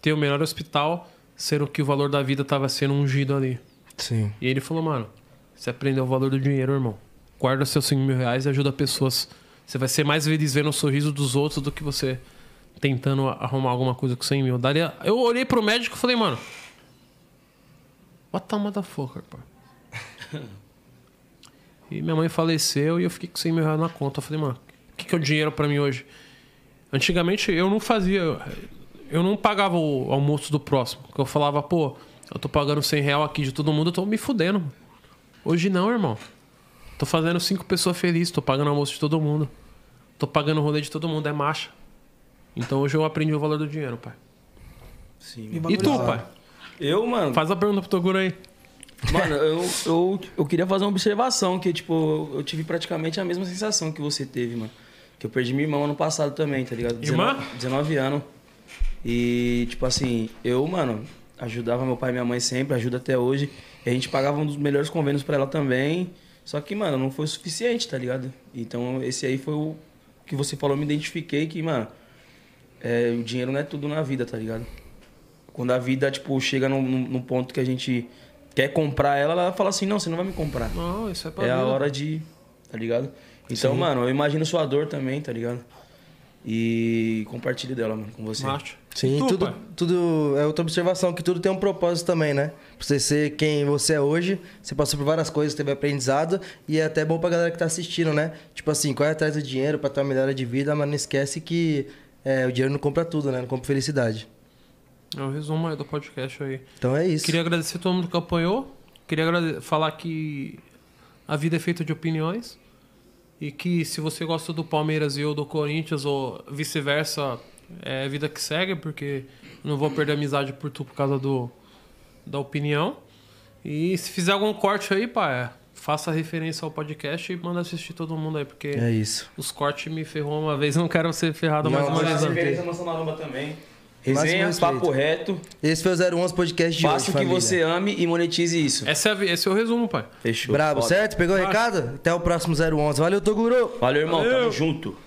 S4: ter o melhor hospital, sendo que o valor da vida estava sendo ungido ali.
S1: Sim.
S4: E ele falou, mano, você aprendeu o valor do dinheiro, irmão. Guarda seus 5 mil reais e ajuda pessoas. Você vai ser mais feliz vendo o sorriso dos outros do que você tentando arrumar alguma coisa com 100 mil. Daria... Eu olhei pro médico e falei, mano, what the motherfucker, pô. E minha mãe faleceu e eu fiquei com 100 mil reais na conta. Eu falei, mano, o que, que é o dinheiro pra mim hoje? Antigamente eu não fazia. eu- Eu não pagava o almoço do próximo. Porque eu falava, pô, eu tô pagando 100 real aqui de todo mundo, eu tô me fudendo. mano. Hoje não, irmão. Tô fazendo cinco pessoas felizes, tô pagando almoço de todo mundo. Tô pagando o rolê de todo mundo, é marcha. Então hoje eu aprendi o valor do dinheiro, pai.
S2: Sim.
S4: E tu, pai?
S2: é Eu, mano.
S4: Faz a pergunta pro Toguro aí.
S2: Mano, eu, eu, eu queria fazer uma observação, que, tipo, eu tive praticamente a mesma sensação que você teve, mano. Que eu perdi minha irmã ano passado também, tá ligado?
S4: Irmã?
S2: 19, 19 anos. E, tipo assim, eu, mano, ajudava meu pai e minha mãe sempre, ajuda até hoje. E a gente pagava um dos melhores convênios pra ela também. Só que, mano, não foi o suficiente, tá ligado? Então, esse aí foi o que você falou, eu me identifiquei que, mano, é, o dinheiro não é tudo na vida, tá ligado? Quando a vida, tipo, chega num, num- num ponto que a gente quer comprar ela, ela fala assim, não, você não vai me comprar.
S4: Não, isso é pra
S2: É a
S4: vida.
S2: hora de. Tá ligado? Então,
S4: Sim.
S2: mano, eu imagino sua dor também, tá ligado? E compartilho dela, mano, com você.
S4: Macho.
S1: Sim, tudo, tudo. É outra observação, que tudo tem um propósito também, né? Pra você ser quem você é hoje, você passou por várias coisas, teve aprendizado, e é até bom pra galera que tá assistindo, né? Tipo assim, corre atrás do dinheiro pra ter uma melhora de vida, mas não esquece que é, o dinheiro não compra tudo, né? Não compra felicidade.
S4: É o resumo aí do podcast aí.
S1: Então é isso.
S4: Queria agradecer a todo mundo que apoiou. Queria agrade- falar que a vida é feita de opiniões. E que se você gosta do Palmeiras e eu do Corinthians, ou vice-versa, é a vida que segue, porque não vou perder a amizade por tu por causa do, da opinião. E se fizer algum corte aí, pá, é, faça referência ao podcast e manda assistir todo mundo aí, porque
S1: É isso.
S4: os cortes me ferrou uma vez, não quero ser ferrado mais uma vez.
S2: Nossa, referência
S4: não.
S2: Mansão da Lomba também.
S1: Máximo
S2: Resenha,
S1: respeito.
S2: papo reto.
S1: Esse foi o 011 Podcast de
S2: Faça
S1: hoje,
S2: o que
S1: família.
S2: você ame e monetize isso.
S4: Esse é, esse é o resumo, pai.
S2: Fechou.
S1: Brabo,
S2: Foda.
S1: certo? Pegou o recado? Até o próximo 011. Valeu, Toguro!
S2: Valeu, irmão. Tamo junto.